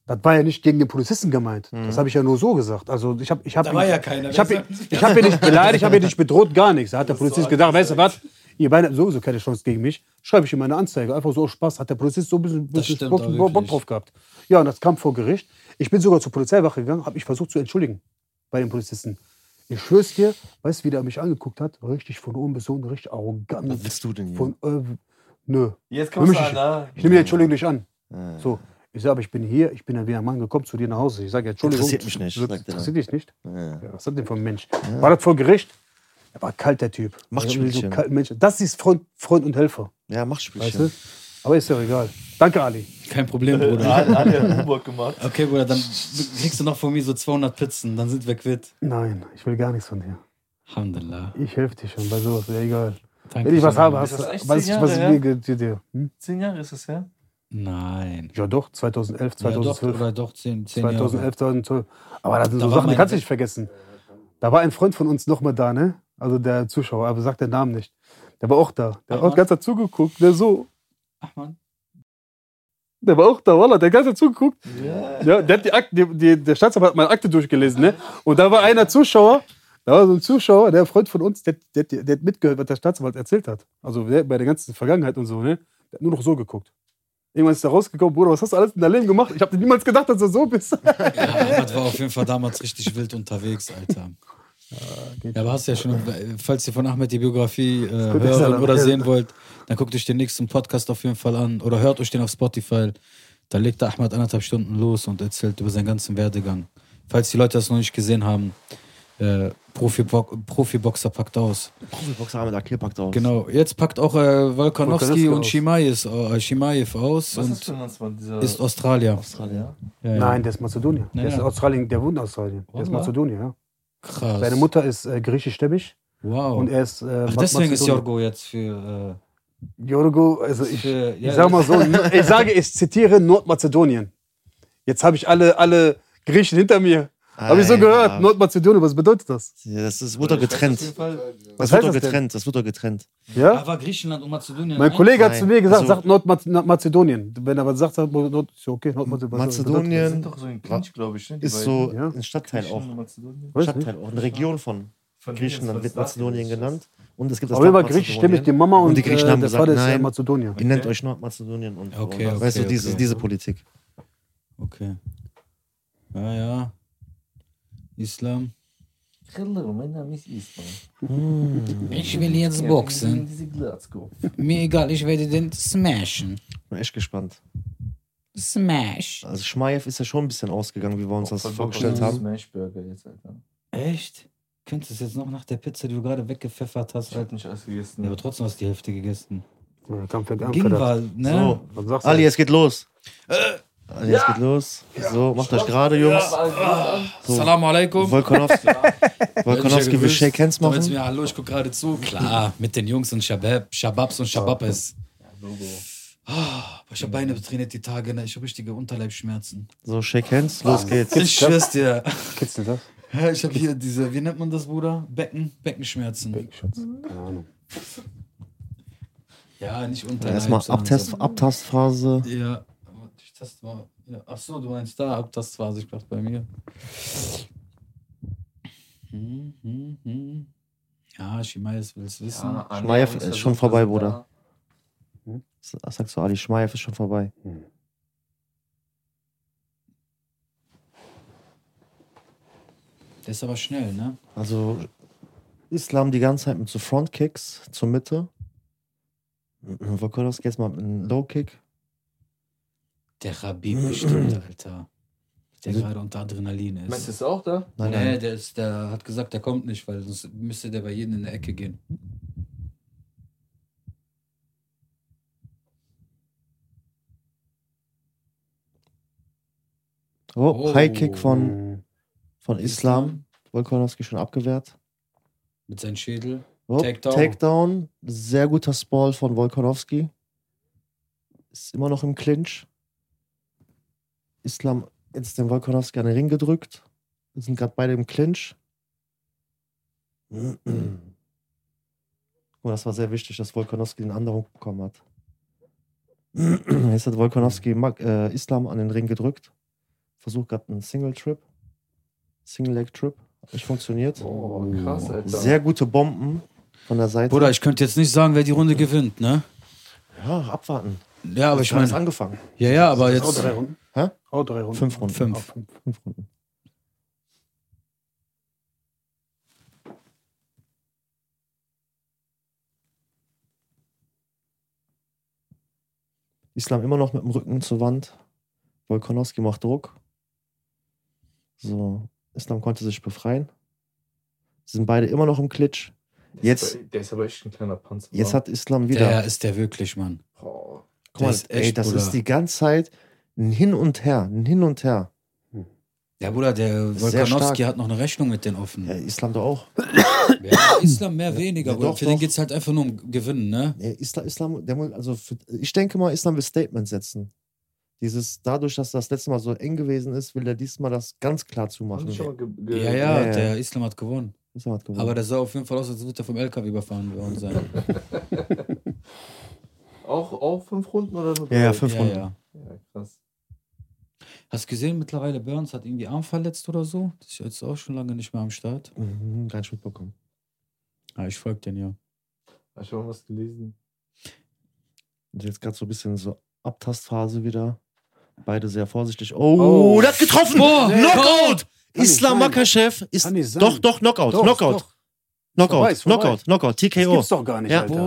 [SPEAKER 4] das war ja nicht gegen den Polizisten gemeint. Das habe ich ja nur so gesagt. Also ich habe ich
[SPEAKER 3] Mhm.
[SPEAKER 4] hab
[SPEAKER 3] Da
[SPEAKER 4] ihn-
[SPEAKER 3] war ja keiner.
[SPEAKER 4] Ich habe ihn, ich hab ihn nicht beleidigt, ich habe ihn nicht bedroht, gar nichts. Da hat der Polizist gedacht, weißt du was, ihr beide habt sowieso keine Chance gegen mich. Schreibe ich ihm eine Anzeige. Einfach so aus Spaß. Hat der Polizist so ein bisschen, bisschen
[SPEAKER 5] stimmt
[SPEAKER 4] Bock,
[SPEAKER 5] aber
[SPEAKER 4] Bock
[SPEAKER 5] wirklich.
[SPEAKER 4] drauf gehabt. Ja, und das kam vor Gericht. Ich bin sogar zur Polizeiwache gegangen, habe mich versucht zu entschuldigen bei den Polizisten. Ich schwör's dir, weißt du, wie der mich angeguckt hat? Richtig von oben bis unten, richtig arrogant.
[SPEAKER 1] Was willst du denn hier?
[SPEAKER 4] Von, äh, nö,
[SPEAKER 2] Jetzt kommst du
[SPEAKER 4] Für mich
[SPEAKER 2] an, ne?
[SPEAKER 4] ich nehme die Entschuldigung nicht an.
[SPEAKER 1] Ja.
[SPEAKER 4] So, ich sage, ich bin hier, ich bin ein Wiener Mann gekommen zu dir nach Hause. Ich sage, Entschuldigung.
[SPEAKER 1] Interessiert mich nicht, sagt er.
[SPEAKER 4] Interessiert dich nicht?
[SPEAKER 1] Ja.
[SPEAKER 4] Ja, Was hat denn für ein Mensch? War das vor Gericht? Er war kalt, der Typ.
[SPEAKER 1] Macht
[SPEAKER 4] Also,
[SPEAKER 1] Spielchen.
[SPEAKER 4] so kalten Menschen. Das ist Freund, Freund und Helfer,
[SPEAKER 1] ja, mach
[SPEAKER 4] weißt
[SPEAKER 1] Spielchen.
[SPEAKER 4] du? Aber ist ja auch egal. Danke, Ali.
[SPEAKER 5] Kein Problem,
[SPEAKER 4] Äh,
[SPEAKER 5] Bruder.
[SPEAKER 4] halt.
[SPEAKER 2] Ali hat einen Humor gemacht.
[SPEAKER 5] Okay, Bruder, dann kriegst du noch von mir so 200 Pizzen, dann sind wir quitt.
[SPEAKER 4] Nein, ich will gar nichts von dir.
[SPEAKER 5] Alhamdulillah.
[SPEAKER 4] Ich helfe dir schon bei sowas, ja egal.
[SPEAKER 5] Danke.
[SPEAKER 4] Wenn ich was
[SPEAKER 5] schön.
[SPEAKER 4] habe, hast du,
[SPEAKER 2] das echt
[SPEAKER 4] weiß
[SPEAKER 2] zehn
[SPEAKER 4] ich, was ich
[SPEAKER 2] Jahre
[SPEAKER 4] mir ge- dir- dir. Hm?
[SPEAKER 2] Zehn Jahre ist es her.
[SPEAKER 5] Nein.
[SPEAKER 4] Ja doch, 2011,
[SPEAKER 5] Ja, doch,
[SPEAKER 4] 2012.
[SPEAKER 5] oder doch, 10, 10
[SPEAKER 4] 2011, 2012. Aber das sind
[SPEAKER 5] Da
[SPEAKER 4] so
[SPEAKER 5] war
[SPEAKER 4] Sachen, die
[SPEAKER 5] meine
[SPEAKER 4] kannst du
[SPEAKER 5] Welt-
[SPEAKER 4] nicht vergessen. Da war ein Freund von uns nochmal da, ne? Also der Zuschauer, aber sagt den Namen nicht. Der war auch da. Der hat auch
[SPEAKER 5] Ahmad?
[SPEAKER 4] ganz dazugeguckt. Der so,
[SPEAKER 5] Ach, Mann.
[SPEAKER 4] Der war auch da, Wallah, der hat ganz zugeguckt. Ja, der hat die Akte, die, die, der Staatsanwalt hat meine Akte durchgelesen, ne? Und da war einer Zuschauer, da war so ein Zuschauer, der Freund von uns, der, der, der, der hat mitgehört, was der Staatsanwalt erzählt hat. Also der, bei der ganzen Vergangenheit und so, ne? Der hat nur noch so geguckt. Irgendwann ist er rausgekommen, Bruder, was hast du alles in deinem Leben gemacht? Ich habe niemals gedacht, dass du so bist.
[SPEAKER 5] Ja, Ahmad war auf jeden Fall damals richtig wild unterwegs, Alter. Ja, aber hast du ja schon, falls ihr von Ahmed die Biografie äh,
[SPEAKER 4] gut, dass er
[SPEAKER 5] hören
[SPEAKER 4] da-
[SPEAKER 5] oder
[SPEAKER 4] ja.
[SPEAKER 5] sehen wollt, dann guckt euch den nächsten Podcast auf jeden Fall an oder hört euch den auf Spotify. Da legt der Ahmed anderthalb Stunden los und erzählt über seinen ganzen Werdegang. Falls die Leute das noch nicht gesehen haben, äh, Profi-Bo- Profi-Boxer packt aus.
[SPEAKER 1] Profiboxer haben da Klippack drauf.
[SPEAKER 5] Genau, jetzt packt auch äh, Volkanovski
[SPEAKER 4] Volkanovski
[SPEAKER 5] und
[SPEAKER 4] aus.
[SPEAKER 5] Shimaev, äh,
[SPEAKER 4] äh,
[SPEAKER 5] Shimaev aus
[SPEAKER 2] Was ist
[SPEAKER 5] und
[SPEAKER 2] denn das von dieser
[SPEAKER 5] ist Australier.
[SPEAKER 2] Australier?
[SPEAKER 5] Ja, ja.
[SPEAKER 4] Nein, der ist Mazedonier.
[SPEAKER 5] Ja,
[SPEAKER 4] der ist
[SPEAKER 5] ja.
[SPEAKER 4] Australien, der wohnt in Australien. Der ist
[SPEAKER 5] Wallah.
[SPEAKER 4] Mazedonier, ja.
[SPEAKER 5] krass.
[SPEAKER 4] Seine Mutter ist äh, griechisch-stämmig
[SPEAKER 1] Oh.
[SPEAKER 5] Wow.
[SPEAKER 4] und er ist. Äh,
[SPEAKER 5] Ach,
[SPEAKER 4] Ma-
[SPEAKER 5] deswegen ist
[SPEAKER 4] Mazedonier.
[SPEAKER 5] Jorgo jetzt für.
[SPEAKER 4] Jorgo, also
[SPEAKER 5] Äh,
[SPEAKER 4] ich,
[SPEAKER 5] für ja,
[SPEAKER 4] Ich sag mal so, ich sage, ich zitiere Nordmazedonien. Jetzt habe ich alle, alle Griechen hinter mir. Habe ich so
[SPEAKER 1] Alter.
[SPEAKER 4] gehört, Nordmazedonien, was bedeutet das?
[SPEAKER 1] Ja, das ist, wurde doch getrennt. Das
[SPEAKER 4] Was
[SPEAKER 1] wird
[SPEAKER 4] heißt
[SPEAKER 1] doch
[SPEAKER 4] das denn?
[SPEAKER 1] getrennt. Das wird doch getrennt.
[SPEAKER 4] Ja?
[SPEAKER 5] Aber Griechenland und Mazedonien. ne?
[SPEAKER 4] Mein
[SPEAKER 5] ein?
[SPEAKER 4] Kollege hat
[SPEAKER 1] Nein.
[SPEAKER 4] zu mir gesagt,
[SPEAKER 1] Also-
[SPEAKER 4] sagt Nordmazedonien. Wenn er was sagt, sagt man Nord ist ja okay, Nordmazedonien.
[SPEAKER 2] Die
[SPEAKER 1] Mazedonien
[SPEAKER 2] sind doch so in Clinch, glaube ich. Ne? die
[SPEAKER 1] ist
[SPEAKER 2] beiden.
[SPEAKER 1] so
[SPEAKER 4] Ja.
[SPEAKER 1] ein Stadtteil
[SPEAKER 2] Griechenland
[SPEAKER 1] auch.
[SPEAKER 2] und Mazedonien.
[SPEAKER 4] Weiß nicht.
[SPEAKER 1] Stadtteil auch. Eine Region von
[SPEAKER 2] Von
[SPEAKER 1] Griechenland wird Mazedonien genannt. Und es gibt das
[SPEAKER 4] Aber immer
[SPEAKER 1] Land
[SPEAKER 4] griechisch
[SPEAKER 1] Mazedonien.
[SPEAKER 4] stimmig die Mama und,
[SPEAKER 1] Und die Griechen
[SPEAKER 4] äh,
[SPEAKER 1] haben
[SPEAKER 4] der
[SPEAKER 1] gesagt,
[SPEAKER 4] Vater ist ja
[SPEAKER 1] nein.
[SPEAKER 4] Mazedonier.
[SPEAKER 1] Ihr nennt euch Nordmazedonien und
[SPEAKER 5] Okay,
[SPEAKER 1] und-
[SPEAKER 5] okay,
[SPEAKER 1] weißt du, diese,
[SPEAKER 5] okay.
[SPEAKER 1] diese Politik.
[SPEAKER 5] Okay. Ja, ja. Islam.
[SPEAKER 2] Hello, mein Name ist Isma.
[SPEAKER 5] Hm. Ich will jetzt
[SPEAKER 2] Ja,
[SPEAKER 5] boxen.
[SPEAKER 2] diese Glatzko.
[SPEAKER 5] Mir egal, ich werde den smashen.
[SPEAKER 1] Bin echt gespannt.
[SPEAKER 5] Smash.
[SPEAKER 1] Also Schmaev ist ja schon ein bisschen ausgegangen, wie wir uns das
[SPEAKER 2] Voll Bock auf
[SPEAKER 1] vorgestellt
[SPEAKER 2] diesen
[SPEAKER 1] haben.
[SPEAKER 2] Smashburger jetzt, Alter.
[SPEAKER 5] Echt? könntest jetzt noch nach der Pizza, die du gerade weggepfeffert hast, halt.
[SPEAKER 2] nicht alles
[SPEAKER 5] Ja, aber
[SPEAKER 2] gegessen.
[SPEAKER 5] trotzdem hast du die Hälfte gegessen.
[SPEAKER 4] Ja, Kampf wird
[SPEAKER 5] Ging
[SPEAKER 4] angefordert.
[SPEAKER 5] war, ne?
[SPEAKER 1] So,
[SPEAKER 4] Was sagst du?
[SPEAKER 1] Ali, es geht los. Ali, es geht los. So, macht euch gerade, Jungs. So.
[SPEAKER 3] Salam alaikum.
[SPEAKER 1] Wolkonowski, Wolkonowski will Shake Hands
[SPEAKER 3] Da willst du
[SPEAKER 1] machen.
[SPEAKER 3] mir, hallo, ich guck gerade zu. Klar, mit den Jungs und Shabab, Shababs und Shababes. Ah, ich habe Beine trainiert die Tage, ne? ich habe richtige Unterleibschmerzen.
[SPEAKER 1] So, Shake Hands,
[SPEAKER 3] Ah,
[SPEAKER 1] los geht's.
[SPEAKER 3] Ich schwör's dir.
[SPEAKER 4] Kitzelt das?
[SPEAKER 3] Hä, Ich habe hier diese, wie nennt man das, Bruder? Becken, Beckenschmerzen.
[SPEAKER 4] Keine Ahnung.
[SPEAKER 3] Ja, nicht Unterleib.
[SPEAKER 1] Erstmal
[SPEAKER 3] sondern
[SPEAKER 1] Abtest, Abtastphase.
[SPEAKER 3] so- Ja, warte, ich teste mal. Ja, ach so, du meinst da Abtastphase, ich dachte bei mir. Hm, hm, hm. Ja, Schimayes will es wissen.
[SPEAKER 1] Schmeiev ist schon vorbei, Bruder. Was sagst du, Ali? Schmeiev ist schon vorbei.
[SPEAKER 3] Der ist aber schnell, ne?
[SPEAKER 1] Also, Islam die ganze Zeit mit so Frontkicks zur Mitte. Wolkonowski jetzt mal mit einem Low-Kick.
[SPEAKER 3] Der Rabib bestimmt, Alter. Der gerade unter Adrenalin
[SPEAKER 2] Meinst du,
[SPEAKER 3] ist.
[SPEAKER 2] ist er auch da?
[SPEAKER 1] Nein,
[SPEAKER 3] Also nee,
[SPEAKER 1] nein.
[SPEAKER 3] der, ist, der hat gesagt, der kommt nicht, weil sonst müsste der bei jedem in der Ecke gehen.
[SPEAKER 1] Oh, High-Kick von,
[SPEAKER 4] Mhm.
[SPEAKER 1] von Islam. Wolkonowski schon abgewehrt.
[SPEAKER 3] Mit seinem Schädel.
[SPEAKER 1] Oh,
[SPEAKER 3] Takedown.
[SPEAKER 1] Takedown. Sehr guter Spall von Wolkonowski. Ist immer noch im Clinch. Islam jetzt den Wolkonowski an den Ring gedrückt. Wir sind gerade beide im Clinch. Und das war sehr wichtig, dass Wolkonowski den anderen Hook bekommen hat. Jetzt hat Wolkonowski Mag- äh, Islam an den Ring gedrückt. Versucht gerade einen Single Trip. Single Leg Trip. Hat nicht funktioniert.
[SPEAKER 2] Oh, krass, Alter.
[SPEAKER 1] Sehr gute Bomben von der Seite.
[SPEAKER 3] Bruder, ich könnte jetzt nicht sagen, wer die Runde gewinnt, ne?
[SPEAKER 1] ja, abwarten.
[SPEAKER 3] Ja, aber ich
[SPEAKER 1] Gerade erst
[SPEAKER 3] meine.
[SPEAKER 1] angefangen.
[SPEAKER 3] Ja, ja, aber
[SPEAKER 4] Auch
[SPEAKER 3] jetzt.
[SPEAKER 4] drei Runden.
[SPEAKER 1] Hä?
[SPEAKER 4] Auch drei Runden.
[SPEAKER 1] Fünf Runden.
[SPEAKER 3] Fünf.
[SPEAKER 4] Auch
[SPEAKER 1] Fünf Runden. Islam immer noch mit dem Rücken zur Wand. Wolkonowski macht Druck. So, Islam konnte sich befreien. Sie sind beide immer noch im Klitsch.
[SPEAKER 2] Der
[SPEAKER 1] Jetzt,
[SPEAKER 2] Ist aber, der ist aber echt ein kleiner Panzer. Oh,
[SPEAKER 1] jetzt hat Islam wieder.
[SPEAKER 3] Der ist der wirklich, Mann.
[SPEAKER 2] Boah.
[SPEAKER 1] Guck mal,
[SPEAKER 3] der ist
[SPEAKER 1] ey,
[SPEAKER 3] echt,
[SPEAKER 1] das
[SPEAKER 3] Bruder.
[SPEAKER 1] ist die ganze Zeit ein Hin und Her, ein Hin und Her.
[SPEAKER 3] Ja, Bruder, der
[SPEAKER 1] Ist sehr
[SPEAKER 3] Wolkanowski
[SPEAKER 1] stark.
[SPEAKER 3] hat noch eine Rechnung mit den offen.
[SPEAKER 1] Ja, Islam doch auch.
[SPEAKER 3] Ja, Islam mehr, weniger.
[SPEAKER 1] Ja,
[SPEAKER 3] Bruder.
[SPEAKER 1] doch,
[SPEAKER 3] Für den
[SPEAKER 1] doch.
[SPEAKER 3] geht es halt einfach nur um Gewinnen, ne?
[SPEAKER 1] Nee, Islam, Islam der muss, also für, ich denke mal, Islam will Statement setzen. Dieses, dadurch, dass das letzte Mal so eng gewesen ist, will er diesmal das ganz klar zumachen.
[SPEAKER 2] Haben die schon mal ge- ge-
[SPEAKER 3] Ja, ja,
[SPEAKER 1] Ja, ja.
[SPEAKER 3] der Islam hat gewonnen.
[SPEAKER 1] Islam hat gewonnen.
[SPEAKER 3] Aber der sah auf jeden Fall aus, als würde er vom LKW überfahren worden sein.
[SPEAKER 2] Auch, auch fünf Runden oder so?
[SPEAKER 1] Ja, ja, fünf
[SPEAKER 3] ja,
[SPEAKER 1] Runden.
[SPEAKER 3] ja.
[SPEAKER 2] Ja, krass.
[SPEAKER 3] Hast du gesehen, mittlerweile Burns hat irgendwie Arm verletzt oder so? Das ist jetzt auch schon lange nicht mehr am Start.
[SPEAKER 1] Mhm, gar nicht mitbekommen.
[SPEAKER 3] Ah, ich folge den ja.
[SPEAKER 2] Hab ich mal was gelesen?
[SPEAKER 1] Und jetzt gerade so ein bisschen so Abtastphase wieder. Beide sehr vorsichtig. Oh, das getroffen!
[SPEAKER 3] Boah, nee.
[SPEAKER 1] Knockout!
[SPEAKER 4] Kann nicht
[SPEAKER 1] Islam
[SPEAKER 4] sein.
[SPEAKER 1] Makachev ist.
[SPEAKER 4] Kann nicht sein.
[SPEAKER 1] Doch, doch, Knockout.
[SPEAKER 4] Doch,
[SPEAKER 1] Knockout.
[SPEAKER 4] doch.
[SPEAKER 1] Knockout.
[SPEAKER 4] Vorbei ist vorbei.
[SPEAKER 1] Knockout. Knockout.
[SPEAKER 4] Das
[SPEAKER 1] TKO.
[SPEAKER 4] gibt's doch gar nicht,
[SPEAKER 1] Ja.
[SPEAKER 4] Alter.
[SPEAKER 1] Oh.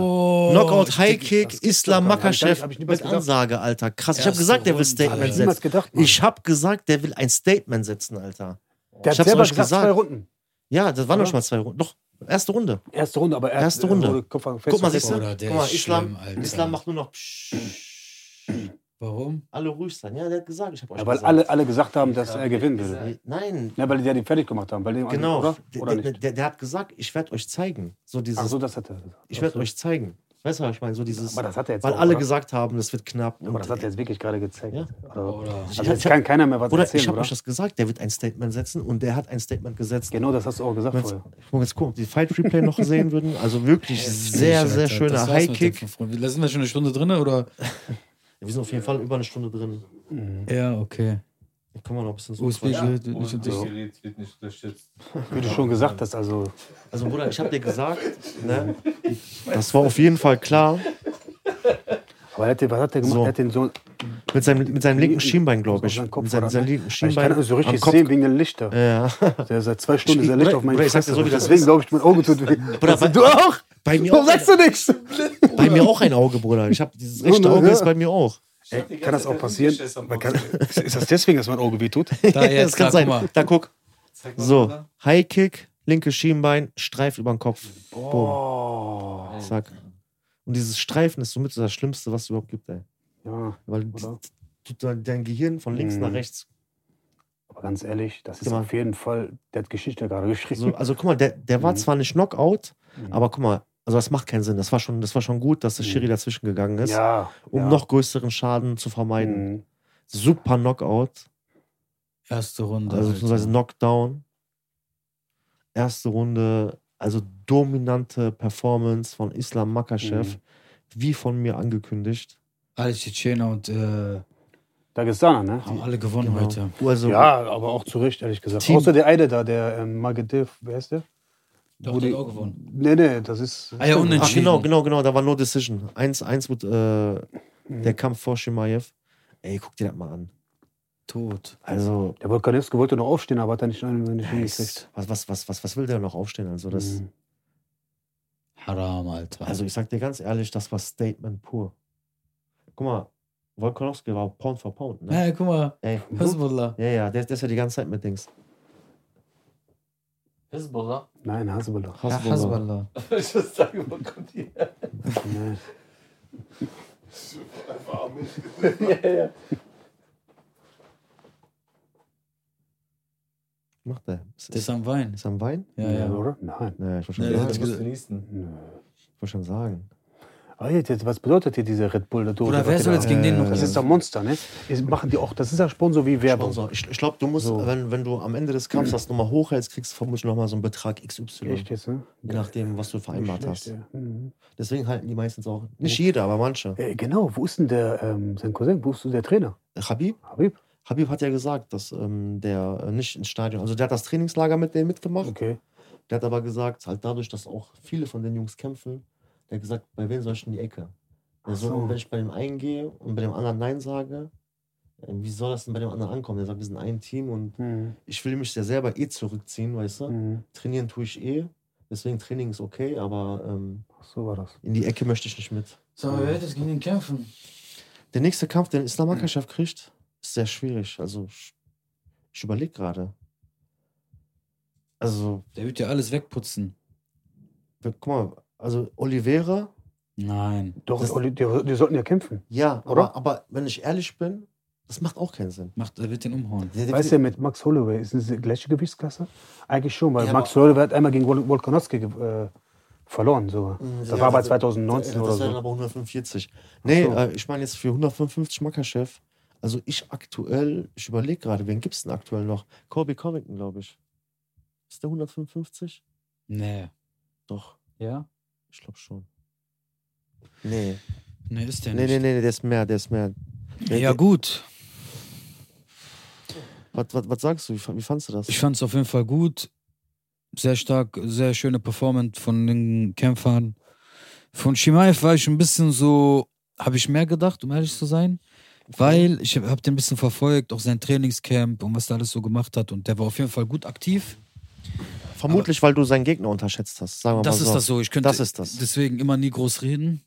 [SPEAKER 3] Boah,
[SPEAKER 1] Knockout, High Kick,
[SPEAKER 4] das gibt's
[SPEAKER 1] Islam
[SPEAKER 4] doch gar nicht. Hab ich-
[SPEAKER 1] Makachev
[SPEAKER 4] hab ich niemals
[SPEAKER 1] mit
[SPEAKER 4] gedacht.
[SPEAKER 1] Ansage, Alter. Krass. Ich habe
[SPEAKER 3] Erste
[SPEAKER 1] gesagt, der will
[SPEAKER 3] Runde,
[SPEAKER 1] Statement
[SPEAKER 3] Alter.
[SPEAKER 4] Hab ich niemals
[SPEAKER 1] setzen.
[SPEAKER 4] gedacht, Mann.
[SPEAKER 1] Ich habe gesagt, der will ein Statement setzen, Alter.
[SPEAKER 4] Der
[SPEAKER 1] ich
[SPEAKER 4] hat
[SPEAKER 1] hab's
[SPEAKER 4] selber
[SPEAKER 1] euch
[SPEAKER 4] gesagt,
[SPEAKER 1] gesagt.
[SPEAKER 4] zwei Runden.
[SPEAKER 1] Ja, das waren doch
[SPEAKER 4] Ja.
[SPEAKER 1] schon mal zwei Runden. Doch, erste Runde.
[SPEAKER 4] Erste Runde, aber er
[SPEAKER 1] Erste
[SPEAKER 4] hat, äh,
[SPEAKER 1] Runde.
[SPEAKER 4] wurde Kopf an Fest
[SPEAKER 1] Guck mal,
[SPEAKER 4] und
[SPEAKER 1] siehst du?
[SPEAKER 4] Kopf.
[SPEAKER 3] Bruder, der
[SPEAKER 1] Guck mal,
[SPEAKER 3] ist
[SPEAKER 1] Islam,
[SPEAKER 3] schlimm, Alter.
[SPEAKER 1] Islam macht nur noch Psch.
[SPEAKER 3] Warum?
[SPEAKER 1] Alle ruhig sein. Ja, der hat gesagt, ich habe euch
[SPEAKER 4] Ja, weil
[SPEAKER 1] gesagt.
[SPEAKER 4] alle, alle gesagt haben, dass er gewinnen würde.
[SPEAKER 1] Nein,
[SPEAKER 4] Ja, weil die ja den fertig gemacht haben. Weil die,
[SPEAKER 1] genau.
[SPEAKER 4] Oder, oder
[SPEAKER 1] der,
[SPEAKER 4] nicht?
[SPEAKER 1] der, der hat gesagt, ich werde euch zeigen. So dieses,
[SPEAKER 4] Ach so, das hat er.
[SPEAKER 1] ich werde euch zeigen. Weißt du, was ich meine? So dieses,
[SPEAKER 4] Aber das hat er jetzt
[SPEAKER 1] weil
[SPEAKER 4] auch,
[SPEAKER 1] alle
[SPEAKER 4] oder?
[SPEAKER 1] gesagt haben, es wird knapp.
[SPEAKER 4] Aber das hat er jetzt wirklich gerade gezeigt.
[SPEAKER 1] Ja.
[SPEAKER 4] Also,
[SPEAKER 3] Oder-
[SPEAKER 4] also
[SPEAKER 1] Ich-
[SPEAKER 4] jetzt
[SPEAKER 1] ich hab-
[SPEAKER 4] kann keiner mehr was
[SPEAKER 1] Oder ich
[SPEAKER 4] erzählen,
[SPEAKER 1] habe
[SPEAKER 4] oder?
[SPEAKER 1] euch das gesagt, der wird ein Statement setzen und der hat ein Statement gesetzt.
[SPEAKER 4] Genau, das hast du auch gesagt
[SPEAKER 1] Wenn's,
[SPEAKER 4] vorher.
[SPEAKER 1] ich muss jetzt gucken, ob die Fight Replay noch sehen würden. Also wirklich sehr, sehr schöner High Kick.
[SPEAKER 3] Da sind wir schon eine Stunde drin, oder?
[SPEAKER 1] Wir sind auf jeden Fall über eine Stunde drin.
[SPEAKER 4] Mhm.
[SPEAKER 3] Ja, okay.
[SPEAKER 1] Dann können wir noch ein bisschen so.
[SPEAKER 3] USB
[SPEAKER 1] quatschen.
[SPEAKER 3] wird nicht unterstützt.
[SPEAKER 2] Gerät wird nicht unterstützt.
[SPEAKER 4] Wie du schon gesagt hast, also
[SPEAKER 1] Also Bruder, ich habe dir gesagt, ne, das war auf jeden Fall klar.
[SPEAKER 4] Aber er hat, den- was hat er gemacht?
[SPEAKER 1] So.
[SPEAKER 4] Er hat den so.
[SPEAKER 1] Mit seinem, mit seinem linken Schienbein, glaube ich.
[SPEAKER 4] seinen Kopf
[SPEAKER 1] Mit seinem,
[SPEAKER 4] voran,
[SPEAKER 1] seinem
[SPEAKER 4] ne?
[SPEAKER 1] linken
[SPEAKER 4] Ich kann
[SPEAKER 1] Schienbein.
[SPEAKER 4] das so richtig
[SPEAKER 1] am Kopf.
[SPEAKER 4] sehen wegen den Lichter.
[SPEAKER 1] Ja.
[SPEAKER 4] Der seit zwei Stunden ist der
[SPEAKER 1] Bruder,
[SPEAKER 4] Lichter auf meinen
[SPEAKER 1] Bruder, ich sag's dir
[SPEAKER 4] Fresse.
[SPEAKER 1] so, wie das
[SPEAKER 4] Deswegen
[SPEAKER 1] ist.
[SPEAKER 4] glaube ich, mein Auge tut weh.
[SPEAKER 1] Bruder, bei,
[SPEAKER 4] du auch?
[SPEAKER 1] bei, mir
[SPEAKER 4] Warum
[SPEAKER 1] auch
[SPEAKER 4] sagst du nichts?
[SPEAKER 1] bei mir auch ein Auge, Bruder. Ich habe dieses rechte
[SPEAKER 4] Ja,
[SPEAKER 1] Auge
[SPEAKER 4] ja.
[SPEAKER 1] ist bei mir auch.
[SPEAKER 4] Ey, kann das auch passieren? Man kann, ist das deswegen, dass mein Auge weh tut?
[SPEAKER 3] Da Ah, jetzt,
[SPEAKER 1] das kann
[SPEAKER 3] da, guck
[SPEAKER 1] sein.
[SPEAKER 3] mal.
[SPEAKER 1] Da guck. So, High Kick, linke Schienbein, Streif über den Kopf. Boom. Zack. Und dieses Streifen ist somit das Schlimmste, was es überhaupt gibt, ey.
[SPEAKER 4] Ja,
[SPEAKER 1] Weil
[SPEAKER 4] oder?
[SPEAKER 1] du- dein dein Gehirn von links
[SPEAKER 4] Mhm.
[SPEAKER 1] nach rechts.
[SPEAKER 4] Aber ganz ehrlich, das ist
[SPEAKER 1] Genau.
[SPEAKER 4] auf jeden Fall, der hat Geschichte gerade geschrieben.
[SPEAKER 1] So, also guck mal, der, der war
[SPEAKER 4] Mhm.
[SPEAKER 1] zwar nicht Knockout,
[SPEAKER 4] Mhm.
[SPEAKER 1] aber guck mal, also das macht keinen Sinn. Das war schon, das war schon gut, dass der
[SPEAKER 4] Mhm.
[SPEAKER 1] Schiri dazwischen gegangen ist,
[SPEAKER 4] ja,
[SPEAKER 1] um
[SPEAKER 4] ja.
[SPEAKER 1] noch größeren Schaden zu vermeiden.
[SPEAKER 4] Mhm.
[SPEAKER 1] Super Knockout,
[SPEAKER 3] Erste Runde.
[SPEAKER 1] also beziehungsweise Knockdown. Erste Runde, also dominante Performance von Islam Makachev,
[SPEAKER 4] Mhm.
[SPEAKER 1] wie von mir angekündigt.
[SPEAKER 3] alle Tschetschener und äh,
[SPEAKER 4] Dagestaner, ne?
[SPEAKER 3] haben alle gewonnen
[SPEAKER 1] Genau.
[SPEAKER 3] heute.
[SPEAKER 1] Also,
[SPEAKER 4] Ja, aber auch zu Recht, ehrlich gesagt.
[SPEAKER 1] Team-
[SPEAKER 4] Außer der eine da, der ähm, Magedev, wer ist der?
[SPEAKER 3] Doch,
[SPEAKER 4] Wo
[SPEAKER 3] der
[SPEAKER 4] die-
[SPEAKER 3] hat auch gewonnen.
[SPEAKER 4] Nee, nee, das ist.
[SPEAKER 3] Ah ja,
[SPEAKER 1] Ach,
[SPEAKER 3] unentschieden.
[SPEAKER 1] genau, genau, genau, da war nur Decision. 1-1 mit äh, der Kampf vor Shimaev. Ey, guck dir das mal an.
[SPEAKER 3] Tot.
[SPEAKER 1] Also,
[SPEAKER 4] Der Volkanewski wollte noch aufstehen, aber hat er nicht, äh, nicht hingekriegt.
[SPEAKER 1] was, was, was, was, was will der noch aufstehen? Also, das,
[SPEAKER 4] Mhm.
[SPEAKER 3] Haram, Alter.
[SPEAKER 1] also ich sag dir ganz ehrlich, das war Statement pur. Guck mal, Volkanovski war Pound for Pound, ne?
[SPEAKER 3] Hey, guck mal.
[SPEAKER 1] Ey,
[SPEAKER 3] Hezbollah.
[SPEAKER 1] ja, ja, der, der ist ja die ganze Zeit mit Dings.
[SPEAKER 2] Hezbollah.
[SPEAKER 4] Nein, Hasebullah.
[SPEAKER 3] Ja, Hezbollah.
[SPEAKER 2] Ich würde sagen, wo kommt die her?
[SPEAKER 4] Nee.
[SPEAKER 6] Einfach Armee.
[SPEAKER 2] ja, ja.
[SPEAKER 1] Macht der? Ist,
[SPEAKER 3] Der ist
[SPEAKER 1] ist,
[SPEAKER 3] am Wein.
[SPEAKER 1] am Wein?
[SPEAKER 3] Ja,
[SPEAKER 4] Nee,
[SPEAKER 3] ja.
[SPEAKER 4] oder? Nein.
[SPEAKER 1] Naja, ich wollte schon,
[SPEAKER 3] Nee,
[SPEAKER 2] Der
[SPEAKER 1] sagen-
[SPEAKER 3] das-
[SPEAKER 2] hat was genießen.
[SPEAKER 4] Nö.
[SPEAKER 1] ich wollte schon sagen.
[SPEAKER 4] Aber jetzt, jetzt, was bedeutet hier diese Red Bull? Oder,
[SPEAKER 3] Oder wer soll jetzt gegen den noch?
[SPEAKER 4] Das ist ein Monster, ne? Das machen die auch. Das ist ja Sponsor wie Werbung.
[SPEAKER 1] Sponsor, Hm. ich ich glaube, du musst,
[SPEAKER 4] So.
[SPEAKER 1] wenn, wenn du am Ende des Kampfs das nochmal hochhältst, kriegst du vermutlich nochmal so einen Betrag XY.
[SPEAKER 4] Echt jetzt, ne?
[SPEAKER 1] Je nachdem, was du vereinbart
[SPEAKER 4] Nicht
[SPEAKER 1] hast.
[SPEAKER 4] schlecht, ja. Mhm.
[SPEAKER 1] Deswegen halten die meistens auch, nicht jeder, aber manche.
[SPEAKER 4] Äh, genau, wo ist denn der, ähm, sein Cousin? Wo ist denn der Trainer?
[SPEAKER 1] Habib?
[SPEAKER 4] Habib?
[SPEAKER 1] Habib hat ja gesagt, dass ähm, der äh, nicht ins Stadion, also der hat das Trainingslager mit denen mitgemacht.
[SPEAKER 4] Okay.
[SPEAKER 1] Der hat aber gesagt, halt dadurch, dass auch viele von den Jungs kämpfen, der hat gesagt, bei wem soll ich in die Ecke? Also,
[SPEAKER 4] so.
[SPEAKER 1] Wenn ich bei dem einen gehe und bei dem anderen Nein sage, äh, wie soll das denn bei dem anderen ankommen? Der sagt, wir sind ein Team und
[SPEAKER 4] Mhm.
[SPEAKER 1] ich will mich ja selber eh zurückziehen, weißt du?
[SPEAKER 4] Mhm.
[SPEAKER 1] Trainieren tue ich eh, deswegen Training ist okay, aber ähm,
[SPEAKER 4] Ach, So war das.
[SPEAKER 1] in die Ecke möchte ich nicht mit.
[SPEAKER 3] So, wer wird jetzt gegen den kämpfen?
[SPEAKER 1] Der nächste Kampf, den Islam
[SPEAKER 4] Mhm.
[SPEAKER 1] Makachev kriegt, ist sehr schwierig. Also, ich, ich überlege gerade. Also,
[SPEAKER 3] Der wird ja alles wegputzen.
[SPEAKER 1] guck mal, also Oliveira,
[SPEAKER 3] Nein.
[SPEAKER 4] Doch,
[SPEAKER 1] Das-
[SPEAKER 4] Oli- die, die sollten ja kämpfen.
[SPEAKER 1] ja,
[SPEAKER 4] Oder?
[SPEAKER 1] aber, aber wenn ich ehrlich bin, das macht auch keinen Sinn.
[SPEAKER 3] Macht, er wird den umhauen.
[SPEAKER 1] Der, der
[SPEAKER 4] Weißt du,
[SPEAKER 1] wird-
[SPEAKER 4] mit Max Holloway ist es die gleiche Gewichtsklasse? Eigentlich schon, weil
[SPEAKER 1] Ja,
[SPEAKER 4] Max Holloway hat einmal gegen Wol- Wolkonowski ge- äh, verloren sogar.
[SPEAKER 1] Mm,
[SPEAKER 4] Das
[SPEAKER 1] ja,
[SPEAKER 4] war bei
[SPEAKER 1] das-
[SPEAKER 4] 2019
[SPEAKER 1] das
[SPEAKER 4] oder
[SPEAKER 1] wären
[SPEAKER 4] so.
[SPEAKER 1] aber 145. Nee,
[SPEAKER 4] so.
[SPEAKER 1] äh, ich meine jetzt für 155 Makachev. Also ich aktuell, ich überlege gerade, wen gibt es denn aktuell noch? Colby Covington, glaube ich. Ist der 155?
[SPEAKER 3] Nee.
[SPEAKER 1] Doch,
[SPEAKER 3] Ja?
[SPEAKER 1] ich glaube schon. Nee.
[SPEAKER 3] Nee, ist der
[SPEAKER 1] Nee,
[SPEAKER 3] nicht.
[SPEAKER 1] nee, nee, nee, der ist mehr, der ist mehr. Der,
[SPEAKER 3] Ja,
[SPEAKER 1] der,
[SPEAKER 3] gut.
[SPEAKER 1] was, was, was sagst du? Wie, fa- wie fandst du das?
[SPEAKER 3] Ich fand es auf jeden Fall gut. Sehr stark, sehr schöne Performance von den Kämpfern. Von Shimaev war ich ein bisschen so, habe ich mehr gedacht, um ehrlich zu sein. Weil ich habe den ein bisschen verfolgt, auch sein Trainingscamp und was er alles so gemacht hat. Und der war auf jeden Fall gut aktiv.
[SPEAKER 1] Vermutlich, weil du seinen Gegner unterschätzt hast. Sagen wir
[SPEAKER 3] Das
[SPEAKER 1] mal
[SPEAKER 3] ist
[SPEAKER 1] so.
[SPEAKER 3] das so. Ich könnte
[SPEAKER 1] Das ist das.
[SPEAKER 3] deswegen immer nie groß reden.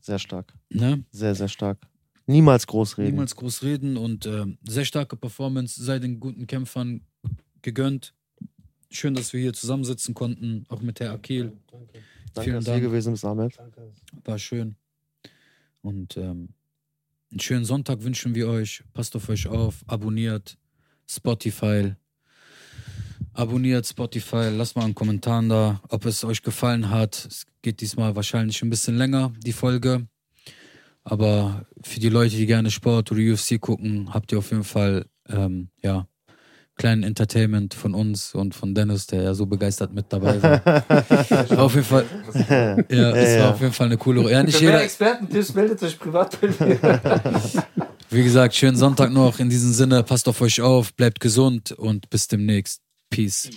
[SPEAKER 1] Sehr stark.
[SPEAKER 3] Ne?
[SPEAKER 1] Sehr, sehr stark. Niemals groß reden.
[SPEAKER 3] Niemals groß reden und ähm, sehr starke Performance, sei den guten Kämpfern gegönnt. Schön, dass wir hier zusammensitzen konnten, auch mit Herr Akil.
[SPEAKER 1] Danke,
[SPEAKER 3] Vielen
[SPEAKER 1] dass du
[SPEAKER 3] Dank.
[SPEAKER 1] hier gewesen bist, Ahmed.
[SPEAKER 3] War schön. Und ähm, einen schönen Sonntag wünschen wir euch. Passt auf euch auf. Abonniert Spotify. Abonniert Spotify. Lasst mal einen Kommentar da, ob es euch gefallen hat. Es geht diesmal wahrscheinlich ein bisschen länger, die Folge. Aber für die Leute, die gerne Sport oder UFC gucken, habt ihr auf jeden Fall ähm, ja, kleinen Entertainment von uns und von Dennis, der ja so begeistert mit dabei war. auf jeden Fall. Ja, es
[SPEAKER 1] ja.
[SPEAKER 3] war auf jeden Fall eine coole Runde. Ja, nicht
[SPEAKER 2] Für mehr
[SPEAKER 3] jeder.
[SPEAKER 2] Expertentipps meldet euch privat bei mir.
[SPEAKER 3] Wie gesagt, schönen Sonntag noch. In diesem Sinne, passt auf euch auf, bleibt gesund und bis demnächst. Peace.